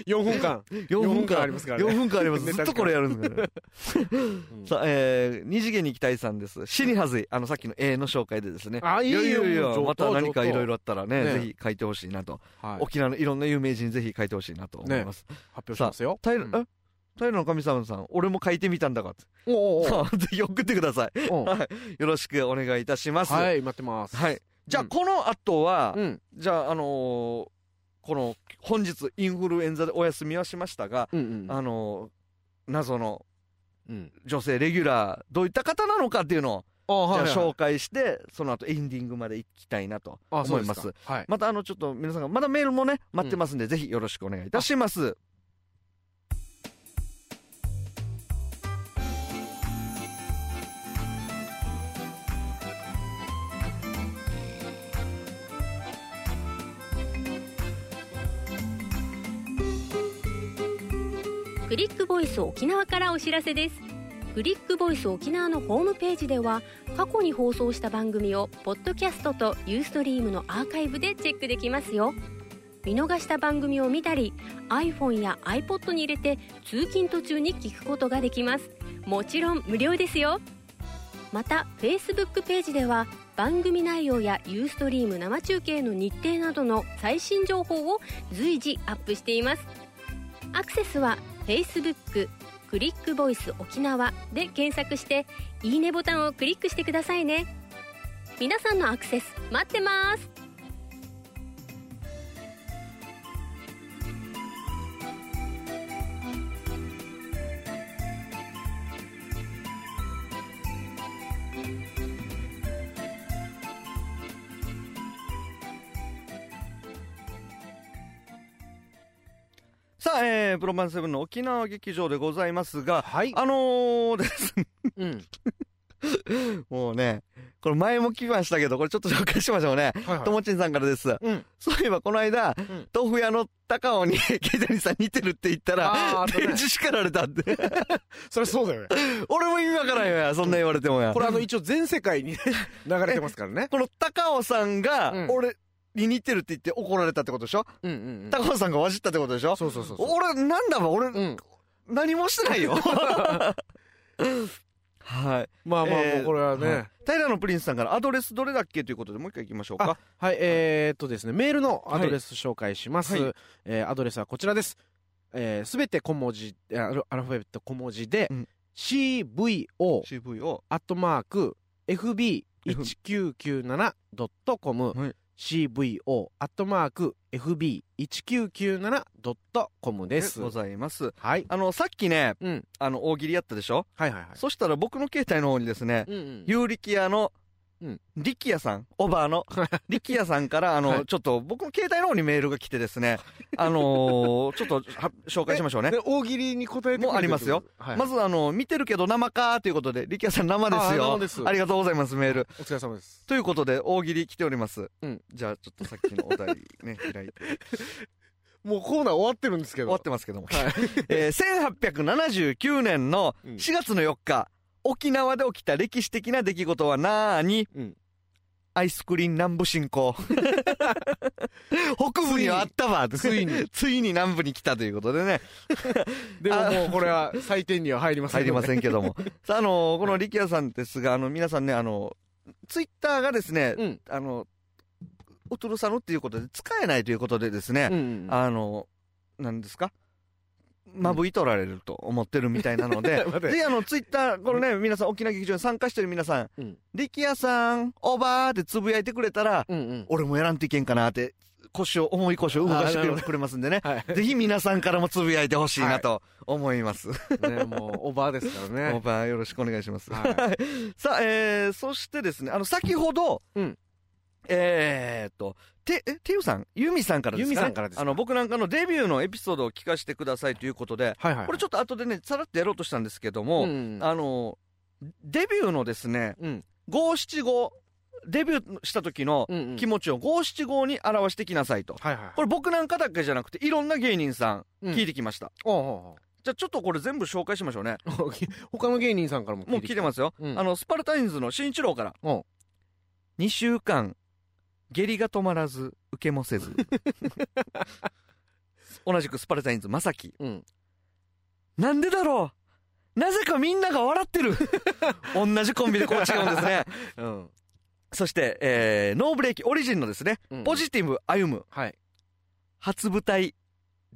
4分間。 4 4分分間間ありますからね4分間あります。ネずタっ時間とこれやるんですからね。 (laughs) うんさあ、えー、二次元に行きたいさんです。死にはずい。あの、さっきの A の紹介でですね。あ、いいよ。やや上や等また何かいろい上ろあったらね、ねぜひ書いてほしいなと。等はい沖縄のいろんな有名人ぜひ書いてほしいなと思います。発表しますよ。平、うえん平の神様さん、俺も書いてみたんだかって。おうおうおう (laughs) さあ、ぜひ送ってください。うんよろしくお願いいたします。はい、待ってます。はい。じゃあ、うんこの後は、うん。じゃあ、あのーこの、本日インフルエンザでお休みはしましたが、うんうん。あのー謎のうん。女性レギュラー、どういった方なのかっていうのを、あ、じゃあはい。紹介して、その後エンディングまで行きたいなとあ、そう思いでますす。か。はい。またあの、ちょっと皆さんが、まだメールもね、待ってますんで、ぜひよろしくお願いいたします。クリックボイス沖縄からお知らせですクリックボイス沖縄のホームページでは過去に放送した番組をポッドキャストとユーストリームのアーカイブでチェックできますよ見逃した番組を見たり iPhone や iPod に入れて通勤途中に聞くことができますもちろん無料ですよまた Facebook ページでは番組内容やユーストリーム生中継の日程などの最新情報を随時アップしていますアクセスは Facebook クリックボイス沖縄で検索していいねボタンをクリックしてくださいね皆さんのアクセス待ってますさあ、えー、プロマンセブンの沖縄劇場でございますが、 (laughs) はい。あのーですね、うん。もうね、これ前も聞きましたけど、これちょっと紹介しましょうね。はいはいともちんさんからです。うんそういえばこの間、ん豆腐屋の高尾に (laughs) ケイタリさん似てるって言ったあーあらっ、(laughs) たね電池叱られたって。 (laughs) それそうだよね。俺も意味わからんよや、そんな言われてもや。これあの一応全世界 (laughs) にね流れてますからね。この高尾さんがうん、俺に似てるって言って怒られたってことでしょ、うんうん高尾さんがわじったってことでしょそうそうそうそ俺、なんだわ、俺、う。うん。何もしてないよ。はい。まあまあもえうーこれはね。はい平野プリンスさんからアドレスどれだっけということでもう一回行きましょうか。はい、えー、っとですね、メールのアドレス紹介します。はいえーアドレスはこちらです。えーす、べ、て小文字、えーアルアルファベット小文字で、うん CVO CV を。アットマーク FB1997.com、はい CVO アットマーク FB1997.com で。ですございます。はい。あの、さっきね、うん。あの、大喜利やったでしょ、はいはいはい。そしたら僕の携帯の方にですね、うんうんユーリキアのうん、力也さん、オバ (laughs) ーの力也さんから、あの、はいちょっと僕の携帯の方にメールが来てですね、あのーちょっとは紹介しましょうね。で大喜利に答えてくれてるもうありますよ。はい、まずあの、見てるけど生かということで、力也さん生ですあよ生。ですありがとうございます、メール。お疲れ様です。ということで、大喜利来ております。うんじゃあ、ちょっとさっきのお題ね、 (laughs) 開いて。もうコーナー終わってるんですけ終ど。わってますけども。はい (laughs) えー1879年のうん4月の4日、沖縄で起きた歴史的な出来事はなーに、うんアイスクリーン南部侵攻。北部にはあったわ。ついに。ついに南部に来たということでね、 (laughs) でもあもうこれは採点には入りません、入りません。んけども。さあ、あのーこの力也さんですが、あの、皆さんね、あの、ツイッターがですね、うん。あの、おとるさのっていうことで使えないということでですね、うんうん、あの、なんですかまぶい取られると思ってるみたいなの (laughs) で待ってで、あの、ツイッター、このね、皆さん、沖縄劇場に参加してる皆さん、うん力也さん、オーバーってつぶやいてくれたら、うんうん。俺もやらんといけんかなって、腰を、重い腰を動かしてあーなるほくれくれますんでね。はい。ぜひ皆さんからもつぶやいてほしいなと思い (laughs) ます。ね、もう、オーバーですからオーね。バーよろしくお願いします。はさあ、えー、そしてですね、あの、先ほど、うんえーっと、て、え、てゆさんゆみさんからですか、ね、ゆみさんからですかあの、僕なんかのデビューのエピソードを聞かせてくださいということで、はいはい。これちょっと後でね、さらっとやろうとしたんですけども、うんあの、デビューのですね、うん五七五、デビューした時のうんうん気持ちを五七五に表してきなさいと。はいはい。これ僕なんかだけじゃなくて、いろんな芸人さんうん聞いてきました。おうじゃあちょっとこれ全部紹介しましょうね。おうお (laughs) う他の芸人さんからももう聞いてますよ。うんあの、スパルタインズの新一郎から。うん2週間、下痢が止まらず、受けもせ (laughs) ず。同じくスパルタインズ、まさき。うんなんでだろうなぜかみんなが笑ってる同じコンビでこう違うんです (laughs) ね。す。うんそして、えー、ノーブレーキオリジンのですね、うん。ポジティブ歩む、はい。初舞台、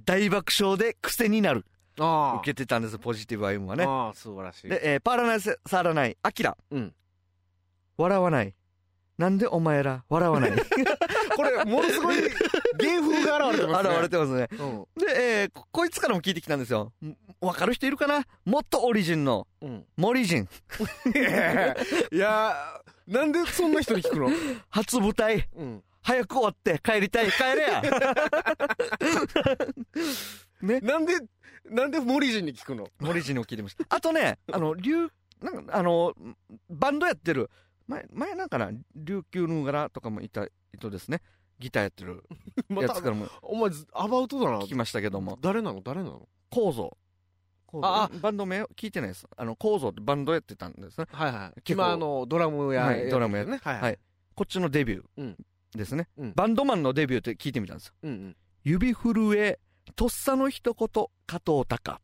大爆笑で癖になる。ああ。受けてたんです、ポジティブ歩むはね。ああ、素晴らしい。で、えー、パーラナイス、サーラナイ、アキラ。うん笑わない。なんでお前ら、笑 (laughs) わない。現これ、ものすごい、芸風が現れてますね。れてますね。て。うん。で、えーここいつからも聞いてきたんですよ。んわかる人いるかなもっとオリジンの、うん。森人。 (laughs) いやー、なんでそんな人に聞くの初舞台。うん。早く終わって、帰りたい、帰れや。 (laughs) なんで、なんで森人に聞くの森人を聞いてました。あとね、あの、琉、なんか、あの、バンドやってる、前、前なんかな、琉球の柄とかもいた人ですね。ギターやってるやつからもお前、ずアバウトだな聞。きましたけども。誰なの誰なの構造。構造あバンド名を聞いてないです。あの、構造ってバンドやってたんですね。はいはい。結構今、あの、ドラムや、はいドラムやね。はいははいい。こっちのデビュうーんですね。うんバンドマンのデビューって聞いてみたんですよ。うんうん。指震え、とっさの一言、加藤 (laughs) 隆。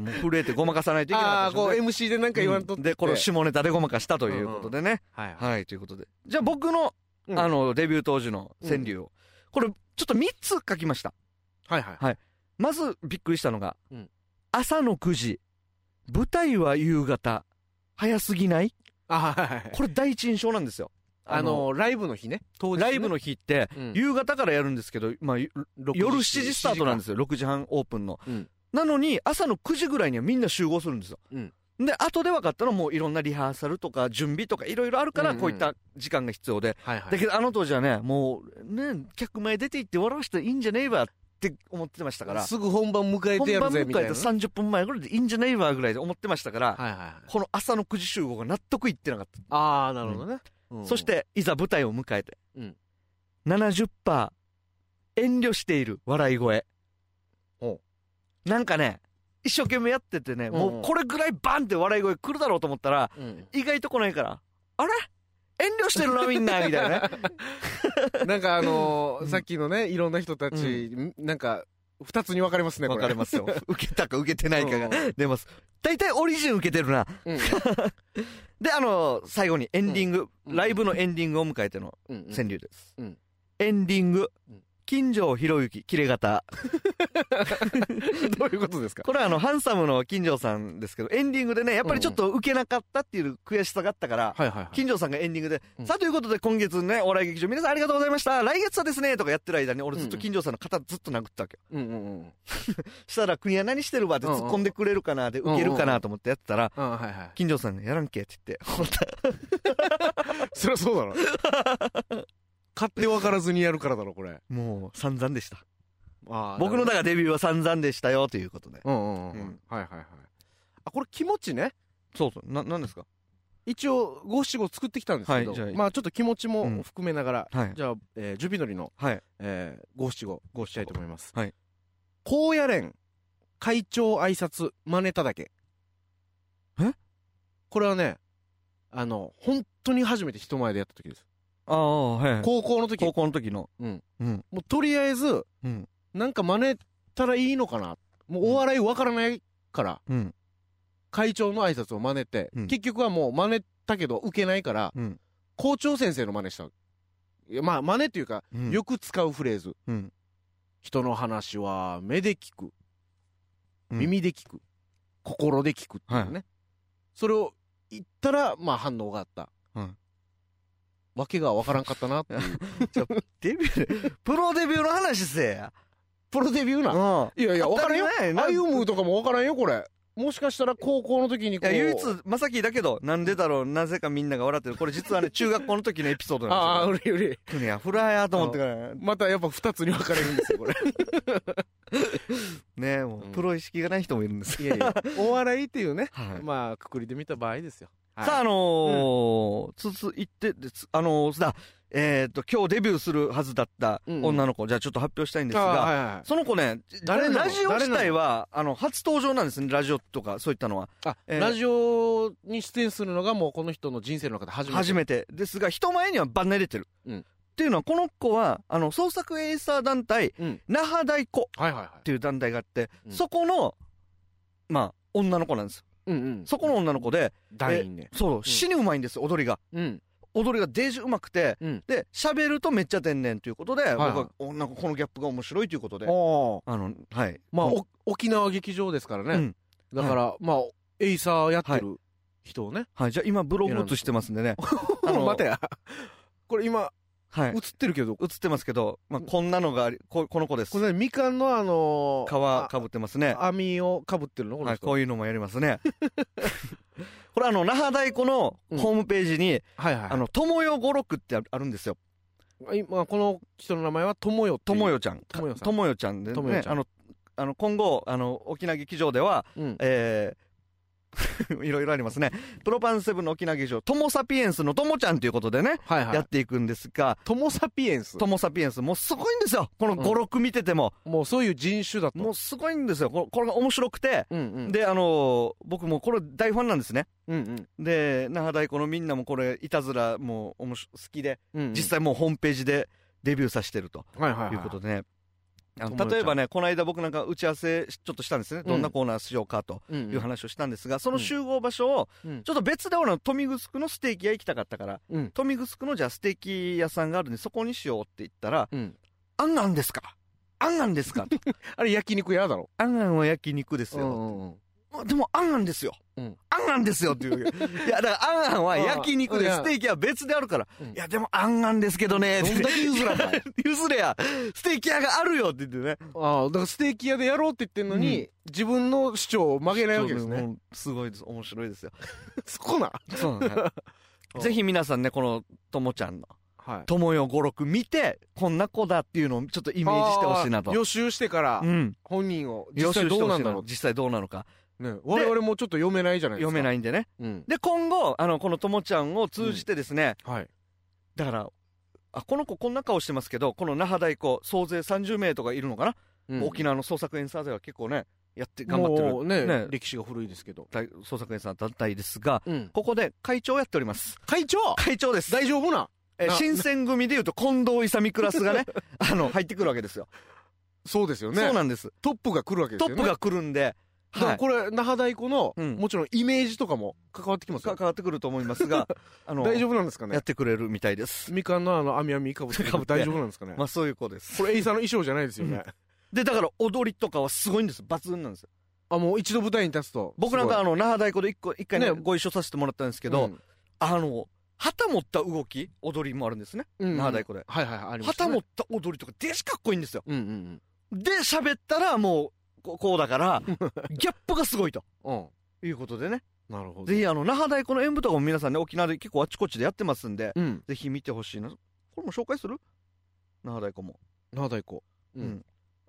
もう震えてごまかさないといけなあかあー、ったこうでしょうね MC でなんか言わんとっうて。んで、この下ネタでごまかしたということでね。はいはい。はい、ということで。じゃあ僕の、うんあの、デビュー当時の川柳を。これ、ちょっと3つ書きました。はいはい。まずびっくりしたのが、うん朝の9時、舞台は夕方、早すぎないあはいはいはい。これ第一印象なんですよ。あの、ライブの日ね。当日ね。ライブの日って、うん夕方からやるんですけど、まあ、ゆ6夜7時スタートなんですよ、6時半オープンの。うんなのに、朝の9時ぐらいにはみんな集合するんですよ。うんで、後で分かったのはもういろんなリハーサルとか準備とかいろいろあるから、うんうんこういった時間が必要で。はいはい。だけど、あの当時はね、もう、ね、客前出て行って笑わしていいんじゃねえわっって思ってましたからすぐ本番迎えて本や番るぜ迎みたいえなた30分前ぐらいでいいんじゃないわぐらいで思ってましたから、はいはいはいこの朝の9時集合が納得いってなかった、ああなるほどね、うんそしていざ舞台を迎えて、うん70%遠慮している笑い声ほなんかね一生懸命やっててね、うんうもんうこれぐらいバンって笑い声来るだろうと思ったらうん意外と来ないからあれ遠慮してるなみんな (laughs) みたいなねなんかあのーうんさっきのねいろんな人たち、なんか二つに分かれますねこわれかりま (laughs) すよ受けたか受けてないかがう出ます大体オリジン受けてるなうんであの最後にエンディング、うんライブのエンディングを迎えてのうん (laughs) 川柳です、うんエンディングうん金城博之切れ方どういうことですかこれはあのハンサムの金城さんですけどエンディングでねやっぱりちょっと受けなかったっていう悔しさがあったから、はいはいはい金城さんがエンディングで、うんさあということで今月ねお笑い劇場皆さんありがとうございました来月はですねとかやってる間に俺ずっと金城さんの肩ずっと殴ってたわけうよ、んうんうんしたら国は何してるわって突っ込んでくれるかなでうんうん受けるかなと思ってやってたらあはいはい金城さんがやらんけって言ってほんと (laughs) そりゃそうだろ勝手分からずにやるからだろこれもう散々でしたあ僕のだからデビューは散々でしたよということでうんうんうん、ううんん、はいはいはいあこれ気持ちねそうそうな何ですか一応五七五作ってきたんですけど、はいじゃあまあちょっと気持ちうもん含めながら、はいじゃあ、えー、ジュビノリのはいえー五七五五したいと思いますはい高野連会長挨拶真似ただけえこれはねあの本当に初めて人前でやった時ですああはい高校の時高も校の時のうんうんうとりあえずうんなんか真似たらいいのかなもうお笑いわからないからうん会長の挨拶を真似て、うん結局はもう真似たけど受けないから、うん校長先生の真似したいやまあ真似っていうか、うんよく使うフレーズうん人の話は目で聞く、うん耳で聞く、心で聞くっていうね。はそれを言ったら、まあ反応があった。うんわけがわからんかったなって (laughs) いう。デビュー (laughs) プロデビューの話せえやプロデビューな。んいやいや、わからんよ。当たり前やな歩むとかもわからんよ、これ。もしかしたら高校の時にいこやう。唯一まさきだけどなんでだろうなぜかみんなが笑ってるこれ実はね中学校の時のエピソードああ、なんでうれうれ。すよ国はフラやと思ってからまたやっぱ二つに分かれるんですよ、これ。ねもううんプロ意識がない人もいるんですいやいや、 (laughs) お笑いっていうね。はいまあ、くくりで見た場合ですよ。はい (laughs) さあ、あのー続いてです、あのー、だ、えっ、と、今日デビューするはずだったうん女の子、じゃあちょっと発表したいんですあが、あはいはいはいその子ね、誰なのラジ誰オな自の体は、あの、初登場なんですね、ラジオとか、そういったのは。あ、えーラジオに出演するのがもうこの人の人生の中で初めて。初めて。ですが、人前にはバネ出てる。うんっていうのは、この子は、あの、創作エイサー団体、うん那覇大子はいはいはいっていう団体があって、うんそこの、まあ、女の子なんですよ。うんうんそこの女の子で、団員ねそう、死にうまいんですよ、踊りが。うん踊りがデージうまくて、うんで喋るとめっちゃ天然ということで、はい僕はおなんかこのギャップが面白いということであああのはいまあこのお沖縄劇場ですからうねんだからまあエイサーやってる人を (laughs) ねはい、じゃあ今ブログ映してますんでねあの待てやこれ今はい映ってるけど映ってますけど、まあ、こんなのがありここの子ですこれ何みかんのあの皮かぶってますねあ網をかぶってるのこはのい、こ人ういうのもやりますね (laughs) これあの那覇大子のうんホームページにはいは「あの友よ五六」ってあるあるんですよい今この人の名前は友よっていう友よちゃん友よさん友よちゃんで友よねちゃんあのあの今後あの沖縄劇場ではうんえー (laughs) いろいろありますね。プロパンセブンの沖縄劇場、トモサピエンスのトモちゃんということでね、はいはやいっていくんですが、友サピエンストモサピエンス、もうすごいんですよ。このうん5、6見てても、もうそういう人種だともうすごいんですよ。これこれが面白くて、うんうんで、あのー僕もこれ大ファンなんですね。うんうんで、那覇大子のみんなもこれ、いたずらもうおもし好きで、うんうん実際もうホームページでデビューさせてるとはいはいいうはこいとでね。あトモよのちゃん例えばね、この間僕なんか打ち合わせちょっとしたんですね。うんどんなコーナーしようかとうんいう話をしたんですが、その集合場所を、うんちょっと別で俺の豊見城のステーキ屋行きたかったから、うん豊見城のじゃあステーキ屋さんがあるんでそこにしようって言ったら、うんあんあんですかあんあんですか (laughs) とあれ焼肉屋だろあんあんは焼肉ですうんよ。うんうんあでもあんあんですよ。うんあんあんですよ (laughs) っていう。いや、だからあんあんは焼肉でああステーキは別であるからうん。いや、でもあんあんですけどね。どんだけ譲らんの譲れや。ステーキ屋があるよって言ってね。ああ、だからステーキ屋でやろうって言ってんのに、自分の主張を曲げないわけですね。もう。すごいです。面白いですよ。そこな。 (laughs) そうなんぜひ皆さんね、このともちゃんのはい友よ五六見て、こんな子だっていうのをちょっとイメージしてほしいなとあー。予習してからうん。本人を予実習際してどうほなしんいだなろう。実際どうなのか。ね我々もちょっと読めないじゃないですか、読めないいんでね。うん、で、今後、あの、この友ちゃんを通じてですね、はいだから、あ、この子こんな顔してますけど、この那覇大子、総勢30名とかいるのかな、沖縄の創作演奏では結構ね、やって、頑張ってもうねね歴史が古いですけど、る大創作演奏団体ですが、うん、ここで会長をやっております。会長会長です。大丈夫なえーな新選組でいうと近藤勇クラスが (laughs) ね、あの、入ってくるわけですよ。そうですよねそうなんです。トップが来るわけですトよッねプが来るんで、だからはい。これ那覇大子の、うんもちろんイメージとかも関わってきますかよ変わってくると思いま (laughs) すが、あの、大丈夫なんですかやっねてくれるみたいです。みかんのあの網網かぶってかぶって大丈夫なんですかね、まあそういう子です。これエイサーの衣装じゃないですよね、で、だから踊りとかはすごいんです。抜群なんですよ。あもう一度舞台に立つと僕なんかあの、那覇大鼓で一個、一回ね、ねご一緒させてもらったんですけけど、あの、旗持った動き、踊りもあるんですね。那覇大鼓で。はいはいはいありました旗ね持った踊りとか、でしかっこいいんですよ。うんうんで、喋ったらもう、ここう (laughs) だから、ギャップがすごいとうんうんいうことでね。なるほどぜひあの那覇大鼓の演舞とかも皆さんね沖縄で結構あちこちでやってますんでうんぜひ見てほしいなこれも紹介する那覇大鼓も那覇大子うんうん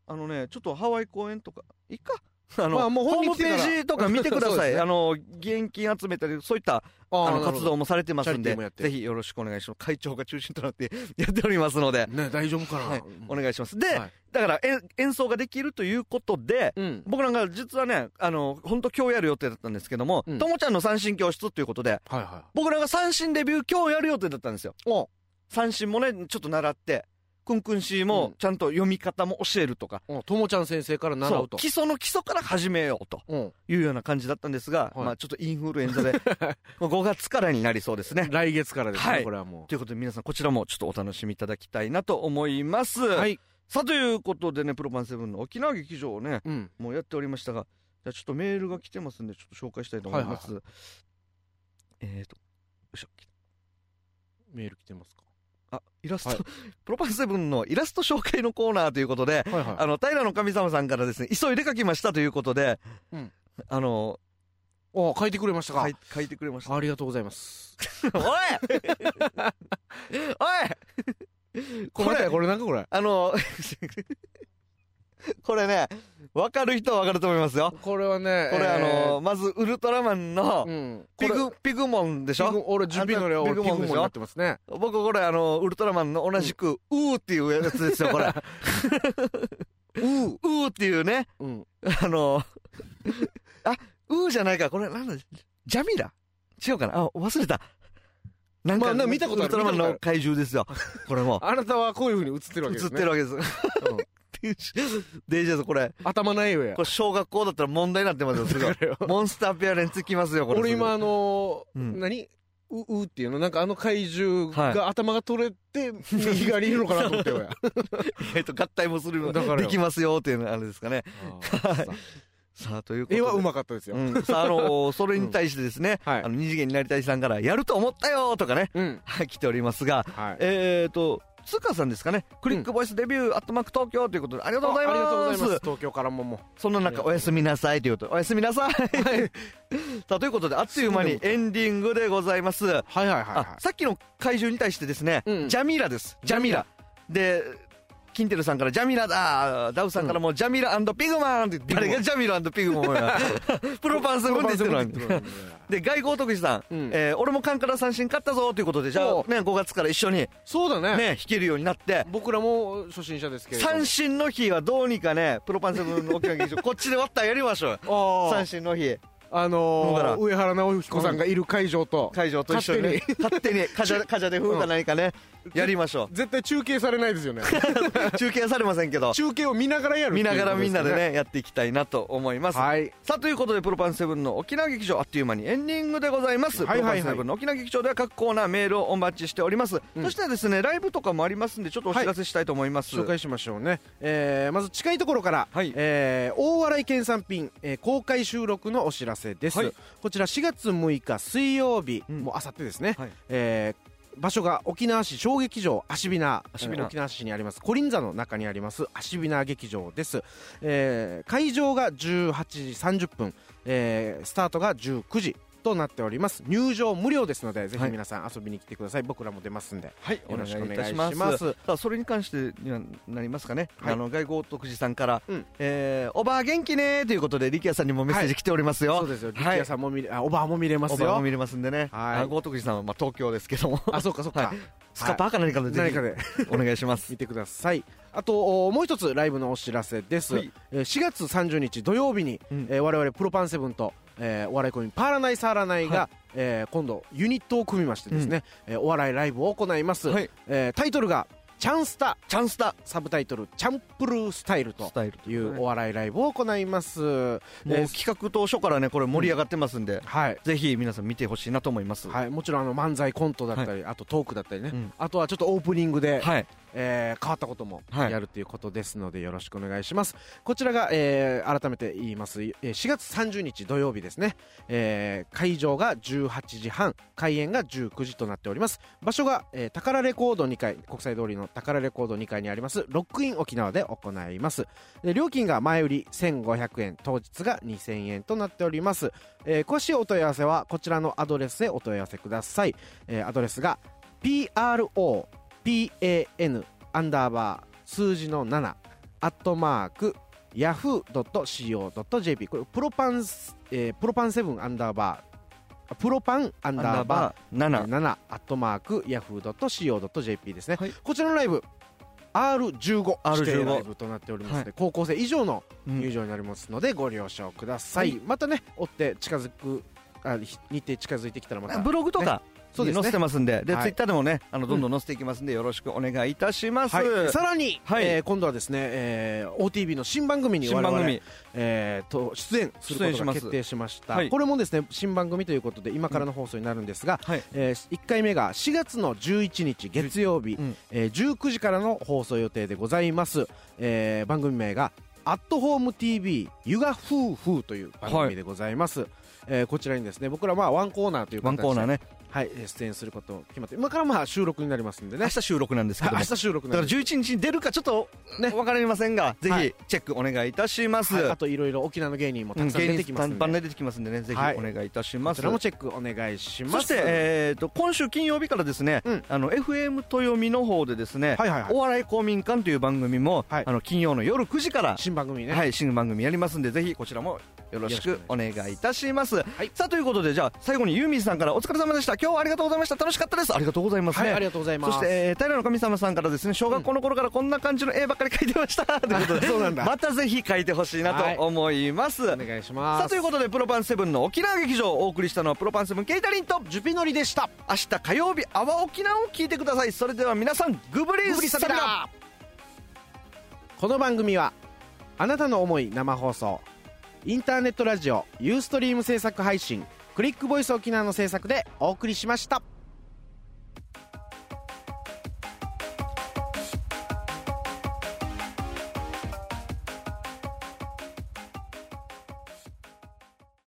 あのねちょっとハワイ公演とかいいかあの、まあもうホ本ー人ム来てペからージとか見てく (laughs) だそうさでい、すねあの現金集めたりそういったああーなのるほど活動もされてますチんャリティでーもやってぜひよろしくお願いします会長が中心となって (laughs) やっておりますので、ね大丈夫かな、はいお願いしますで、はいだから演演奏ができるということで、うん僕なんか実はね、あの、本当今日やる予定だったんですけども、うんともちゃんの三振教室ということで、はいは僕らが三振デビュー今日やる予定だったんですよ。お三振もね、ちょっと習って、くんくんしーうもんちゃんと読み方も教えるとか、いうんともちゃん先生から習そうと基礎の基礎から始めようとうんいうような感じだったんですが、はいまあちょっとインフルエンザ (laughs) で、もう5月からになりそうですね。来月からですね、はいこれはもということで皆さんこちらもちょっとお楽しみいただきたいなと思います。うはいさあということでね、プロパンセブンの沖縄劇場をね、うんもうやっておりましたが、じゃあちょっとメールが来てますんで、ちょっと紹介したいと思います。はいえーと、よいしょ。メール来てますかあ、イラスト、はい (laughs) プロパンセブンのイラスト紹介のコーナーということで、はいはいあの、平の神様さんからですね、急いで書きましたということで、うんあの、あ書いてくれましたか書い書いてくれました。ありがとうございます。 (laughs) おいおい (laughs) ここれれ、これなんかこれ。あの、 (laughs) これね、わかる人はわかると思いますよ。これはね、これあえの、まず、ウルトラマンのー、うん。ピこれグ、ピグモンでしょピグ俺、準備の量、あんた俺、ピピググモモンンでしょになってますね。僕これあのウルトラマンの同じく、うーっていうやつですよこれうーうーっていうね (laughs) うん。あのあうーじゃないかこれなんだジャミラ違うかなあ忘れたなんか、まあなんか見たことあウるルトラマン見たのこ怪獣ですよこれもあなたはこういう風に映ってるわけで映っすね。てるわけです (laughs) デイジャーさんこれうん頭ないよやこ。れ小学校だったら問題になってますよすごいモンスターペアレンツきますよこれ俺今、あのー、うん何う、うっていうのなんかあの怪獣はいが頭が取れて、右側にいるのかなと思って (laughs) よや。えっと合体もするよだからよできますよっていうのあれですかね (laughs) はいさあということ絵ではうまかったですよ。うん、さあ、あのそれに対してですね、はいあの二次元になりたいさんから、やると思ったよとかね、うん。はい来ておりますが、はい。えーと、つかさんですかね、クリックボイスデビュー、アットマーク東京ということで、ありがとうございあありがとうごまざいす。ます。東京からももそんな中、おやすみなさいということで、おやすみなさい。 (laughs) さあ、ということで、あっという間にエンディングでございます。う。はいはいはいあはさっきの怪獣に対してですね、うんジャミーラです。ジャミーラ。で、キンテルさんからジャミーラだダウさんからもジャミーラピグマンって、誰がジャミーラピグマンやプロパンセい。ブンって言ってるのにプロパンセブンって言ってるのにで、外交徳次さん、うんえー俺もカンから三振勝ったぞということで、じゃあおね、5月から一緒にね、 (laughs) そうだね。弾けるようになって、僕らも初心者ですけれども。三振の日はどうにかね、プロパンセブンの沖縄劇場、こっちで割ったらやりましょうよ。あ三あ振の日、あだからのー、上原直彦さんがいる会場と、会場と一緒にね、勝手に、カジャ、カジャで風か何かね、やりましょ (laughs) 絶対中継されないですよ (laughs) ねう。中継はされませんけど、中継を見ながらやるってい (laughs) 見うこなとがらみんなですよね、やっていきたいなと思います。はいさあということでプロパンセブンの沖縄劇場あっという間にエンディングでございます、はいはいはいプロパンセブンの沖縄劇場では各コーナーメールをお待ちしております、うんそしてですねライブとかもありますんでちょっとお知らせしたいと思います、紹介しましょうね、えーまず近いところから、はいえー大洗県産品、えー公開収録のお知らせです、はいこちら4月6日水曜日、うんもうあさってですね、はいえー場所が沖縄市小劇場アシビナアシビナえー沖縄市にありますコリンザの中にありますアシビナ劇場です、えー会場が18時30分、えースタートが19時となっております入場無料ですのでぜひ皆さん遊びに来てください、僕らも出ますんではい、およろ願しくいおいた願いししま。ますすさあそれに関してにはなりますかね、はいあの外交特使さんから、うんえーおばあ元気ねーということで、力也さんにもメッセージ来ておりますよ、そうですよ力也さんも見れ、あおばあも見れまおすばあもよ見れますんでね、はい外交特使さんはまあ東京ですけども、あそうかそうか、はいスカパーか何かでぜ何かでひお願いします。見てくださいあとおもう一つライブのお知らせです、はいえー4月30日土曜日に、うんえー我々プロパンセブンと、えーお笑いコンビパーラナイサーラナイが、はえー今度ユニットを組みましてですね、えーお笑いライブを行います、はいえータイトルが「チャンスタチャンスタ」サブタイトル「チャンプルースタイル」とスタイルいうお笑いライブを行います、もうえ企ー画当初からね、これ盛り上がってますんで、はいぜひ皆さん見てほしいなと思います。はい、もちろんあの漫才コントだったり、あとトークだったりね、うんあとはちょっとオープニングで、はい、えー変わったこともはいやるということですのでよろしくお願いします、こちらが、えー改めて言いますえー4月30日土曜日ですね、えー会場が18時半開演が19時となっております場所が、えー、宝レコード2階国際通りの宝レコード2階にありますロックイン沖縄で行いますで料金が前売り1500円当日が2000円となっております、えー詳しいお問い合わせはこちらのアドレスでお問い合わせください、えーアドレスが PROPAN アンダーバー数字の7アットマーク yahoo.co.jp これプロパンス、えープロパンセブンアンダーバーあプロパンアンアンダダーーバーバー7、 7アットマーク yahoo.co.jp ですね、はいこちらのライブ R15 R15 指定ライブとなっておりますので、高校生以上のうん入場になりますのでご了承ください、またね追って近づくあ日日程近づいてきたらまたブログとか、そうですね載せてますんで、で、はいツイッターでもね、あのどんどん載せていきますんで、よろしくお願いいたします。はい、さらに、はいえー今度はですね、えー OTB の新番組に新我番々組、えーと出演する出演こしとまがす決定しましたはいこれもですね新番組ということで今からの放送になるんですが、はいえ1回目が4月の11日月曜日、うんえー19時からの放送予定でございます、えー番組名が「アットホーム TV ゆが夫婦」という番組でございます、えーこちらにですね僕らはワンコーナーというワン形でコーナーね、はい、えー出演すること決まって今からまあ収録になりますんで明ね日収録なんですけど明も、日収録だなかんらで11日に出るかちょっとね、わかりませんが、ぜはひいチェックお願いいたします。はいあといろいろ沖縄の芸人もたうんくさん芸出人てきますさんんで、バンネ出てきますんでね、ぜひはいお願いいたしまこす。ちらもチェックお願いしますそして、えー、と今週金曜日からですね、うんあの FM 豊見の方でですね、はいはいはいお笑い公民館という番組も、はいあの金曜の夜9時から、新番組ね、はい、新番組やりますんで、ぜひこちらもよろしくお願いいたします。いさあということで、じゃあ最後にユーミンさんからお疲れ様でした。今日はありがとうございました。楽しかったです。ありがとうございますはね。いありがとうございますそして、えー、平の神様さんからですね、小学校の頃からこんな感じの絵ばっかり描いてました。 (laughs) ということで、そうなんだ (laughs) またぜひ描いてほしいなと思います。お願いしますさあということでプロパンセブンの沖縄劇場をお送りしたのはプロパンセブンケイタリンとジュピノリでした明日火曜日阿波沖縄を聞いてくださいそれでは皆さんグブリーサビラこの番組はあなたの思い生放送インターネットラジオユーストリーム制作配信クリックボイス沖縄の制作でお送りしました